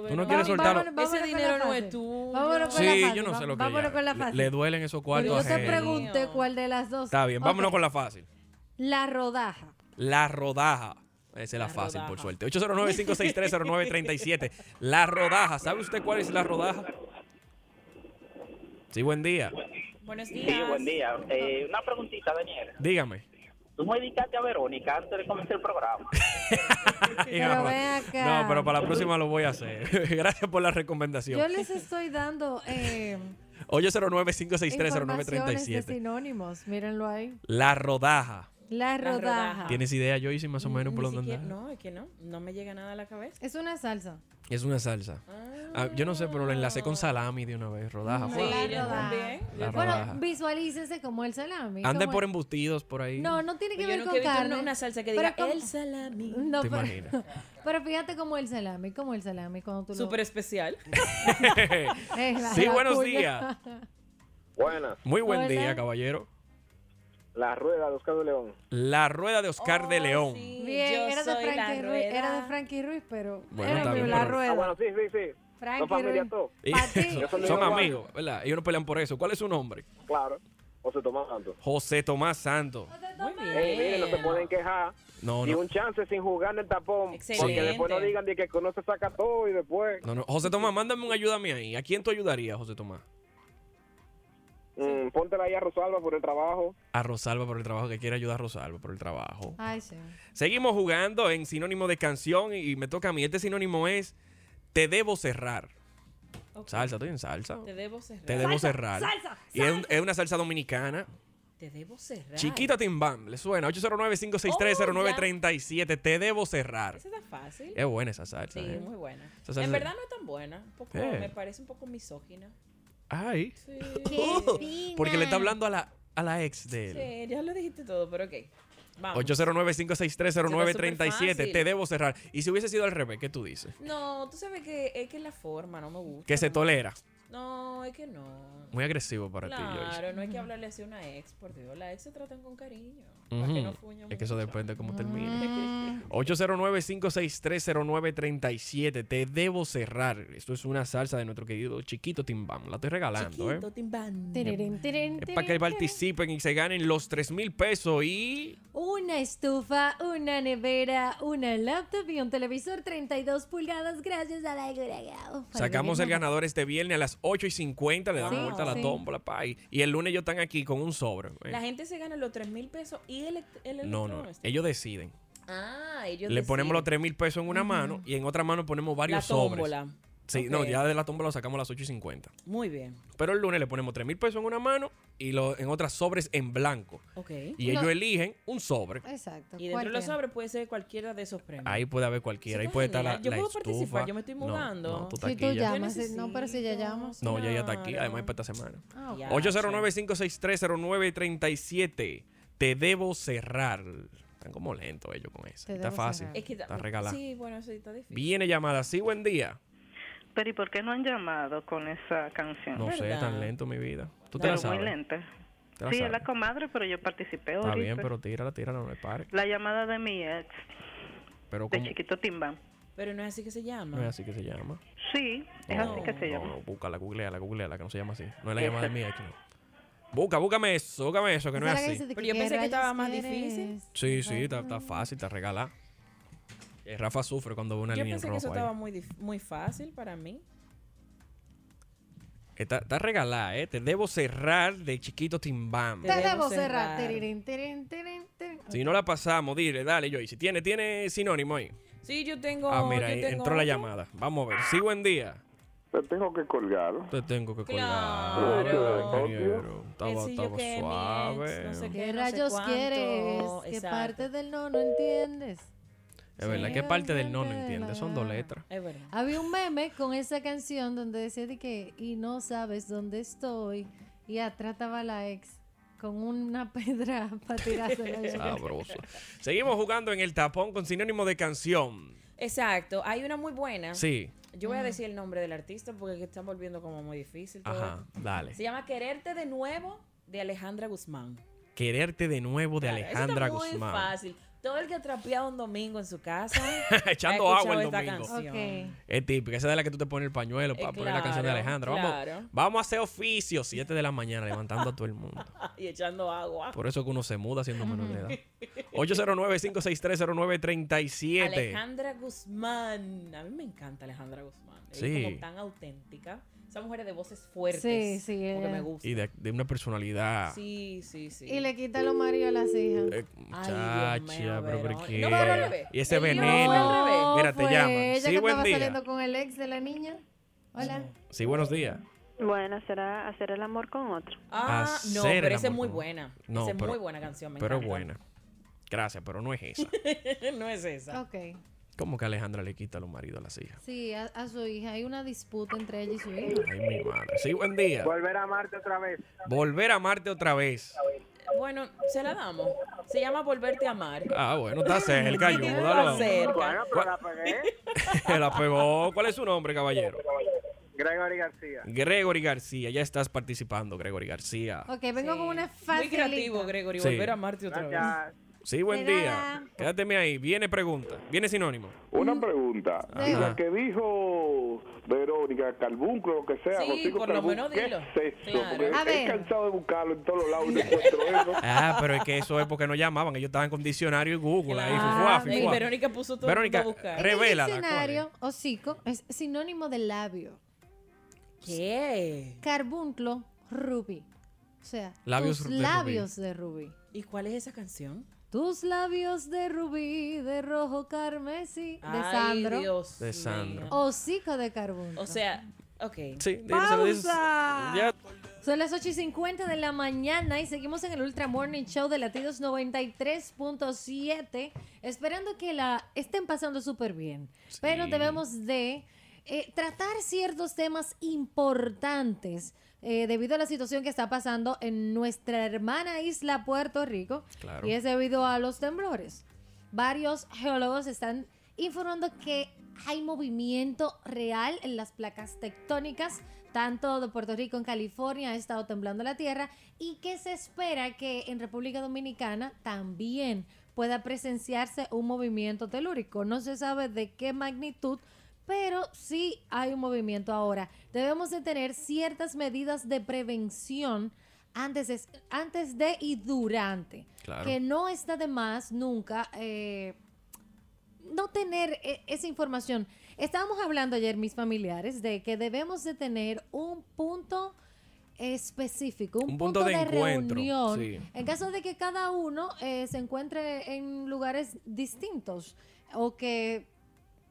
S2: Tú no quieres soltarlo.
S6: Ese dinero no es
S1: tuyo. Vámonos con
S2: Sí,
S1: la fácil.
S2: yo no sé
S1: va-
S2: lo que
S1: Vámonos
S2: ella-
S1: con la
S2: le,
S1: fácil.
S2: le duelen esos
S1: Pero
S2: cuartos
S1: yo te
S2: ajenos.
S1: pregunté cuál de las dos.
S2: Está bien,
S1: Ok.
S2: vámonos con la fácil.
S1: La rodaja.
S2: La rodaja. Esa es la, fácil, por suerte. 809-5630937. La rodaja. ¿Sabe usted cuál es la rodaja? Sí, buen día.
S6: Buenos días.
S5: Sí, buen día. Eh, una preguntita, Daniel.
S2: Dígame.
S5: Tú me dedicaste a Verónica antes de comenzar el programa.
S1: Pero ven acá.
S2: No, pero para la próxima lo voy a hacer. Gracias por la recomendación.
S1: Yo les estoy dando eh, informaciones de
S2: 809-5630937.
S1: sinónimos. Mírenlo ahí.
S2: La rodaja.
S1: La
S6: La rodaja.
S1: rodaja.
S2: ¿Tienes idea, Joyce, más o menos por
S6: Ni
S2: dónde
S6: siquiera-
S2: andar?
S6: No, es que no. No me llega nada a la cabeza.
S1: Es una salsa.
S2: Es una salsa. Ah, yo no sé, pero lo enlacé con salami de una vez. Rodaja.
S1: No,
S2: fue.
S1: la rodaja.
S2: Ah, La rodaja.
S1: Bueno, visualícese como el salami.
S2: Ande
S1: como
S2: por
S1: el-
S2: embustidos por ahí.
S1: No, no tiene que
S6: Yo
S1: ver
S6: nunca
S1: con
S6: he visto
S1: carne.
S6: una- una salsa que
S1: pero
S6: diga,
S1: como-
S6: "El salami".
S1: No,
S2: ¿Te
S1: pero,
S2: imaginas?
S1: pero fíjate como el salami, como el salami cuando tú lo-
S6: Súper especial.
S1: Es la-
S2: sí,
S1: la
S2: buenos
S1: cuña.
S2: días.
S13: Buenas.
S2: Muy buen
S1: Hola.
S2: día, caballero.
S13: La rueda de Oscar de León.
S2: La rueda de Oscar
S6: Oh,
S2: de León.
S1: Bien,
S6: Yo
S1: era de,
S6: soy la
S1: Frankie Ruiz,
S6: rueda.
S1: era de Frankie Ruiz, pero
S2: Bueno,
S1: era
S2: está
S1: mi-
S2: bien,
S1: la
S2: pero-
S1: rueda.
S13: Ah, bueno, sí, sí, sí.
S1: Frankie
S13: Son familia
S1: Ruiz.
S13: todo.
S2: Y-
S13: Yo soy
S2: son
S13: de
S2: son
S13: León.
S2: amigos, ¿verdad? Ellos no pelean por eso. ¿Cuál es su nombre?
S13: Claro. O se toman tanto.
S2: José Tomás Santos.
S6: Muy bien.
S13: Ey, mire, no se pueden quejar.
S2: No,
S13: Y
S2: no.
S13: un chance sin jugar en el tapón. Porque
S2: Excelente.
S13: después no digan de que no se saca todo y después.
S2: No, no. José Tomás, mándame un ayúdame ahí. ¿A quién tú ayudarías, José Tomás?
S13: Mm, póntela ahí a Rosalba por el trabajo.
S2: A Rosalba por el trabajo, que quiere ayudar a Rosalba por el trabajo.
S1: Ay, sí.
S2: Seguimos jugando en sinónimo de canción y y me toca a mí. Este sinónimo es Te debo cerrar. Salsa, estoy en salsa.
S6: Te debo cerrar.
S2: Te debo cerrar. y es, un- es una salsa dominicana.
S6: Te debo cerrar.
S2: Chiquita Timbam, le suena. 809-563-0937. Te debo cerrar.
S6: Esa está fácil.
S2: Es buena esa salsa.
S6: Sí,
S2: eh.
S6: muy buena.
S2: Esa salsa-
S6: En verdad no es tan buena. Un poco,
S2: Eh.
S6: Me parece un poco misógina.
S2: Ay. Uh,
S6: Sí.
S2: Porque le está hablando a la, a la ex de él.
S6: Sí, Eh, ya lo dijiste todo, pero ok. Vamos.
S2: 809-563-0937. Te
S6: fácil.
S2: debo cerrar. Y si hubiese sido al revés, ¿qué tú dices?
S6: No, tú sabes que es que la forma no me gusta.
S2: Que se tolera.
S6: No, es que no.
S2: Muy agresivo para ti, Joyce.
S6: Claro, no hay que hablarle así a una ex, por Dios. Las ex se tratan con cariño. para que
S2: Ujú.
S6: no fuñan
S2: Es que eso
S6: mucho. Ah.
S2: depende de cómo termine. 809-563-0937. Te debo cerrar. Esto es una salsa de nuestro querido Chiquito Timbam. La estoy regalando, ¿eh?
S6: Chiquito, timbán.
S1: Tererén, tererén,
S2: Es para Eh, que
S1: tererén.
S2: participen y se ganen los 3 mil pesos y...
S1: Una estufa, una nevera, una laptop y un televisor 32 pulgadas gracias a la Guragao.
S2: Sacamos el ganador este viernes a las 8 y 50. Le damos
S6: Wow.
S2: vuelta a la
S6: Sí.
S2: tómbola, pa. Y y el lunes ellos están aquí con un sobre. ¿eh?
S6: La gente se gana los 3 mil pesos y el, el
S2: No, no.
S6: electrodoméstico.
S2: Ellos deciden.
S6: Ah, ellos
S2: Le ponemos los
S6: deciden.
S2: 3 mil pesos en una mano y en otra mano ponemos varios
S6: La tómbola.
S2: sobres. Sí, no,
S6: Ok.
S2: ya de la tómbola lo sacamos a las 8 y 50.
S6: Muy bien.
S2: Pero el lunes le ponemos 3 mil pesos en una mano y lo- en otras sobres en blanco.
S6: Ok.
S2: Y ellos eligen un sobre.
S1: Exacto.
S6: Y dentro de los sobres puede ser cualquiera de esos premios.
S2: Ahí puede haber cualquiera. Ahí
S6: Está
S2: puede estar la,
S6: genial. Yo
S2: la
S6: puedo
S2: estufa.
S6: participar, yo me estoy
S2: No,
S6: mudando.
S2: No, tú estás
S1: Si
S2: aquí
S1: tú
S2: ya.
S1: llamas, eh, no, pero si ya llamas.
S2: No, ya ya está aquí. Además, es para esta semana.
S1: Ah, ok.
S2: 809-563-0937. Te debo cerrar. Están como lentos ellos con eso.
S6: Te
S2: Está
S6: debo
S2: fácil.
S6: cerrar. Es que da-
S2: está regalado.
S6: Sí, bueno, eso está difícil.
S2: Viene llamada. Sí, buen día.
S15: Pero ¿y por qué no han llamado con esa canción?
S2: No sé, tan lento mi vida. Tú te
S15: pero
S2: la sabes.
S15: muy lenta.
S2: Te la
S15: sí,
S2: sabes.
S15: es la comadre, pero yo participé ahorita.
S2: Está Ah,
S4: pues.
S2: bien, pues. pero tírala, tírala, no le pares.
S15: La llamada de mi ex,
S2: Pero
S15: de
S2: como...
S15: Chiquito Timbán.
S6: Pero no es así que se llama.
S2: No es así que se llama.
S15: Sí, es
S2: No,
S15: así que se
S2: no,
S15: llama.
S2: No, búscala, googleala, googleala, que no se llama así. No es la
S15: Esa.
S2: llamada de mi ex, no. Busca, búscame eso, búscame eso, que no es así.
S6: Pero yo pensé que estaba más difícil.
S2: Sí, sí, está, está fácil, está regalada. Eh, Rafa sufre cuando ve una
S6: yo
S2: línea en
S6: pensé que eso
S2: rojo ahí.
S6: estaba muy, dif- muy fácil para mí.
S2: Está, está regalada, ¿eh? Te debo cerrar de chiquito timbam.
S1: Te debo cerrar. Tererén, tererén, tererén, tererén.
S2: Si no la pasamos, dile, dale, Joy. Si tiene, tiene sinónimo ahí.
S6: Sí, yo tengo.
S2: ah, mira,
S6: yo
S2: ahí
S6: tengo
S2: entró la
S6: otro.
S2: llamada. Vamos a ver. Sí, buen día.
S16: Te tengo que colgar.
S2: Te tengo que
S6: Claro.
S2: colgar. ingeniero. Estaba,
S6: Ese yo
S2: estaba
S6: que mi ex, no
S2: suave.
S6: sé
S1: ¿Qué
S6: Que no sé
S1: rayos
S6: cuánto,
S1: quieres? ¿Qué
S6: exacto.
S1: parte del no no entiendes?
S2: Es verdad, ¿qué parte del no no entiende? Son dos letras.
S6: Es verdad.
S1: Había un meme con esa canción donde decía de que y no sabes dónde estoy y atrataba a la ex con una pedra para tirársela.
S2: Sabroso. Seguimos jugando en el tapón con sinónimo de canción.
S6: Exacto. Hay una muy buena.
S2: Sí.
S6: Yo voy a decir el nombre del artista porque es que están volviendo como muy difícil. todo
S2: Ajá,
S6: esto.
S2: dale.
S6: Se llama Quererte de nuevo de Alejandra Guzmán.
S2: Quererte de nuevo de
S6: Eso está
S2: Alejandra
S6: muy
S2: Guzmán.
S6: fácil. Todo el que ha trapeado un domingo en su casa.
S2: Echando
S6: ha
S2: agua el
S6: escuchado
S2: domingo.
S6: esta canción.
S2: Es típica, esa es de la que tú te pones el pañuelo
S6: Eh,
S2: para poner la canción de
S6: claro,
S2: Alejandra.
S6: claro.
S2: Vamos, vamos a hacer oficio, 7 de la mañana, levantando a todo el mundo.
S6: Y echando agua.
S2: Por eso que uno se muda siendo menor de edad. 809-563-0937.
S6: Alejandra Guzmán. A mí me encanta Alejandra Guzmán.
S2: Sí.
S6: Es como tan auténtica. Esa mujer es de voces fuertes.
S1: Sí, eh. sí,
S6: Porque
S1: ella.
S6: me gusta.
S2: Y de, de una personalidad.
S6: Sí, sí, sí.
S1: Y le quita los maridos a las hijas.
S2: Eh,
S1: Ay, Dios mío,
S2: Chacha, pero ¿por
S1: Verón.
S2: qué?
S1: No, fue al revés.
S2: Y ese
S1: El niño
S2: veneno.
S1: fue al revés.
S2: Mira, te
S1: Fue
S2: llaman.
S1: Ella
S2: Sí,
S1: que
S2: buen
S1: estaba
S2: día.
S1: saliendo con el ex de la niña. Hola.
S2: Sí, buenos días.
S17: Bueno, será hacer el amor con otro.
S6: Ah, no,
S2: Hacer el
S6: pero esa es
S2: amor
S6: muy
S2: con-
S6: buena.
S2: No,
S6: esa es
S2: pero-
S6: muy buena canción. Me
S2: Pero
S6: encanta.
S2: buena. Gracias, pero no es esa.
S6: no es esa.
S1: Ok.
S2: ¿Cómo que Alejandra le quita a los maridos a las hijas?
S1: Sí, a, a su hija. Hay una disputa entre ella y su hija.
S2: Ay, mi madre. Sí, buen día.
S13: Volver a amarte otra vez.
S2: Volver a amarte otra vez.
S6: Bueno, se la damos. Se llama Volverte a amar.
S2: Ah, bueno, está cerca, yo.
S6: Está
S2: dale.
S6: cerca.
S13: Bueno, pero la pegué.
S2: La pegó. ¿Cuál es su nombre, caballero?
S13: Gregory García.
S2: Gregory García. Ya estás participando, Gregory García.
S1: Ok, vengo con una
S6: Muy
S1: facilita.
S6: creativo, Gregory.
S2: Sí.
S6: Volver a amarte otra vez.
S2: Sí, buen
S1: De
S2: día.
S1: nada.
S2: Quédateme ahí. Viene pregunta. Viene sinónimo.
S16: Una pregunta.
S2: Mm. Ajá.
S16: Y la que dijo Verónica, Carbunco, lo que sea,
S6: Sí,
S16: Rocío
S6: por lo
S16: Carbunco,
S6: menos
S16: ¿qué
S6: dilo.
S16: es eso?
S6: Claro.
S16: Porque
S6: A
S16: he
S6: ver.
S16: cansado de buscarlo en todos lados y no encuentro eso.
S2: Ah, pero es que eso es porque no llamaban. Ellos estaban con diccionario y Google. ahí, fufuá,
S6: Ey,
S2: fufuá.
S6: Verónica puso todo
S2: Verónica,
S6: el mundo a buscar.
S2: revélala.
S1: En el
S2: ¿cuál es?
S1: diccionario, hocico es sinónimo de labio.
S6: ¿Qué?
S1: Carbunclo, rubí. O sea,
S6: Labios
S1: tus
S6: de rubí.
S1: labios de rubí.
S6: ¿Y cuál es esa canción?
S1: Tus labios de rubí, de rojo carmesí, de
S6: Ay,
S1: Sandro.
S6: Dios
S2: De Sandro.
S1: Hocico de carbunclo.
S6: O sea, ok.
S2: Sí,
S1: ¡Pausa!
S2: Ya.
S1: Son las 8 y 50 de la mañana y seguimos en el Ultra Morning Show de Latidos 93.7, esperando que la estén pasando súper bien. Pero debemos de eh, tratar ciertos temas importantes eh, debido a la situación que está pasando en nuestra hermana isla Puerto Rico
S18: Claro.
S1: y es debido a los temblores. Varios geólogos están informando que hay movimiento real en las placas tectónicas, tanto de Puerto Rico en California ha estado temblando la tierra y que se espera que en República Dominicana también pueda presenciarse un movimiento telúrico. No se sabe de qué magnitud, pero sí hay un movimiento ahora. Debemos de tener ciertas medidas de prevención antes de, antes de y durante.
S18: Claro.
S1: Que no está de más nunca eh, no tener eh, esa información. Estábamos hablando ayer mis familiares de que debemos de tener un punto específico, un,
S2: Un punto de encuentro,
S1: reunión.
S2: sí.
S1: En caso de que cada uno eh, se encuentre en lugares distintos o que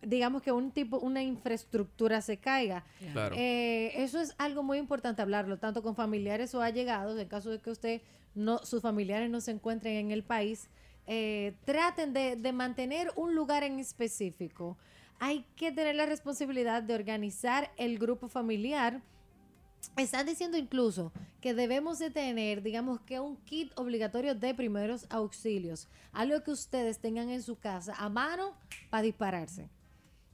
S1: digamos que un tipo, una infraestructura se caiga.
S18: Claro.
S1: Eh, eso es algo muy importante hablarlo, tanto con familiares o allegados, en caso de que usted no, sus familiares no se encuentren en el país, eh, traten de, de mantener un lugar en específico. Hay que tener la responsabilidad de organizar el grupo familiar. Están diciendo incluso que debemos de tener, digamos que un kit obligatorio de primeros auxilios, algo que ustedes tengan en su casa a mano para dispararse.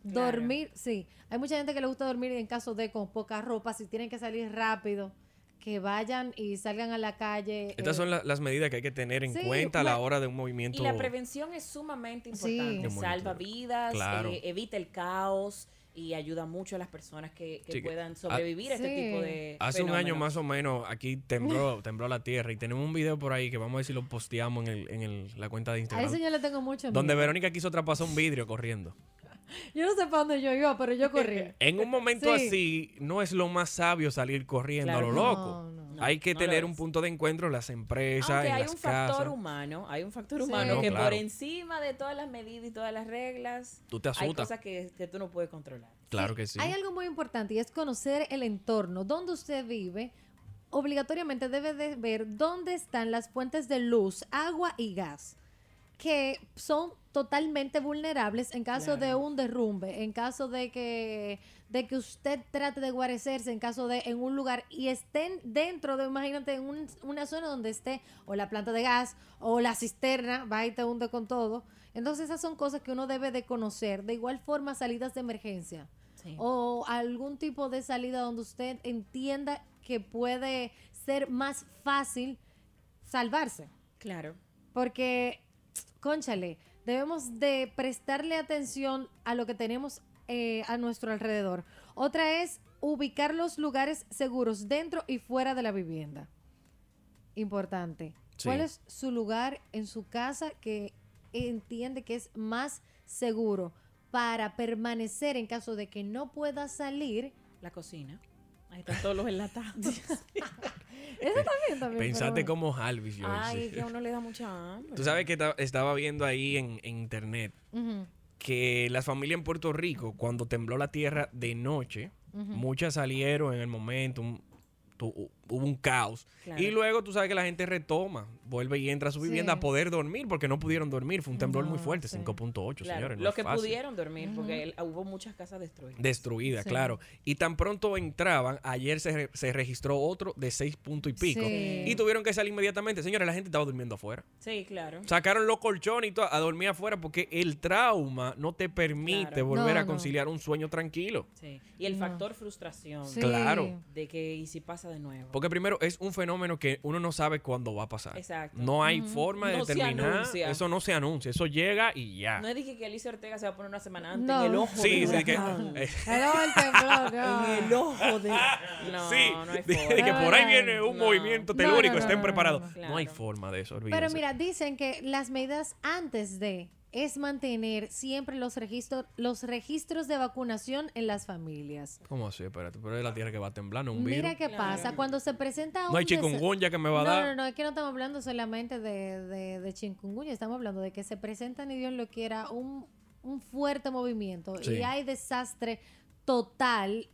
S18: Claro.
S1: Dormir, sí. Hay mucha gente que le gusta dormir en caso de con poca ropa, si tienen que salir rápido, que vayan y salgan a la calle. eh,
S2: Estas son la- las medidas que hay que tener en
S1: sí,
S2: cuenta a la
S1: bueno,
S2: hora de un
S6: Y
S2: movimiento.
S6: la prevención es sumamente
S1: Sí.
S6: importante.
S2: Es muy
S6: Salva vidas,
S2: Claro.
S6: eh, evita el caos y ayuda mucho a las personas que, que
S2: Sí, que-
S6: puedan
S2: ha-
S6: sobrevivir a este
S1: Sí.
S6: tipo de.
S2: Hace un año
S6: fenómenos.
S2: más o menos aquí tembló, tembló la tierra y tenemos un video por ahí que vamos a ver si lo posteamos en, el- en el- la cuenta de
S1: A eso
S2: Instagram.
S1: yo le tengo mucho miedo.
S2: Donde Verónica quiso traspasar un vidrio corriendo.
S1: Yo no sé para dónde yo iba, pero yo corrí.
S2: En un momento
S1: Sí.
S2: así no es lo más sabio salir corriendo
S6: Claro.
S2: a lo
S6: No,
S2: loco. hay que
S6: no lo
S2: tener
S6: es.
S2: un punto de encuentro en las empresas,
S6: Aunque
S2: en
S6: hay
S2: las
S6: un
S2: casas.
S6: factor humano, hay un factor
S2: Sí.
S6: humano
S2: No,
S6: que por
S2: claro.
S6: encima de todas las medidas y todas las reglas,
S2: Tú te
S6: hay
S2: asustas.
S6: cosas que, que tú no puedes controlar.
S2: Claro que sí.
S1: Hay algo muy importante y es conocer el entorno, donde usted vive. Obligatoriamente debe de ver dónde están las fuentes de luz, agua y gas, que son totalmente vulnerables en caso de un derrumbe, en caso de que, de que usted trate de guarecerse, en caso de en un lugar y estén dentro de, imagínate, en un- una zona donde esté o la planta de gas o la cisterna, va y te hunde con todo. Entonces esas son cosas que uno debe de conocer. De igual forma, salidas de emergencia o algún tipo de salida donde usted entienda que puede ser más fácil salvarse.
S6: Claro.
S1: Porque, conchale, debemos de prestarle atención a lo que tenemos eh, a nuestro alrededor. Otra es ubicar los lugares seguros dentro y fuera de la vivienda. Importante.
S18: Sí.
S1: ¿Cuál es su lugar en su casa que entiende que es más seguro para permanecer en caso de que no pueda salir?
S6: La cocina. Ahí están todos los enlatados.
S1: Eso también, también.
S2: Pensaste
S1: pero bueno.
S2: como Halvis. yo
S6: Ay,
S2: hice.
S6: que a uno le da mucha hambre.
S2: Tú sabes que ta- estaba viendo ahí en, en internet
S6: Ujú.
S2: que las familias en Puerto Rico, cuando tembló la tierra de noche,
S18: Ujú.
S2: muchas salieron en el momento, un- tu- hubo un caos.
S18: Claro.
S2: Y luego tú sabes que la gente retoma, vuelve y entra a su
S6: Sí.
S2: vivienda a poder dormir porque no pudieron dormir. Fue un temblor muy fuerte, 5.8,
S6: Claro,
S2: pues, señores. no
S6: los
S2: es
S6: que
S2: fácil.
S6: pudieron dormir, porque el- hubo muchas casas destruidas.
S2: Destruida,
S6: Sí.
S2: claro. Y tan pronto entraban, ayer se, re- se registró otro de seis puntos y pico.
S6: Sí.
S2: Y tuvieron que salir inmediatamente. Señores, la gente estaba durmiendo afuera.
S6: Sí, claro.
S2: Sacaron los colchones y todo a dormir afuera porque el trauma no te permite
S6: Claro.
S2: volver
S6: No,
S2: a
S6: no.
S2: conciliar un sueño tranquilo.
S6: Sí. Y el
S2: No.
S6: factor frustración.
S2: Sí. Claro.
S6: De que, ¿y si pasa de nuevo?
S2: Porque primero es un fenómeno que uno no sabe cuándo va a pasar.
S6: Exacto.
S2: No hay
S6: Ujú.
S2: forma de
S6: No se
S2: determinar.
S6: anuncia.
S2: Eso no se anuncia, eso llega y ya.
S6: No es dije que Alicia Ortega se va a poner una semana antes
S2: No.
S6: en el ojo
S2: Sí,
S6: del
S2: sí, que-
S6: huracán.
S2: eh.
S6: En el ojo de... No,
S2: sí,
S6: no hay
S2: de,
S6: forma.
S2: de que por ahí viene un movimiento
S1: No, no,
S2: telúrico,
S1: no,
S2: estén
S1: no, no,
S2: preparados. No,
S1: no.
S2: hay forma de eso,
S1: Pero
S2: olvídense.
S1: mira, dicen que las medidas antes de es mantener siempre los registros, los registros de vacunación en las familias.
S2: ¿Cómo así? Espérate, pero es la tierra que va temblando, un
S1: Mira
S2: virus. Ah,
S1: qué pasa. Cuando se presenta un
S2: No hay
S1: desa-
S2: chikungunya que me va a
S1: No,
S2: dar.
S1: No, no, es que no estamos hablando solamente de, de, de chikungunya. Estamos hablando de que se presenta, ni Dios lo quiera, un, un fuerte movimiento
S18: Sí.
S1: y hay desastre total.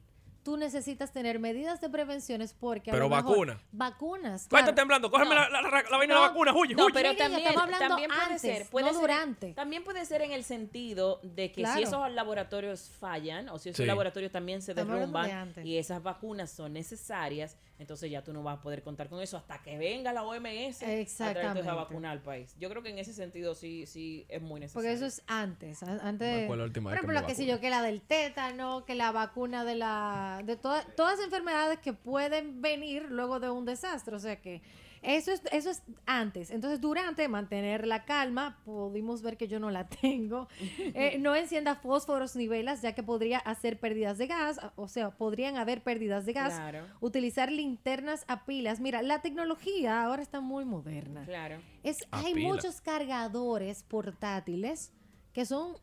S1: tú necesitas tener medidas de prevenciones porque. a
S2: Pero
S1: lo mejor-
S2: vacuna.
S1: Vacunas.
S2: Vaya, está
S1: claro.
S2: temblando, cógeme
S1: No.
S2: la, la- la- la vaina de la
S1: No,
S2: vacuna, huye,
S1: no,
S2: huye.
S1: pero
S6: Pero también,
S1: estamos hablando
S6: también puede
S1: antes,
S6: ser, puede
S1: no
S6: ser-
S1: durante.
S6: También puede ser en el sentido de que
S1: Claro.
S6: si esos laboratorios fallan o si esos
S2: Sí.
S6: laboratorios también se
S1: Estamos hablando de
S6: derrumban
S1: antes.
S6: y esas vacunas son necesarias, entonces ya tú no vas a poder contar con eso hasta que venga la OMS a traer toda
S1: Exactamente.
S6: esa vacuna al país. Yo creo que en ese sentido sí sí es muy necesario.
S1: Porque eso es antes. a- antes
S2: Me acuerdo la última
S1: por
S2: vez que
S1: ejemplo,
S2: me
S1: la que sé
S2: vacuné.
S1: yo, que la del tétano, que la vacuna de la. de todas todas enfermedades que pueden venir luego de un desastre. O sea que eso es, eso es antes. Entonces, durante mantener la calma, pudimos ver que yo no la tengo. Eh, no encienda fósforos ni velas, ya que podría hacer pérdidas de gas. a- O sea, podrían haber pérdidas de gas.
S6: Claro.
S1: Utilizar linternas a pilas. Mira, la tecnología ahora está muy moderna.
S6: Claro.
S1: Es,
S6: A
S1: hay
S6: pila.
S1: muchos cargadores portátiles que son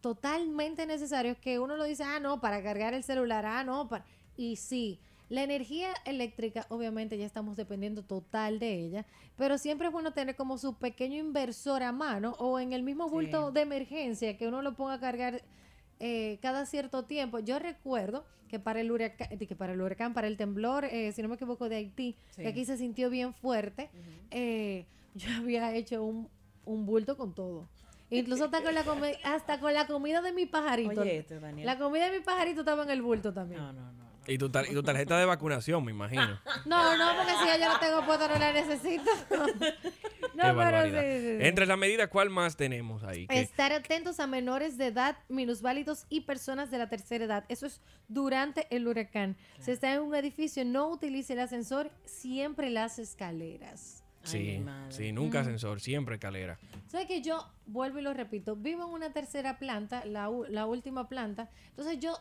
S1: totalmente necesarios que uno lo dice, ah, no, para cargar el celular, ah, no, para... Y sí, la energía eléctrica, obviamente ya estamos dependiendo total de ella, pero siempre es bueno tener como su pequeño inversor a mano o en el mismo bulto de emergencia que uno lo ponga a cargar eh, cada cierto tiempo. Yo recuerdo que para el huracán, que para el huracán, para el temblor, eh, si no me equivoco, de Haití,
S6: Sí.
S1: que aquí se sintió bien fuerte, eh, yo había hecho un, un bulto con todo. Incluso hasta con la, comi- hasta con la comida de mi pajarito.
S6: Oye, esto, Daniel.
S1: la comida de mi pajarito estaba en el bulto también.
S6: No, no, no.
S2: Y tu, tar- y tu tarjeta de vacunación, me imagino.
S1: No, porque si ya yo la tengo puesta, no la necesito.
S2: Qué
S1: No, pero sí,
S2: barbaridad.
S1: sí, sí.
S2: Entre las medidas, ¿cuál más tenemos ahí? Que-
S1: Estar atentos a menores de edad, minusválidos y personas de la tercera edad. Eso es durante el huracán. Si está en un edificio, no utilice el ascensor, siempre las escaleras.
S2: sí, sí,
S1: Mm.
S2: nunca ascensor, siempre escalera.
S1: ¿Sabes que yo, vuelvo y lo repito, vivo en una tercera planta, la, u- la última planta? Entonces yo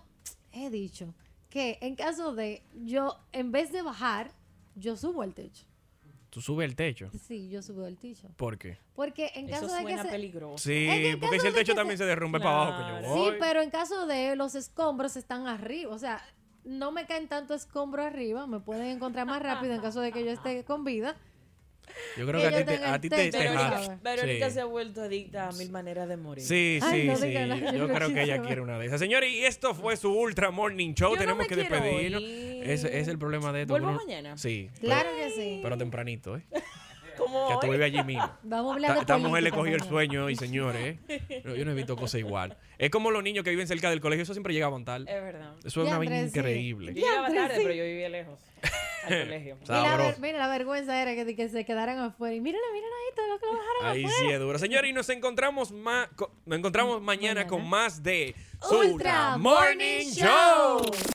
S1: he dicho que en caso de yo, en vez de bajar, yo subo el techo.
S2: Tú subes el techo.
S1: Sí, yo subo el techo.
S2: ¿Por qué?
S1: Porque en
S6: Eso
S1: caso de que
S6: suena
S1: se-
S6: peligroso.
S2: Sí,
S1: Es que en
S2: porque si
S1: caso
S2: el
S1: de
S2: techo
S1: que
S2: también
S1: se-
S2: se derrumbe para abajo, que yo
S1: Sí,
S2: voy.
S1: pero en caso de los escombros están arriba, o sea, no me caen tanto escombro arriba, me pueden encontrar más rápido en caso de que yo esté con vida.
S2: Yo creo
S1: que
S2: que,
S1: yo tenga
S2: a ti te, a
S1: el
S2: ti te,
S1: techo.
S2: te
S1: Verónica-
S2: jala.
S6: Verónica
S2: Sí.
S6: se ha vuelto adicta a mil maneras de morir.
S2: Sí, sí,
S6: Ay, no
S2: sí.
S6: digan la-
S2: Yo creo que ella quiere una de esas. Señores, y esto fue su Ultra Morning Show.
S6: Yo no
S2: Tenemos
S6: me
S2: que
S6: quiero
S2: despedirnos.
S6: ir.
S2: Es, es el problema de esto.
S6: ¿Vuelvo
S2: uno-
S6: mañana?
S2: Sí.
S1: Claro
S2: pero-
S1: que sí.
S2: Pero tempranito, ¿eh?
S6: Como
S2: Ya tú
S6: hoy.
S2: vives allí mismo.
S1: Vamos a hablar
S2: Ta-
S1: de
S2: Esta mujer le
S1: política,
S2: cogió el
S1: mamá.
S2: sueño y señores, ¿eh? No, yo no he visto cosa igual. Es como los niños que viven cerca del colegio, eso siempre llegaban tarde.
S6: Es verdad.
S2: Eso es una vaina
S1: Diantre, sí.
S2: increíble.
S6: Yo llegaba
S1: Diantre,
S6: tarde,
S1: sí.
S6: pero yo vivía lejos. Al colegio.
S1: Y la ver-
S2: Sabroso.
S1: mira, la vergüenza era que, que se quedaran afuera. Y mírala, mírala ahí, todo lo que lo bajaron
S2: Ahí
S1: afuera.
S2: sí es duro. Señores, y nos encontramos
S6: Mm,
S2: más nos encontramos mañana, con más de
S1: Ultra Morning Show.